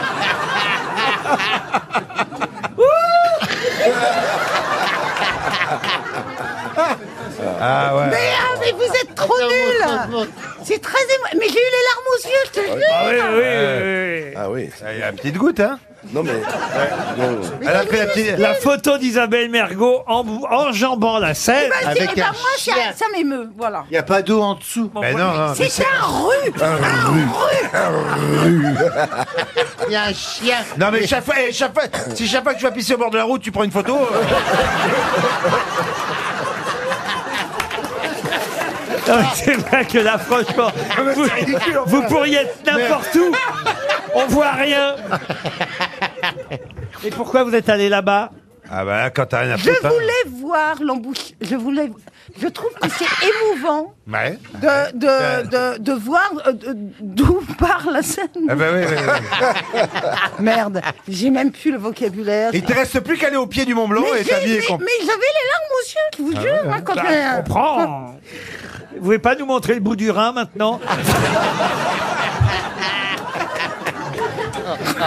S25: Ah ouais.
S8: Mais, ah, mais vous êtes trop nuls. C'est très émouvant. Mais j'ai eu les larmes aux yeux, je te jure.
S1: Ah
S25: Ah oui. La petite goutte, hein Non mais.
S1: Elle a fait la, photo d'Isabelle Mergot enjambant la
S8: Eh
S1: scène.
S8: ben, c'est- eh ben, moi, ça, ça m'émeut, voilà.
S25: Il n'y a pas d'eau en dessous. Mais non, non, mais
S8: C'est un rue
S25: Il y a un chien. Non mais chaque fois, eh, chaque fois, si chaque fois que tu vas pisser au bord de la route, tu prends une photo. euh,
S1: Non, mais c'est vrai que là, franchement, vous,
S25: ridicule, enfin.
S1: vous pourriez être n'importe où. On voit rien. Et pourquoi vous êtes allé là-bas
S25: Ah bah là, quand t'as rien à foutre.
S8: Je
S25: hein.
S8: voulais voir l'embouche. Je voulais. Je trouve que c'est émouvant
S25: Ouais.
S8: de, de, de, de voir euh, de- d'où part la scène.
S25: Ah bah oui, oui, oui.
S8: Merde, j'ai même plus le vocabulaire.
S25: Il te reste plus qu'à aller au pied du Mont Blanc
S8: mais
S25: et
S8: j'ai-
S25: t'habiller
S8: mais-
S25: con.
S8: mais j'avais les larmes aux yeux, je vous
S25: Ah
S8: jure.
S25: ouais,
S8: hein,
S25: ouais.
S8: quand
S25: Bah,
S8: on-
S1: On prend. Vous pouvez pas nous montrer le bout du rein maintenant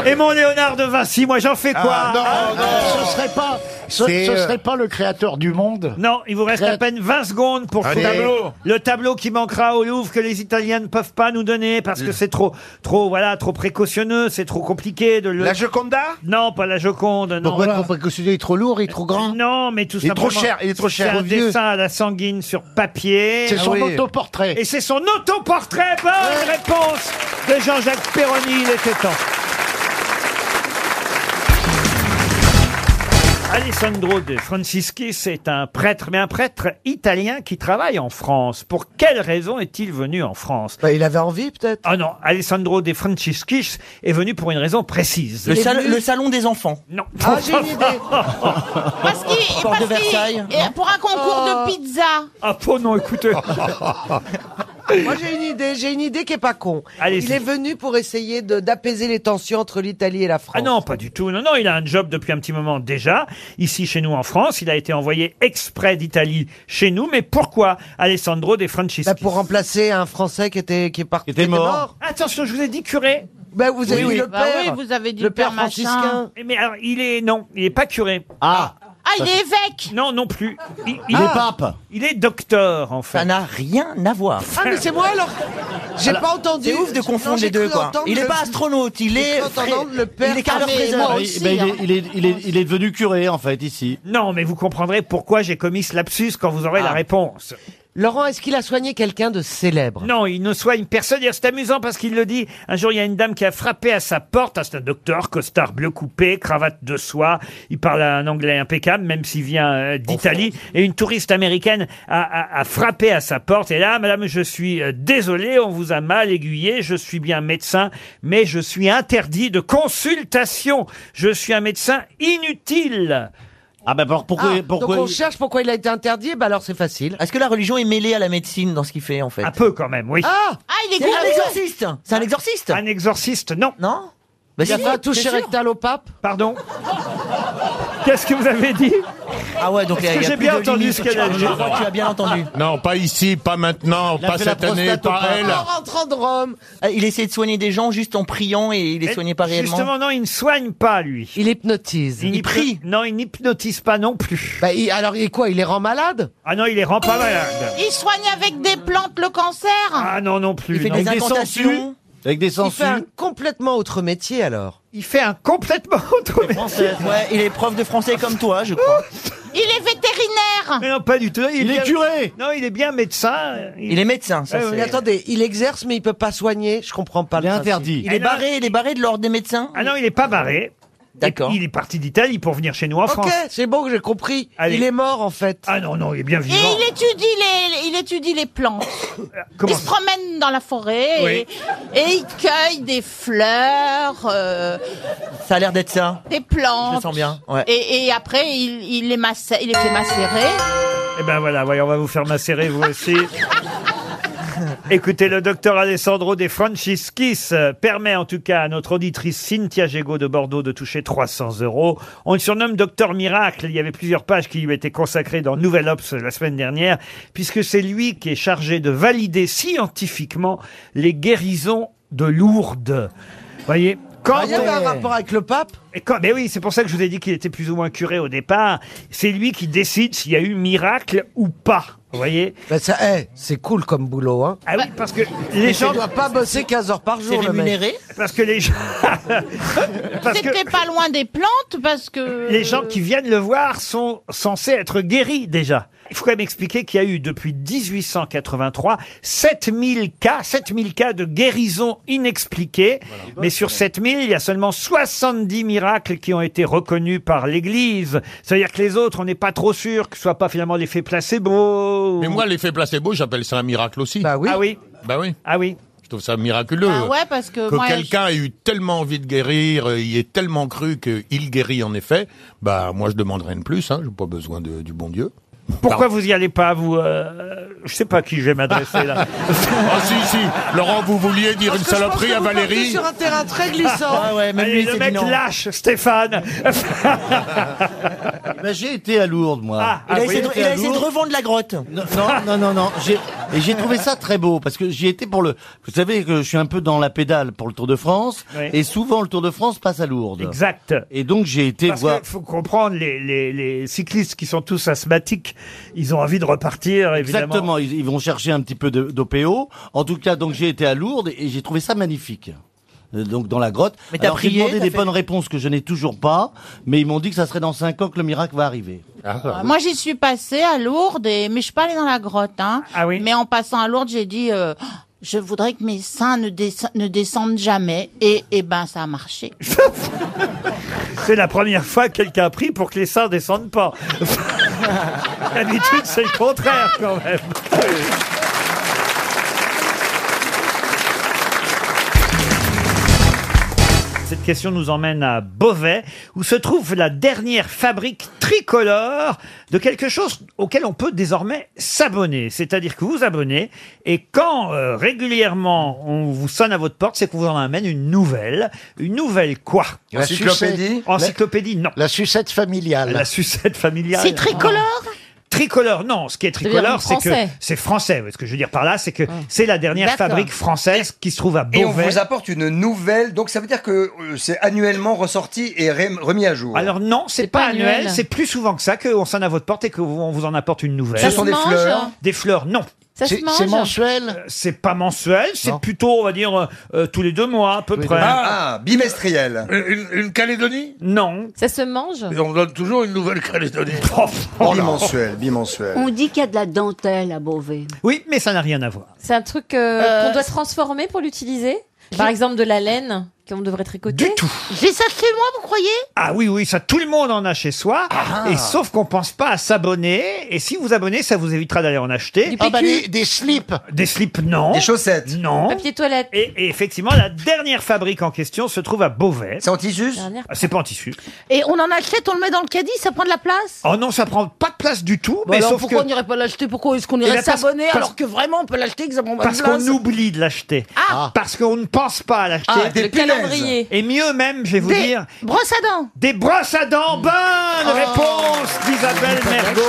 S1: Et mon Léonard de Vinci, moi j'en fais quoi
S22: Ah, non, non. Ce serait pas- Ce,
S1: C'est,
S22: ce
S1: euh,
S22: serait pas le créateur du monde
S1: Non, il vous reste à peine 20 secondes pour
S22: Un
S1: trouver
S22: tableau.
S1: le tableau qui manquera au Louvre que les Italiens ne peuvent pas nous donner parce que c'est trop, trop, voilà, trop précautionneux, c'est trop compliqué de le.
S25: La Joconda
S1: Non, pas la Joconde. Non.
S19: Pourquoi trop précautionné Il est trop lourd, il est trop grand
S1: Non, mais tout
S19: Il est trop
S1: simplement,
S19: cher, il est trop cher.
S1: C'est un
S19: Trop vieux.
S1: dessin à la sanguine sur papier.
S19: C'est son Ah oui.
S1: autoportrait. Et c'est son autoportrait. Bonne réponse de Jean-Jacques Perroni. Il était temps. Alessandro de Francisci, c'est un prêtre, mais un prêtre italien qui travaille en France. Pour quelle raison est-il venu en France
S19: Bah,
S1: Il avait envie, peut-être Ah non, Alessandro de Francisci est venu pour une raison précise.
S2: Le, sal- le salon des enfants.
S1: Non.
S2: Ah, j'ai une idée.
S17: Parce qu'il.
S2: Porte de
S17: parce qu'il-
S2: Versailles,
S17: et Pour un concours
S5: Oh.
S17: de pizza.
S1: Ah, oh non, écoutez.
S5: Moi j'ai une idée, j'ai une idée qui est pas con.
S1: Allez-y.
S5: il est venu pour essayer de- d'apaiser les tensions entre l'Italie et la France.
S1: Ah non, pas du tout. Non, non, il a un job depuis un petit moment déjà, ici chez nous en France. Il a été envoyé exprès d'Italie chez nous. Mais pourquoi Alessandro De Francisci
S5: Bah, Pour remplacer un Français qui était qui est parti. qui était
S1: Attention, je vous ai dit curé.
S5: Ben vous avez
S1: Oui,
S5: dit
S1: oui.
S5: le père.
S1: Bah oui,
S17: vous avez dit
S5: le père,
S17: père machin.
S5: franciscain.
S1: Eh, Mais alors, il est... Non, il n'est pas curé.
S2: Ah
S17: Ah, il est évêque.
S1: Non, non plus. Il,
S2: Il est pape.
S1: Il est docteur, en fait.
S2: Ça n'a rien à voir.
S5: Ah mais c'est moi alors. J'ai
S2: Alors,
S5: pas entendu.
S2: C'est ouf de
S5: Non,
S2: confondre
S5: j'ai
S2: les deux,
S5: cru
S2: quoi.
S5: entendre
S2: Il est
S5: le-
S2: pas astronaute, il
S5: j'ai
S2: est
S5: cru
S2: fré-
S5: entendre le père.
S2: il est carré fraiseur. Moi aussi, hein.
S1: il, est, devenu curé, en fait, ici. Non, mais vous comprendrez pourquoi j'ai commis ce lapsus quand vous
S2: Ah.
S1: aurez la réponse.
S5: Laurent, est-ce qu'il a soigné quelqu'un de célèbre
S1: Non, il ne soigne personne. D'ailleurs, C'est amusant parce qu'il le dit. Un jour, il y a une dame qui a frappé à sa porte. Ah, C'est un docteur, costard bleu coupé, cravate de soie. Il parle un anglais impeccable, même s'il vient euh, d'Italie. Et une touriste américaine a, a- a frappé à sa porte. Et là, madame, je suis euh, désolé, on vous a mal aiguillé. Je suis bien médecin, mais je suis interdit de consultation. Je suis un médecin inutile. Ah ben
S5: Ah, donc on cherche pourquoi il a été interdit, bah alors c'est facile.
S2: Est-ce que la religion est mêlée à la médecine dans ce qu'il fait en fait
S1: Un peu quand même, oui.
S5: Ah
S17: Ah, il est
S2: C'est un
S17: gourmand.
S2: exorciste C'est un exorciste
S1: Un exorciste, non.
S2: Non
S5: Il a pas touché rectal au pape
S1: Pardon Qu'est-ce que vous avez dit
S2: Ah ouais, donc
S1: Est-ce
S2: il y a-
S1: que
S2: il y a
S1: j'ai
S2: plus
S1: bien
S2: de
S1: entendu
S2: limite.
S1: ce qu'elle a dit
S2: Je crois que tu as bien entendu.
S11: Non, pas ici, pas maintenant,
S2: Il a
S11: pas
S2: fait la
S11: cette année,
S2: prostate ou
S11: pas
S2: pas
S11: elle.
S2: Alors,
S5: rentrant de Rome.
S2: Ah, Il essayait de soigner des gens juste en priant et il les soignait pas réellement.
S1: Justement, non, il ne soigne pas, lui.
S5: Il hypnotise.
S1: Il, prie. Non, il n'hypnotise pas non plus.
S5: Bah, il- alors il est quoi Il les rend malades
S1: Ah non, il les rend pas
S8: Ben
S1: malades.
S17: Il soigne avec des plantes le cancer.
S1: Ah non, non plus.
S5: Il fait
S1: non.
S5: des Avec des incantations. sangsues
S1: Avec des
S5: Il fait un complètement autre métier alors.
S1: Il fait un complètement autre métier.
S2: Ouais, il est prof de français comme toi, je crois.
S17: Il est vétérinaire.
S1: Mais non, pas du tout.
S2: Il
S1: bien-
S2: est curé.
S1: Non, il est bien médecin.
S2: Il est médecin, ça
S1: Ah oui,
S2: c'est.
S5: Mais attendez, il exerce mais il peut pas soigner, je comprends pas. Il est
S2: interdit. Il est barré, il est barré de l'ordre des médecins.
S1: Ah non, il est pas barré.
S2: D'accord.
S1: Et Il est parti d'Italie pour venir chez nous en
S5: Ok,
S1: France.
S5: c'est bon que j'ai compris.
S1: Allez.
S5: Il est mort en fait.
S1: Ah non, non, il est bien
S17: Et
S1: vivant.
S17: il étudie les, il étudie les plantes.
S1: Comment
S17: il se promène dans la forêt et, et il cueille des fleurs, euh,
S2: Ça a l'air d'être ça.
S17: des plantes.
S2: Je le sens bien, ouais.
S17: Et, et après, il, il, les macè- il les fait macérer.
S1: Eh ben voilà, voyons, on va vous faire macérer vous aussi. Écoutez, le docteur Alessandro De Franciscis euh, permet en tout cas à notre auditrice Cynthia Gégaud de Bordeaux de toucher 300 euros. On le surnomme Docteur Miracle. Il y avait plusieurs pages qui lui étaient consacrées dans Nouvel Ops la semaine dernière, puisque c'est lui qui est chargé de valider scientifiquement les guérisons de Lourdes. Voyez quand
S5: Ah, il y avait un
S1: on-
S5: rapport avec le pape
S1: et quand- mais oui, c'est pour ça que je vous ai dit qu'il était plus ou moins curé au départ. C'est lui qui décide s'il y a eu miracle ou pas. Vous voyez
S5: Bah, ça, eh, c'est cool comme boulot, hein.
S1: Ah oui, parce que les
S5: Les gens
S1: gens.
S5: ne doivent pas bosser 15 heures par jour, le mec.
S1: Parce que les gens. parce que Euh,
S17: C'était pas loin des plantes parce que.
S1: les gens qui viennent le voir sont censés être guéris déjà. il faut quand même expliquer qu'il y a eu depuis 1883 7000 cas, 7000 cas de guérison inexpliquée. Mais sur 7000, il y a seulement 70 miracles qui ont été reconnus par l'Église. C'est-à-dire que les autres, on n'est pas trop sûr que ce soit pas finalement l'effet placebo.
S18: Mais
S2: ah.
S18: moi, l'effet placebo, j'appelle ça un miracle aussi.
S1: Bah oui. Ah oui.
S18: Bah oui.
S1: Ah oui.
S18: Je trouve ça miraculeux.
S2: Bah
S17: Ah ouais, parce que moi,
S18: quelqu'un ait eu tellement envie de guérir, euh, y ait tellement cru qu'il guérit en effet. Bah, moi, je demanderais de plus, hein. J'ai pas besoin de- du bon Dieu.
S1: Pourquoi vous y allez pas, vous euh, Je sais pas à qui je vais m'adresser là.
S18: Ah si, si. Laurent, vous vouliez
S32: Ah,
S18: dire une saloperie à Valérie
S32: sur un terrain très glissant.
S1: Ah ouais, même lui,
S32: c'est
S1: le mec
S32: non.
S1: lâche, Stéphane.
S21: Ben, j'ai été à Lourdes, moi.
S1: Ah,
S21: J'ai
S1: ah oui.
S21: été
S1: Il a
S21: à
S1: essayé
S21: Lourdes.
S1: de
S33: revendre la grotte.
S21: Non, non, non, non. non. J'ai, et j'ai trouvé ça très beau parce que j'y étais pour le. Vous savez que je suis un peu dans la pédale pour le Tour de France
S1: Oui.
S21: et souvent le Tour de France passe à Lourdes.
S1: Exact.
S21: Et donc j'ai été
S1: Parce
S21: voir.
S1: qu'il faut comprendre, les, les- les cyclistes qui sont tous asthmatiques, ils ont envie de repartir, évidemment.
S21: Exactement. Ils, ils vont chercher un petit peu de- d'OPO. En tout cas, donc j'ai été à Lourdes et j'ai trouvé ça magnifique. Euh, Donc dans la grotte.
S33: Mais t'as
S21: Alors, j'ai
S33: prié,
S21: demandé
S33: t'as
S21: des
S33: fait-
S21: bonnes réponses que je n'ai toujours pas, mais ils m'ont dit que ça serait dans cinq ans que le miracle va arriver.
S17: Moi, j'y suis passée à Lourdes, et... mais je suis pas allée dans la grotte. Hein.
S21: Ah oui
S17: Mais en passant à Lourdes, j'ai dit, euh, je voudrais que mes seins ne, desce- ne descendent jamais. Et, et ben, ça a marché.
S1: C'est la première fois que quelqu'un a pris pour que les seins descendent pas. D'habitude, c'est le contraire quand même. Cette question nous emmène à Beauvais, où se trouve la dernière fabrique tricolore de quelque chose auquel on peut désormais s'abonner. C'est-à-dire que vous abonnez, et quand euh, régulièrement on vous sonne à votre porte, c'est qu'on vous en amène une nouvelle. Une nouvelle quoi
S6: La sucette-
S1: Encyclopédie, non.
S6: La sucette familiale.
S1: La sucette familiale.
S6: C'est tricolore
S1: Tricolore, non. Ce qui est
S6: veut dire
S1: tricolore, c'est que
S6: français.
S1: c'est français. Ce que je veux dire par là, c'est que c'est la dernière
S12: D'accord.
S1: fabrique française qui se trouve à Beauvais.
S12: Et on vous apporte une nouvelle, donc ça veut dire que euh, c'est annuellement ressorti et rem- remis à jour.
S1: Alors non, c'est pas, annuel, c'est plus souvent que ça qu'on sonne à votre porte et qu'on vous en apporte une nouvelle.
S12: Ça Ce se sont des mange fleurs
S1: Des fleurs, non.
S12: Ça se C'est- mange c'est mensuel
S1: Euh, C'est pas mensuel, c'est plutôt, on va dire, euh, euh, tous les deux mois à peu près.
S12: Ah, bimestriel.
S11: Euh, Une, une Calédonie
S1: Non.
S22: Ça se mange
S11: Et on me donne toujours une nouvelle Calédonie.
S25: Oh
S12: Bimensuel, bimensuel.
S22: On dit qu'il y a de la dentelle à Beauvais.
S1: Oui, mais ça n'a rien à voir.
S22: C'est un truc euh, qu'on doit transformer pour l'utiliser Par exemple, de la laine qu'on devrait tricoter Du tout
S8: J'ai ça chez moi, vous croyez
S1: Ah oui, oui, ça, tout le monde en a chez soi. Et sauf qu'on pense pas à s'abonner. Et si vous abonnez, ça vous évitera d'aller en acheter.
S6: Ah bah, PQ. des-
S1: slips. Des slips, non. Des
S12: chaussettes.
S1: Non.
S22: Papier toilette
S1: Et, et effectivement, la dernière fabrique en question se trouve à Beauvais. C'est
S12: en tissu
S22: Dernière.
S1: C'est pas en tissu.
S8: Et on en achète, on le met dans le caddie, ça prend de la place
S1: Oh non, ça prend pas de place du tout.
S8: Bah
S1: mais
S8: alors
S1: sauf
S8: pourquoi
S1: que-
S8: on n'irait pas l'acheter Pourquoi est-ce qu'on
S1: Et
S8: irait
S1: là, parce-
S8: s'abonner
S1: parce-
S8: alors que vraiment on peut l'acheter que ça prend pas
S1: Parce
S8: de place
S1: qu'on oublie de l'acheter.
S12: Ah.
S1: Parce qu'on ne pense pas à l'acheter.
S8: Ah, des Ah. Le punaises. calendrier.
S1: Et mieux même, je vais vous
S8: Des
S1: dire.
S8: brosses à dents.
S1: Des brosses à dents.
S12: Hmm.
S1: Bonne
S12: Ah.
S1: Oh. réponse d'Isabelle Mergo.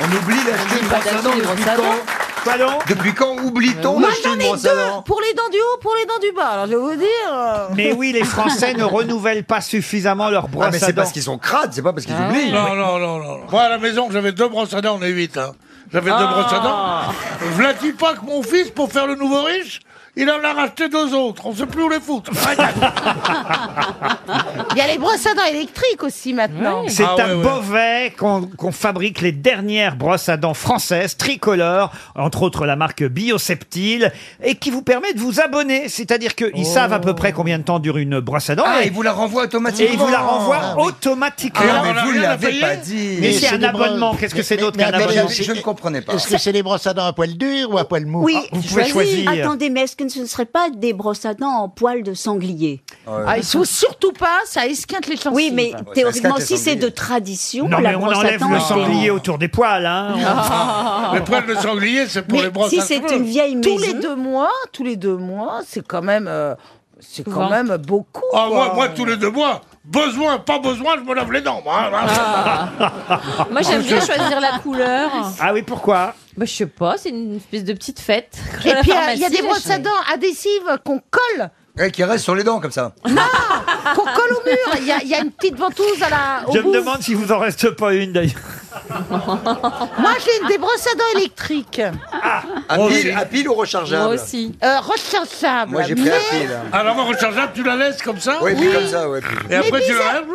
S12: On oublie d'acheter une brosse à dents depuis quand
S1: Pardon
S12: Depuis quand oublie-t-on
S8: Moi
S12: d'acheter
S8: j'en
S12: une
S8: ai
S12: brosse à dents
S8: deux Pour les dents du haut, pour les dents du bas, alors je vais vous dire...
S1: Mais oui, les Français ne renouvellent pas suffisamment leurs brosses
S12: Ah, mais
S1: à
S12: c'est
S1: dents.
S12: parce qu'ils sont crades, c'est pas parce qu'ils
S8: Ah.
S12: oublient.
S11: Ah. Non, non, non, non. Moi, à la maison, j'avais deux brosses à dents, on est huit. Hein. J'avais deux brosses à dents. V'là-t-il pas que mon fils, pour faire le nouveau riche, il en a racheté deux autres. On sait plus où les foutre. Ah,
S8: Il y a les brosses à dents électriques aussi
S22: Ah
S8: maintenant.
S1: C'est
S11: Ah
S1: à Beauvais qu'on qu'on fabrique les dernières brosses à dents françaises tricolores, entre autres la marque Bioseptile, et qui vous permet de vous abonner. C'est-à-dire qu'ils
S22: Oh.
S1: savent à peu près combien de temps dure une brosse à dents.
S12: Ah,
S1: et-
S12: ils vous la renvoient
S1: Et
S12: automatiquement.
S1: ils vous la renvoient
S12: Ah,
S1: automatiquement.
S12: mais vous ne l'avez pas dit.
S1: Mais c'est un abonnement. Qu'est-ce que c'est d'autre qu'un abonnement
S12: Je ne comprenais pas.
S6: Est-ce que c'est les brosses à dents à poil dur ou à poil mou
S22: Oui,
S6: Ah, Vous pouvez choisir.
S22: Attendez, mais est-ce que ce ne serait pas des brosses à dents en poils de sanglier
S8: Ah, il faut surtout pas, ça esquinte les chansons.
S22: Oui, mais
S8: Ouais,
S22: théoriquement,
S8: ça esquinte les
S22: si c'est
S8: sangliers.
S22: de tradition,
S1: Non,
S22: la
S1: mais on
S22: brosse à
S1: enlève
S22: dents
S1: le
S22: était-
S1: sanglier autour des poils. Hein.
S22: Ah.
S11: Les poils de sanglier, c'est pour
S22: Mais
S11: les brosses
S22: si
S11: à
S22: c'est
S11: cheveux.
S22: une vieille
S8: Tous
S22: maison.
S8: les deux mois, tous les deux mois, c'est quand même... euh, C'est quand
S11: Souvent.
S8: même beaucoup.
S11: Ah, moi,
S8: quoi.
S11: moi, tous les deux mois, besoin, pas besoin, je me lave les dents. Moi, hein.
S22: Moi, j'aime bien choisir la couleur.
S1: Ah oui, pourquoi
S22: Bah, je sais pas, c'est une espèce de petite fête.
S8: Et puis il y a des brosses à dents adhésives qu'on colle,
S12: Ouais, Eh, qui reste sur les dents comme ça.
S8: qu'on colle au mur. Il y, a- il y a une petite ventouse à la. Au
S1: Je
S8: bout.
S1: me demande si vous en reste pas une d'ailleurs.
S8: Moi j'ai des brosses à dents électriques.
S12: À pile, à pile ou rechargeable
S8: Euh, rechargeables.
S12: Moi, j'ai pris à
S8: mais-
S12: pile.
S11: Alors, moi, rechargeable, tu la laisses comme ça
S12: Oui, puis comme ça, ouais. puis-
S11: Et après,
S8: mais
S11: tu la
S8: bizarre-
S11: lèves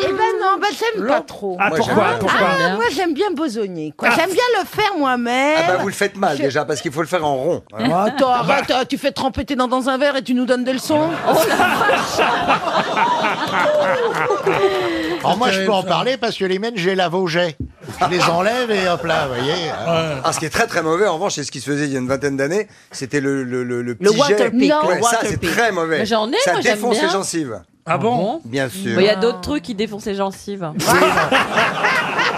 S8: Eh ben non, bah j'aime pas trop.
S12: Ah, Moi, pourquoi, j'aime bien. pourquoi
S8: Ah, moi j'aime bien bosonner, quoi. J'aime bien le faire moi-même.
S12: Ah bah vous le faites Ah, mal
S8: Eh, Je-
S12: déjà parce qu'il faut le faire en rond. hein.
S8: Oh,
S12: bah.
S8: Attends, arrête, euh, tu fais tremper tes dents dans un verre et tu nous donnes des leçons
S12: Oh,
S18: Alors moi, je peux
S12: Ah,
S18: en parler parce que les miennes, j'ai la Vosget. Je les enlève et hop là, vous voyez. euh.
S12: Ah, ce qui est très très mauvais en revanche, c'est ce qui se faisait il y a une vingtaine d'années, c'était le le le le, petit jet.
S13: waterpick. Non.
S12: Ouais,
S13: Le
S12: ça c'est
S13: waterpick.
S12: très mauvais.
S13: Mais j'en ai,
S12: ça
S13: moi, j'aime
S12: défonce
S13: bien. Bah,
S12: les gencives.
S11: Ah bon
S12: Bien
S13: Il
S12: sûr.
S22: Bah,
S13: y a d'autres trucs qui défoncent les gencives.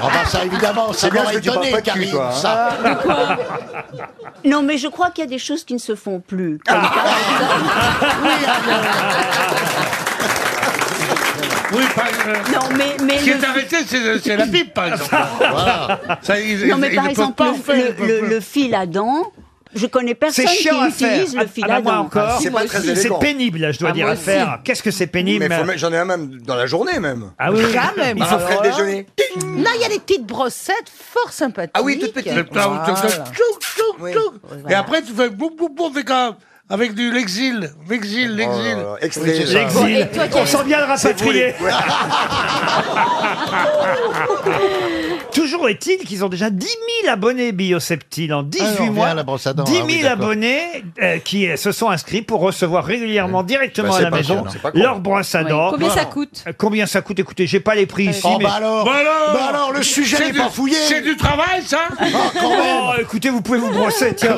S18: Ah bah ça, évidemment, ça
S12: C'est bien
S18: m'aurait
S12: parce que tu
S18: donné,
S12: parles pas de cul,
S18: Karine,
S12: toi, hein.
S18: ça.
S22: Non, mais je crois qu'il y a des choses qui ne se font plus. Comme
S11: Oui, par exemple.
S22: Non, mais- mais
S11: Ce qui
S22: le-
S11: est arrêté, c'est c'est la pipe, par exemple.
S22: Voilà.
S11: Ça, ils-
S22: non, mais
S11: ils
S22: par
S11: ne peuvent
S22: exemple,
S11: pas
S22: le,
S11: en faire, ils
S22: le-
S11: peuvent
S22: le-
S11: pas.
S22: le fil à dents, je connais personne qui
S1: chiant à faire.
S22: utilise
S1: Ah,
S22: le fil
S1: ah,
S22: à
S1: moi
S22: dents.
S1: encore, c'est pénible, je dois
S12: Ah,
S1: dire,
S12: moi
S1: à faire.
S12: aussi.
S1: Qu'est-ce que c'est pénible
S12: Mais faut même- j'en ai un même dans la journée même.
S1: Ah oui, oui. Jamais,
S12: Il
S1: moi.
S12: faut faire le déjeuner.
S8: Non, il y a des petites brossettes fort sympathiques.
S12: Ah oui, toutes petites.
S11: Le plat où tu fais
S8: Voilà.
S11: tchouk, tchouk, tchouk. Et
S8: voilà.
S11: après, tu fais boum, boum, boum, fais comme avec du l'exil, l'exil, l'exil.
S12: Oh là, extrait, Oui, c'est ça.
S22: Oh,
S1: L'exil. Bon, et toi qui On avais- sent bien le rapatrié.
S12: C'est voulu.
S1: Toujours est-il qu'ils ont déjà 10 000 abonnés Bioceptile en 18
S18: Ah, on revient
S1: mois.
S18: à la brosse à dents.
S1: 10 000
S18: Ah oui, d'accord.
S1: abonnés euh, qui euh, se sont inscrits pour recevoir régulièrement directement
S18: Bah,
S1: à
S18: c'est
S1: la
S18: pas
S1: maison
S18: con, c'est pas con.
S1: leur brosse à
S18: Oui.
S1: dents. Euh,
S18: Combien ça
S13: coûte
S1: Combien ça coûte Écoutez, j'ai pas les prix ici.
S18: Oh,
S1: mais-
S18: bah alors, bah alors, le sujet
S11: C'est
S18: n'est
S11: du-
S18: pas fouillé.
S11: C'est du travail, ça
S1: Oh, écoutez, vous pouvez vous brosser, tiens.